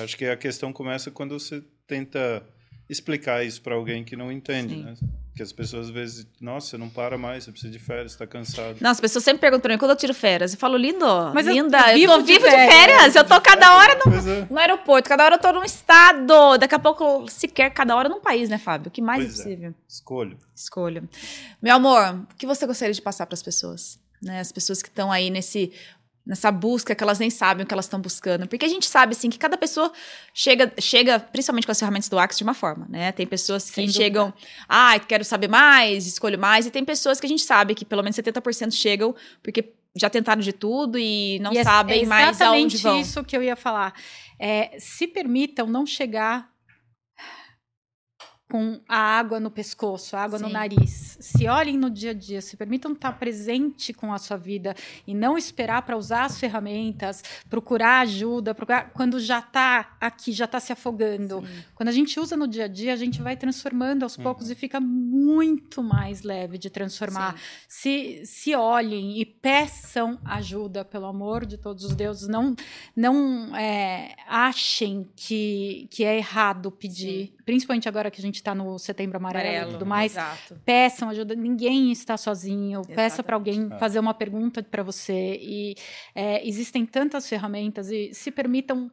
[SPEAKER 2] acho que a questão começa quando você tenta explicar isso para alguém que não entende,
[SPEAKER 1] Sim.
[SPEAKER 2] né? Porque as pessoas às vezes, nossa, não para mais, você precisa de férias, está cansado.
[SPEAKER 1] Não, as pessoas sempre perguntam pra mim quando eu tiro férias. Eu falo, lindo,
[SPEAKER 3] Mas eu
[SPEAKER 1] linda, eu,
[SPEAKER 3] vivo
[SPEAKER 1] tô
[SPEAKER 3] de
[SPEAKER 1] vivo de
[SPEAKER 3] férias.
[SPEAKER 1] férias. Eu tô cada hora
[SPEAKER 2] Pois é.
[SPEAKER 1] no aeroporto, cada hora eu tô num estado. Daqui a pouco, sequer cada hora num país, né, Fábio? O que mais
[SPEAKER 2] Pois é.
[SPEAKER 1] é possível?
[SPEAKER 2] Escolho.
[SPEAKER 1] Escolha. Meu amor, o que você gostaria de passar pras pessoas? Né, as pessoas que estão aí nesse nessa busca que elas nem sabem o que elas estão buscando. Porque a gente sabe, assim, que cada pessoa chega, chega principalmente com as ferramentas do Axis, de uma forma, né? Tem pessoas que
[SPEAKER 3] Sem dúvida.
[SPEAKER 1] chegam, ah, quero saber mais, escolho mais. E tem pessoas que a gente sabe que pelo menos 70% chegam porque já tentaram de tudo e não
[SPEAKER 3] E é-
[SPEAKER 1] sabem
[SPEAKER 3] é
[SPEAKER 1] mais aonde vão.
[SPEAKER 3] Exatamente isso que eu ia falar. É, se permitam não chegar com a água no pescoço, a água no
[SPEAKER 1] Sim.
[SPEAKER 3] nariz. Se olhem no dia a dia, se permitam estar presente com a sua vida e não esperar para usar as ferramentas, procurar ajuda, procurar quando já está aqui, já está se afogando. Quando a gente usa no dia a dia, a gente vai transformando aos
[SPEAKER 2] Uhum.
[SPEAKER 3] poucos e fica muito mais leve de transformar
[SPEAKER 1] Sim.
[SPEAKER 3] se, se olhem e peçam ajuda, pelo amor de todos os deuses. Não, não é, achem que, que é errado pedir, principalmente agora que a gente está no setembro amarelo, e tudo mais.
[SPEAKER 1] Exato.
[SPEAKER 3] Peçam ajuda, ninguém está sozinho. Peça para
[SPEAKER 1] Exatamente.
[SPEAKER 3] alguém
[SPEAKER 2] É.
[SPEAKER 3] fazer uma pergunta para você. E é, existem tantas ferramentas e se permitam.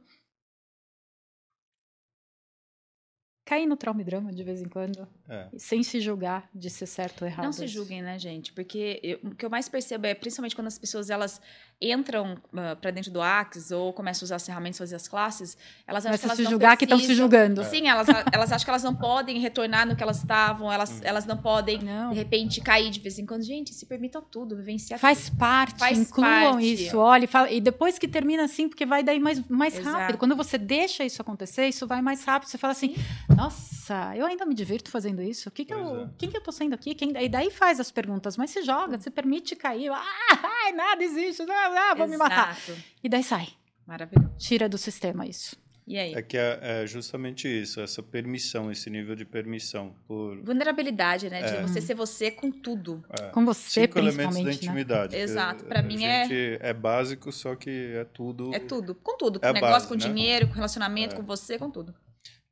[SPEAKER 3] Cair no trauma e drama de vez em quando,
[SPEAKER 2] É.
[SPEAKER 3] sem se julgar de ser certo ou errado.
[SPEAKER 1] Não se
[SPEAKER 3] Isso.
[SPEAKER 1] julguem, né, gente? Porque eu- o que eu mais percebo é, principalmente quando as pessoas elas entram ah, pra dentro do Axis ou começam a usar as ferramentas, fazer as classes, elas acham que
[SPEAKER 3] Começa a
[SPEAKER 1] elas
[SPEAKER 3] se
[SPEAKER 1] não
[SPEAKER 3] julgar que estão se
[SPEAKER 1] precisam.
[SPEAKER 2] É.
[SPEAKER 3] julgando.
[SPEAKER 1] Sim, elas, elas acham que elas não podem retornar no que elas estavam,
[SPEAKER 2] Hum.
[SPEAKER 1] elas, elas não podem, de
[SPEAKER 3] Não.
[SPEAKER 1] repente, cair de vez em quando. Gente, se permitam tudo, vivenciar
[SPEAKER 3] Faz parte,
[SPEAKER 1] Faz
[SPEAKER 3] incluam
[SPEAKER 1] parte.
[SPEAKER 3] isso, olhe, fala- e depois que termina assim, porque vai daí mais, mais
[SPEAKER 1] Exato.
[SPEAKER 3] rápido. Quando você deixa isso acontecer, isso vai mais rápido. Você fala assim, nossa, eu ainda me divirto fazendo isso. O que que
[SPEAKER 2] Pois
[SPEAKER 3] eu,
[SPEAKER 2] é.
[SPEAKER 3] Quem que eu tô sendo aqui? Quem, e daí faz as perguntas, mas se joga, se permite cair. Ah, ai, nada existe, ah, ah, vou me matar.
[SPEAKER 1] Exato.
[SPEAKER 3] E daí sai,
[SPEAKER 1] Maravilhoso.
[SPEAKER 3] tira do sistema isso.
[SPEAKER 1] E aí?
[SPEAKER 2] É que é, é justamente isso, essa permissão, esse nível de permissão por
[SPEAKER 1] Vulnerabilidade, né? De
[SPEAKER 2] É.
[SPEAKER 1] você ser você com tudo.
[SPEAKER 2] é,
[SPEAKER 3] Com você,
[SPEAKER 2] cinco elementos da
[SPEAKER 3] principalmente, né?
[SPEAKER 2] intimidade. que
[SPEAKER 1] Exato,
[SPEAKER 2] a
[SPEAKER 1] pra mim é-
[SPEAKER 2] gente é básico, só que é tudo,
[SPEAKER 1] É tudo. Com tudo. Com
[SPEAKER 2] É a
[SPEAKER 1] negócio,
[SPEAKER 2] base,
[SPEAKER 1] com
[SPEAKER 2] né?
[SPEAKER 1] dinheiro, com relacionamento,
[SPEAKER 2] É.
[SPEAKER 1] com você, com tudo.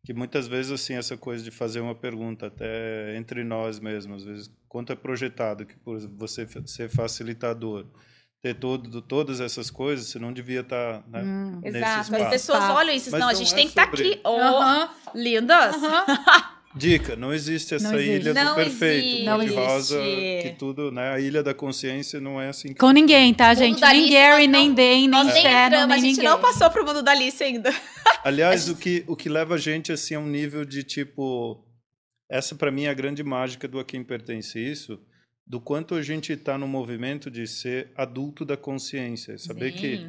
[SPEAKER 2] que muitas vezes assim essa coisa de fazer uma pergunta até entre nós mesmos, às vezes quanto é projetado que por exemplo, você fa- ser facilitador, ter todo todas essas coisas, você não devia estar, né?
[SPEAKER 3] Hum.
[SPEAKER 2] Nesse
[SPEAKER 1] Exato.
[SPEAKER 2] espaço.
[SPEAKER 1] As pessoas
[SPEAKER 3] Espaço.
[SPEAKER 1] olham isso,
[SPEAKER 2] Mas
[SPEAKER 1] não, a
[SPEAKER 2] não
[SPEAKER 1] gente
[SPEAKER 2] é
[SPEAKER 1] tem que estar
[SPEAKER 2] sobre-
[SPEAKER 1] aqui. Oh,
[SPEAKER 3] Aham.
[SPEAKER 1] lindas.
[SPEAKER 3] Aham.
[SPEAKER 2] Dica, não existe essa
[SPEAKER 3] Não existe.
[SPEAKER 2] ilha
[SPEAKER 1] Não
[SPEAKER 2] do perfeito,
[SPEAKER 1] existe.
[SPEAKER 2] cor de rosa,
[SPEAKER 1] Não existe.
[SPEAKER 2] que tudo, né? A ilha da consciência não é assim. que-
[SPEAKER 3] Com ninguém, tá,
[SPEAKER 1] Mundo
[SPEAKER 3] gente?
[SPEAKER 1] da
[SPEAKER 3] Nem
[SPEAKER 1] Alice,
[SPEAKER 3] Gary,
[SPEAKER 1] nós
[SPEAKER 3] nem
[SPEAKER 1] não-
[SPEAKER 3] Dan, nem
[SPEAKER 1] Nós nem
[SPEAKER 3] Shannon,
[SPEAKER 1] entramos, a
[SPEAKER 3] nem
[SPEAKER 1] gente
[SPEAKER 3] ninguém.
[SPEAKER 1] não passou pro mundo da Alice ainda.
[SPEAKER 2] Aliás, o que, o que leva a gente assim a um nível de tipo. Essa para mim é a grande mágica do a quem pertence isso, do quanto a gente está no movimento de ser adulto da consciência, saber que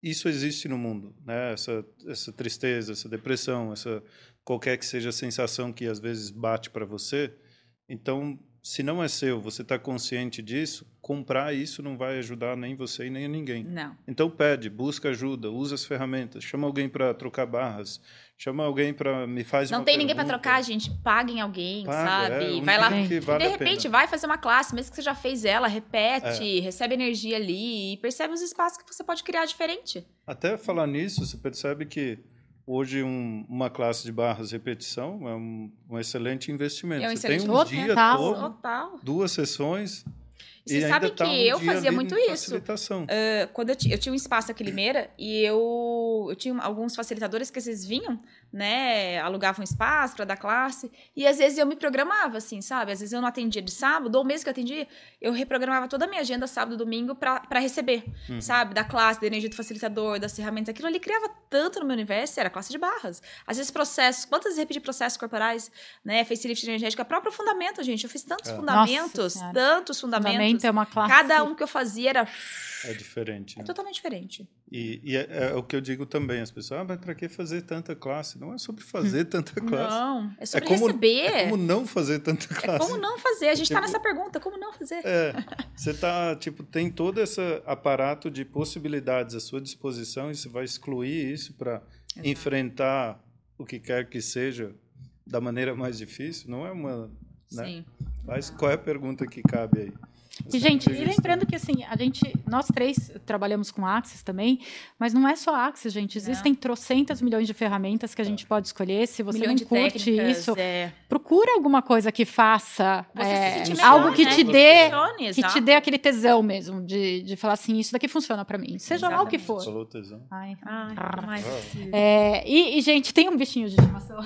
[SPEAKER 2] isso existe no mundo, né? Essa, essa tristeza, essa depressão, essa qualquer que seja a sensação que às vezes bate para você. Então, se não é seu, você está consciente disso, comprar isso não vai ajudar nem você e nem a ninguém.
[SPEAKER 1] Não.
[SPEAKER 2] Então pede, busca ajuda, usa as ferramentas, chama alguém para trocar barras, chama alguém para me faz
[SPEAKER 1] Não
[SPEAKER 2] uma
[SPEAKER 1] tem ninguém pra
[SPEAKER 2] pergunta.
[SPEAKER 1] trocar, gente. Paguem alguém,
[SPEAKER 2] Paga, é,
[SPEAKER 1] sabe?
[SPEAKER 2] o
[SPEAKER 1] vai lá.
[SPEAKER 2] único que vale
[SPEAKER 1] de
[SPEAKER 2] a pena. É.
[SPEAKER 1] repente, vai fazer uma classe, mesmo que você já fez ela, repete, recebe energia ali e percebe os espaços que você pode criar diferente.
[SPEAKER 2] Até falar nisso, você percebe que hoje um- uma classe de barras repetição é um, um excelente investimento.
[SPEAKER 1] É um
[SPEAKER 2] você tem
[SPEAKER 1] excelente
[SPEAKER 2] um
[SPEAKER 3] investimento.
[SPEAKER 2] dia
[SPEAKER 3] Total.
[SPEAKER 2] todo,
[SPEAKER 1] Total.
[SPEAKER 2] duas sessões
[SPEAKER 1] Você
[SPEAKER 2] e
[SPEAKER 1] sabe
[SPEAKER 2] ainda tá
[SPEAKER 1] que
[SPEAKER 2] um
[SPEAKER 1] eu
[SPEAKER 2] dia
[SPEAKER 1] fazia
[SPEAKER 2] ali
[SPEAKER 1] muito
[SPEAKER 2] em
[SPEAKER 1] isso. É.
[SPEAKER 2] Facilitação.
[SPEAKER 1] quando eu, ti- eu tinha um espaço aqui em Limeira e eu, eu tinha alguns facilitadores que vocês vinham, né, alugava um espaço para dar classe. E às vezes eu me programava, assim, sabe? Às vezes eu não atendia de sábado, ou mesmo que eu atendia, eu reprogramava toda a minha agenda sábado, domingo para receber,
[SPEAKER 2] Uhum.
[SPEAKER 1] sabe? Da classe, da energia do facilitador, das ferramentas. Aquilo ali criava tanto no meu universo, era classe de barras. Às vezes processos, quantas vezes eu repeti processos corporais, né? Face lift energética, próprio fundamento, gente. Eu fiz tantos
[SPEAKER 2] É.
[SPEAKER 1] fundamentos,
[SPEAKER 3] Senhora.
[SPEAKER 1] tantos fundamentos.
[SPEAKER 3] Fundamento é uma classe.
[SPEAKER 1] Cada um que eu fazia era
[SPEAKER 2] É diferente.
[SPEAKER 1] é
[SPEAKER 2] Né?
[SPEAKER 1] totalmente diferente.
[SPEAKER 2] E, e é, é o que eu digo também. As pessoas, ah, mas para que fazer tanta classe? Não é sobre fazer tanta classe.
[SPEAKER 1] Hum. Não, é sobre
[SPEAKER 2] como-
[SPEAKER 1] receber.
[SPEAKER 2] É como não fazer tanta
[SPEAKER 1] É
[SPEAKER 2] classe.
[SPEAKER 1] como não fazer? A gente tá
[SPEAKER 2] Tipo-
[SPEAKER 1] nessa pergunta, como não fazer?
[SPEAKER 2] É, você tá, tipo, tem todo esse aparato de possibilidades à sua disposição e você vai excluir isso para
[SPEAKER 1] Exato.
[SPEAKER 2] enfrentar o que quer que seja da maneira mais difícil, não é uma... né?
[SPEAKER 1] Sim.
[SPEAKER 2] Mas qual é a pergunta que cabe aí?
[SPEAKER 3] E, gente, e lembrando que assim, a gente, nós três trabalhamos com Axis também, mas não é só Axis, gente. Existem trocentas milhões de ferramentas que a gente pode escolher. Se você
[SPEAKER 1] Milhão
[SPEAKER 3] não
[SPEAKER 1] de
[SPEAKER 3] curte
[SPEAKER 1] técnicas,
[SPEAKER 3] isso,
[SPEAKER 1] é.
[SPEAKER 3] procura alguma coisa que faça
[SPEAKER 1] Você
[SPEAKER 3] é,
[SPEAKER 1] se sentir melhor,
[SPEAKER 3] algo que
[SPEAKER 1] né?
[SPEAKER 3] te
[SPEAKER 2] Você-
[SPEAKER 3] dê
[SPEAKER 1] Funcione,
[SPEAKER 3] que te
[SPEAKER 1] exato.
[SPEAKER 3] dê aquele tesão mesmo de, de falar assim, isso daqui funciona pra mim, seja lá o que
[SPEAKER 1] Exatamente.
[SPEAKER 3] for. Ah,
[SPEAKER 2] Falou tesão.
[SPEAKER 3] Ai.
[SPEAKER 1] Ai, mas-
[SPEAKER 3] É, e, e, gente, tem um bichinho de estimação.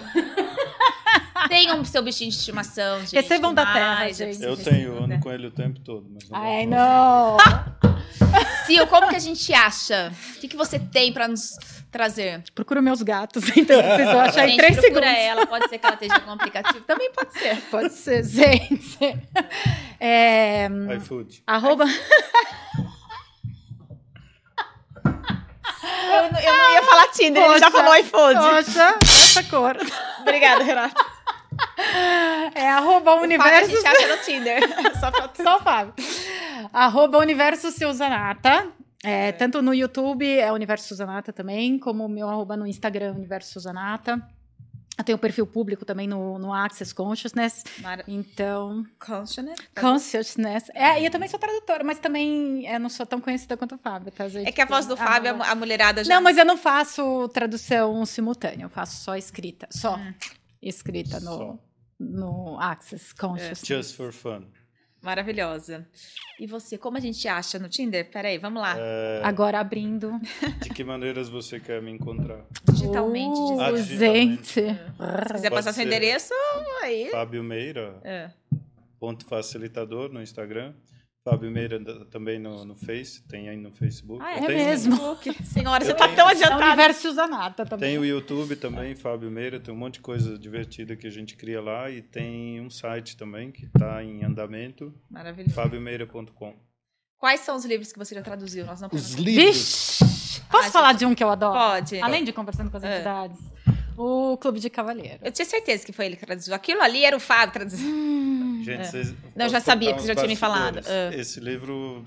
[SPEAKER 1] Tenha um seu bichinho de estimação, gente.
[SPEAKER 3] Recebam
[SPEAKER 1] que
[SPEAKER 3] da terra,
[SPEAKER 1] mais é
[SPEAKER 3] gente.
[SPEAKER 1] preciso
[SPEAKER 2] Eu
[SPEAKER 1] receber
[SPEAKER 2] tenho,
[SPEAKER 1] da
[SPEAKER 2] ando
[SPEAKER 1] terra.
[SPEAKER 2] com ele o tempo todo, mas não
[SPEAKER 3] Ai,
[SPEAKER 2] vou falar.
[SPEAKER 3] não.
[SPEAKER 1] Sil, como que a gente acha? O que, que você tem pra nos trazer?
[SPEAKER 3] Procura meus gatos, então vocês vão achar
[SPEAKER 1] a gente
[SPEAKER 3] em três
[SPEAKER 1] procura
[SPEAKER 3] segundos.
[SPEAKER 1] ela, pode ser que ela esteja com um aplicativo. Também pode ser.
[SPEAKER 3] Pode ser, gente. É,
[SPEAKER 2] iFood.
[SPEAKER 3] arroba
[SPEAKER 1] Eu, não- eu não ia falar Tinder, ele já
[SPEAKER 3] Poxa.
[SPEAKER 1] falou iPhone.
[SPEAKER 3] Poxa, essa cor.
[SPEAKER 1] Obrigada, Renata.
[SPEAKER 3] É arroba
[SPEAKER 1] Universo.
[SPEAKER 3] universo.
[SPEAKER 1] A gente acha no Tinder. Só pra
[SPEAKER 3] Só o Fábio. Arroba universo Suzanata. É, tanto no YouTube é Universo Suzanata também, como o meu arroba no Instagram, Universo Suzanata. Eu tenho um perfil público também no, no Access Consciousness.
[SPEAKER 1] Mara...
[SPEAKER 3] Então,
[SPEAKER 1] Consciousness?
[SPEAKER 3] Consciousness. É, e eu também sou tradutora, mas também eu não sou tão conhecida quanto o Fábio. Tá, gente?
[SPEAKER 1] É que a voz do
[SPEAKER 3] Então,
[SPEAKER 1] Fábio, a
[SPEAKER 3] arroba-
[SPEAKER 1] mu- a mulherada já.
[SPEAKER 3] Não, mas eu não faço tradução simultânea, eu faço só escrita. Só
[SPEAKER 1] Hum.
[SPEAKER 3] escrita no,
[SPEAKER 2] Só.
[SPEAKER 3] no Access Consciousness.
[SPEAKER 2] Just for fun.
[SPEAKER 1] Maravilhosa. E você, como a gente acha no Tinder? Peraí, vamos lá.
[SPEAKER 2] É.
[SPEAKER 3] Agora abrindo
[SPEAKER 2] De que maneiras você quer me encontrar?
[SPEAKER 1] Digitalmente. É.
[SPEAKER 3] Uh,
[SPEAKER 1] diz-
[SPEAKER 2] Ah,
[SPEAKER 3] gente.
[SPEAKER 1] Se quiser
[SPEAKER 2] Pode
[SPEAKER 1] passar seu
[SPEAKER 2] ser.
[SPEAKER 1] endereço, aí.
[SPEAKER 2] Fábio Meira,
[SPEAKER 1] É.
[SPEAKER 2] ponto facilitador no Instagram. Fábio Meira da- também no, no Face, tem aí no Facebook.
[SPEAKER 1] Ah,
[SPEAKER 2] Eu
[SPEAKER 1] é
[SPEAKER 2] tenho-
[SPEAKER 3] mesmo?
[SPEAKER 1] Facebook. Senhora,
[SPEAKER 2] Eu
[SPEAKER 1] você tá
[SPEAKER 2] tenho- um
[SPEAKER 1] tão
[SPEAKER 3] É o
[SPEAKER 1] adiantada.
[SPEAKER 3] universo Zanata também.
[SPEAKER 2] Tem o YouTube também, Fábio Meira, tem um monte de coisa divertida que a gente cria lá e tem um site também que está em andamento,
[SPEAKER 1] Maravilhoso.
[SPEAKER 2] fabiomeira.com.
[SPEAKER 1] Quais são os livros que você já traduziu? Nós não podemos.
[SPEAKER 3] Vixe! Posso
[SPEAKER 1] Ah,
[SPEAKER 3] falar de um que eu adoro?
[SPEAKER 1] Pode.
[SPEAKER 3] Além de conversando com as
[SPEAKER 1] É.
[SPEAKER 3] entidades. O Clube de Cavalheiro.
[SPEAKER 1] Eu tinha certeza que foi ele que traduziu. Aquilo ali era o Fábio traduzindo.
[SPEAKER 2] Gente, vocês-
[SPEAKER 1] É. Não, eu já
[SPEAKER 2] posso
[SPEAKER 1] sabia
[SPEAKER 2] contar
[SPEAKER 1] que
[SPEAKER 2] uns
[SPEAKER 1] você já tinha me falado. Ah.
[SPEAKER 2] bastidores. Esse livro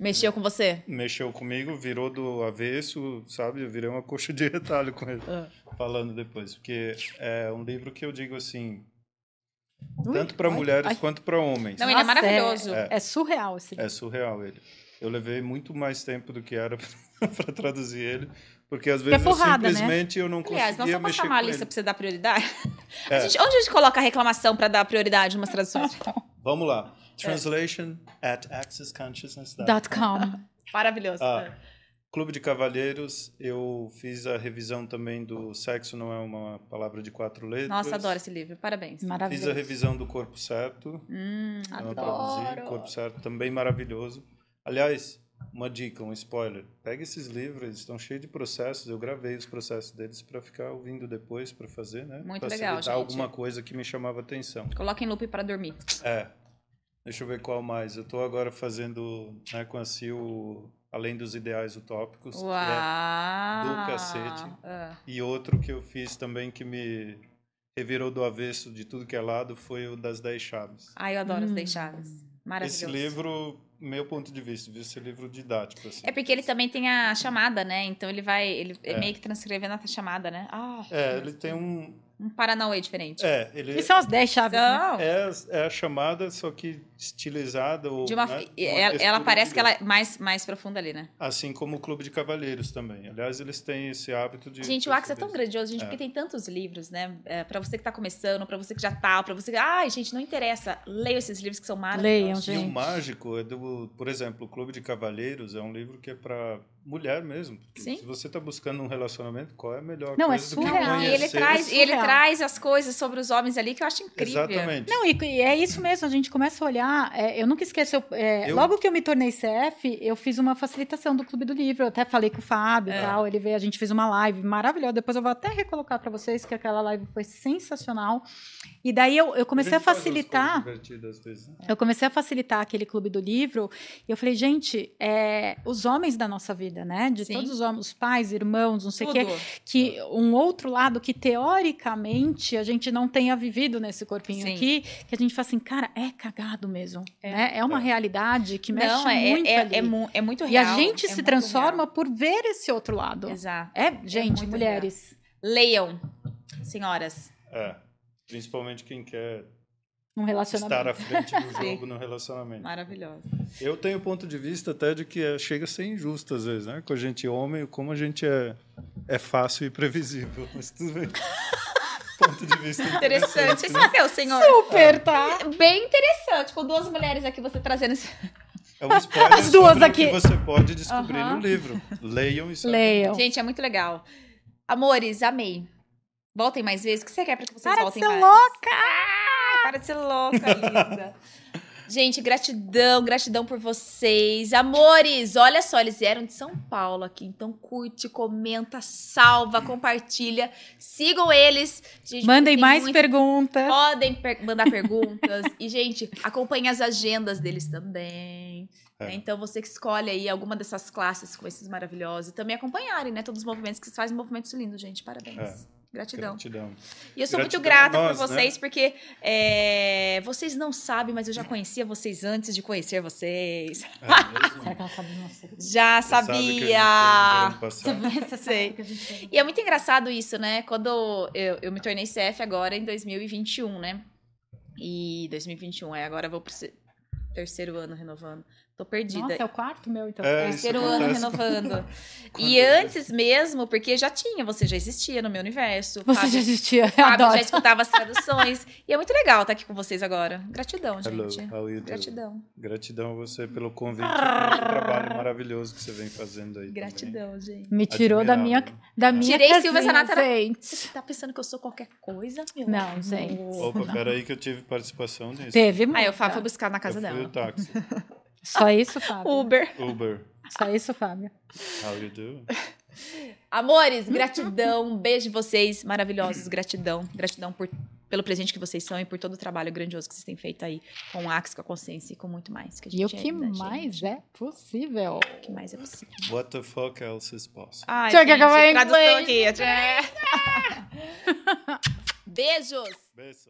[SPEAKER 1] Mexeu com você?
[SPEAKER 2] mexeu comigo, virou do avesso, sabe? Eu virei uma coxa de retalho com ele,
[SPEAKER 1] Ah.
[SPEAKER 2] falando depois. Porque é um livro que eu digo assim,
[SPEAKER 3] Ui,
[SPEAKER 2] tanto para
[SPEAKER 3] ai,
[SPEAKER 2] mulheres
[SPEAKER 3] ai.
[SPEAKER 2] quanto para homens.
[SPEAKER 1] Não, ele é
[SPEAKER 3] Nossa,
[SPEAKER 1] maravilhoso.
[SPEAKER 3] É, é surreal esse livro.
[SPEAKER 2] É surreal ele. Eu levei muito mais tempo do que era para traduzir ele, porque às
[SPEAKER 3] Porque é
[SPEAKER 2] vezes
[SPEAKER 3] porrada, né?
[SPEAKER 2] eu simplesmente eu não
[SPEAKER 1] Aliás, nós
[SPEAKER 2] conseguia
[SPEAKER 1] só
[SPEAKER 2] mexer
[SPEAKER 1] passar
[SPEAKER 2] com
[SPEAKER 1] uma
[SPEAKER 2] ele.
[SPEAKER 1] lista pra você dar prioridade. A
[SPEAKER 2] É.
[SPEAKER 1] gente- onde a gente coloca a reclamação pra dar prioridade em umas traduções?
[SPEAKER 2] Vamos lá.
[SPEAKER 1] É.
[SPEAKER 2] Translation at accessconsciousness.com.
[SPEAKER 3] Dot com.
[SPEAKER 1] Maravilhoso.
[SPEAKER 2] Ah, Clube de Cavalheiros, eu fiz a revisão também do Sexo Não É Uma Palavra de Quatro Letras.
[SPEAKER 1] Nossa, adoro esse livro. Parabéns.
[SPEAKER 2] Fiz a
[SPEAKER 3] Maravilhoso.
[SPEAKER 2] revisão do Corpo Certo.
[SPEAKER 1] Hum,
[SPEAKER 2] Então, eu
[SPEAKER 3] Adoro.
[SPEAKER 2] produzi Corpo Certo, também maravilhoso. Aliás, uma dica, um spoiler. Pega esses livros, eles estão cheios de processos. Eu gravei os processos deles para ficar ouvindo depois, para fazer, né?
[SPEAKER 1] Muito
[SPEAKER 2] Facilitar
[SPEAKER 1] legal, gente.
[SPEAKER 2] alguma coisa que me chamava atenção.
[SPEAKER 1] Coloca em loop pra dormir.
[SPEAKER 2] É. Deixa eu ver qual mais. Eu estou agora fazendo né, com a Sil, o Além dos Ideais Utópicos. que é-
[SPEAKER 1] Uau! Do
[SPEAKER 2] cacete.
[SPEAKER 1] Ah.
[SPEAKER 2] E outro que eu fiz também que me revirou do avesso de tudo que é lado foi o das Dez Chaves.
[SPEAKER 1] Ai, eu adoro
[SPEAKER 3] Hum.
[SPEAKER 1] os deixadas. Maravilhoso.
[SPEAKER 2] Esse livro, meu ponto de vista, viu? Esse livro didático, assim.
[SPEAKER 1] É porque ele também tem a chamada, né? Então ele vai. Ele é
[SPEAKER 2] É.
[SPEAKER 1] meio que transcrevendo a chamada, né? Ah,
[SPEAKER 2] É, ele tem um...
[SPEAKER 1] um Paranauê diferente.
[SPEAKER 2] É, ele
[SPEAKER 3] E são as 10 chaves. né?
[SPEAKER 1] Então,
[SPEAKER 2] é, é a chamada, só que estilizada. Ou,
[SPEAKER 1] de uma,
[SPEAKER 2] né,
[SPEAKER 1] e-
[SPEAKER 2] uma
[SPEAKER 1] ela, ela
[SPEAKER 2] textura
[SPEAKER 1] parece que ela
[SPEAKER 2] diferente.
[SPEAKER 1] é mais, mais profunda ali, né?
[SPEAKER 2] Assim como o Clube de Cavalheiros também. Aliás, eles têm esse hábito de...
[SPEAKER 1] Gente, o Axe é tão grandioso, gente,
[SPEAKER 2] É.
[SPEAKER 1] porque tem tantos livros, né? É, pra você que tá começando, pra você que já tá, pra você que. Ai, gente, não interessa. Leiam esses livros que são maravilhosos.
[SPEAKER 3] Leiam,
[SPEAKER 2] E o
[SPEAKER 3] gente.
[SPEAKER 2] mágico é do, por exemplo, o Clube de Cavalheiros é um livro que é para mulher mesmo. Porque
[SPEAKER 1] Sim.
[SPEAKER 2] Se você tá buscando um relacionamento, qual é a melhor
[SPEAKER 3] Não, é
[SPEAKER 2] coisa do que
[SPEAKER 3] surreal.
[SPEAKER 1] Não, e ele
[SPEAKER 2] conhecer-
[SPEAKER 1] traz, e ele
[SPEAKER 3] surreal.
[SPEAKER 1] traz as coisas sobre os homens ali que eu acho incrível.
[SPEAKER 2] Exatamente.
[SPEAKER 3] Não, e, e é isso mesmo, a gente começa a olhar. é, eu nunca esqueço, eu, é,
[SPEAKER 2] Eu-
[SPEAKER 3] logo que eu me tornei CF, eu fiz uma facilitação do Clube do Livro. Eu até falei com o Fábio e
[SPEAKER 2] É.
[SPEAKER 3] tal. Ele veio, a gente fez uma live maravilhosa. Depois eu vou até recolocar pra vocês, que aquela live foi sensacional. E daí eu, eu comecei a
[SPEAKER 2] gente faz umas
[SPEAKER 3] facilitar.
[SPEAKER 2] coisas divertidas às vezes, né?
[SPEAKER 3] Eu comecei a facilitar aquele clube do livro e eu falei, gente, é, os homens da nossa vida, né? De
[SPEAKER 1] Sim.
[SPEAKER 3] todos os homens, os pais, irmãos, não sei o
[SPEAKER 1] Tudo.
[SPEAKER 3] quê, que um outro lado que teoricamente a gente não tenha vivido nesse corpinho
[SPEAKER 1] Sim.
[SPEAKER 3] aqui, que a gente fala assim, cara, é cagado mesmo. É, né? é uma
[SPEAKER 2] É.
[SPEAKER 3] realidade que mexe
[SPEAKER 1] Não, é,
[SPEAKER 3] muito
[SPEAKER 1] é,
[SPEAKER 3] ali.
[SPEAKER 1] é, mu- é muito
[SPEAKER 3] e
[SPEAKER 1] real.
[SPEAKER 3] a gente
[SPEAKER 1] é
[SPEAKER 3] se
[SPEAKER 1] muito
[SPEAKER 3] transforma por ver esse outro lado.
[SPEAKER 1] real. Exato.
[SPEAKER 3] É, gente,
[SPEAKER 1] muito
[SPEAKER 3] mulheres.
[SPEAKER 1] Leiam, senhoras.
[SPEAKER 2] É. Principalmente quem quer
[SPEAKER 3] Um
[SPEAKER 2] estar
[SPEAKER 3] relacionamento.
[SPEAKER 2] à frente do
[SPEAKER 1] Sim.
[SPEAKER 2] jogo no relacionamento.
[SPEAKER 1] Maravilhosa.
[SPEAKER 2] Eu tenho ponto de vista até de que é- chega a ser injusto às vezes, né? Com a gente homem, como a gente é, é fácil e previsível. Mas tudo bem. ponto de vista
[SPEAKER 1] Interessante. Esse é seu, senhor.
[SPEAKER 3] Super, tá?
[SPEAKER 4] Bem interessante, com duas mulheres aqui você trazendo esse.
[SPEAKER 2] É um spoiler
[SPEAKER 3] As duas
[SPEAKER 2] sobre o
[SPEAKER 3] aqui.
[SPEAKER 2] que você pode descobrir
[SPEAKER 1] Aham.
[SPEAKER 2] no livro. Leiam isso.
[SPEAKER 3] Leiam.
[SPEAKER 1] Gente, é muito legal. Amores, amei. Voltem mais vezes. O que você quer pra que vocês
[SPEAKER 3] Para de
[SPEAKER 1] voltem
[SPEAKER 3] ser
[SPEAKER 1] mais?
[SPEAKER 3] é louca!
[SPEAKER 1] Ah, para de ser louca, linda. Gente, gratidão, gratidão por vocês. Amores, olha só, eles vieram de São Paulo aqui. Então curte, comenta, salva, compartilha. Sigam eles. Gente,
[SPEAKER 3] Mandem
[SPEAKER 1] tem
[SPEAKER 3] mais
[SPEAKER 1] muito-
[SPEAKER 3] perguntas.
[SPEAKER 1] Podem per- mandar perguntas. e, gente, acompanhe as agendas deles também.
[SPEAKER 2] É.
[SPEAKER 1] né? Então, você que escolhe aí alguma dessas classes com esses maravilhosos. E também acompanharem, né? Todos os movimentos que vocês fazem, movimentos lindos, gente. Parabéns.
[SPEAKER 2] É.
[SPEAKER 1] Gratidão.
[SPEAKER 2] Gratidão.
[SPEAKER 1] E eu sou muito grata
[SPEAKER 2] Gratidão a
[SPEAKER 1] por
[SPEAKER 2] nós, né?
[SPEAKER 1] vocês, porque é, vocês não sabem, mas eu já conhecia vocês antes de conhecer vocês.
[SPEAKER 2] É mesmo.
[SPEAKER 3] Será que ela sabe do nosso
[SPEAKER 1] Já
[SPEAKER 2] Você sabe que a gente fez um
[SPEAKER 1] sabia!
[SPEAKER 2] grande passado.
[SPEAKER 1] Sei. E é muito engraçado isso, né? Quando eu, eu me tornei CF agora em 2021, né? E 2021, é, agora eu vou pro se- terceiro ano renovando. Tô perdida.
[SPEAKER 3] Nossa, é o quarto meu, então.
[SPEAKER 2] É, isso
[SPEAKER 1] terceiro ano
[SPEAKER 2] acontece.
[SPEAKER 1] renovando. e
[SPEAKER 2] Quantas
[SPEAKER 1] antes mesmo, porque já tinha, você já existia no meu universo.
[SPEAKER 3] Você
[SPEAKER 1] Fábio-
[SPEAKER 3] já existia, eu
[SPEAKER 1] Fábio
[SPEAKER 3] adoro.
[SPEAKER 1] já escutava as traduções. e é muito legal estar aqui com vocês agora. Gratidão,
[SPEAKER 2] Hello,
[SPEAKER 1] gente.
[SPEAKER 2] how you doing?
[SPEAKER 1] Gratidão.
[SPEAKER 2] Gratidão a você pelo convite, pelo trabalho maravilhoso que você vem fazendo aí. Também.
[SPEAKER 1] Gratidão, gente.
[SPEAKER 3] Me tirou da minha,
[SPEAKER 2] Admirável.
[SPEAKER 3] da minha
[SPEAKER 1] Tirei
[SPEAKER 3] casinha,
[SPEAKER 1] Silvia Zanata- Você
[SPEAKER 3] gente.
[SPEAKER 1] tá pensando que eu sou qualquer coisa, meu?
[SPEAKER 3] Não, gente.
[SPEAKER 2] Opa, peraí que eu tive participação nisso.
[SPEAKER 3] Teve muita.
[SPEAKER 1] Aí o Fábio foi buscar na casa
[SPEAKER 2] eu fui o
[SPEAKER 1] dela.
[SPEAKER 2] táxi.
[SPEAKER 3] Só isso, Fábio.
[SPEAKER 1] Uber.
[SPEAKER 2] Uber,
[SPEAKER 3] Só isso, Fábio.
[SPEAKER 2] how you doing?
[SPEAKER 1] Amores, gratidão, um beijo em vocês, maravilhosos, gratidão, gratidão por, pelo presente que vocês são e por todo o trabalho grandioso que vocês têm feito aí com a Axe, com a consciência e com muito mais. Que a gente
[SPEAKER 3] E o que
[SPEAKER 1] ainda, gente,
[SPEAKER 3] mais é possível?
[SPEAKER 1] o que mais é possível.
[SPEAKER 2] What the fuck else is possible?
[SPEAKER 1] Ai,
[SPEAKER 3] Deixa eu acabar em
[SPEAKER 1] tradução
[SPEAKER 3] inglês.
[SPEAKER 1] aqui. é. Beijos!
[SPEAKER 2] Beijos.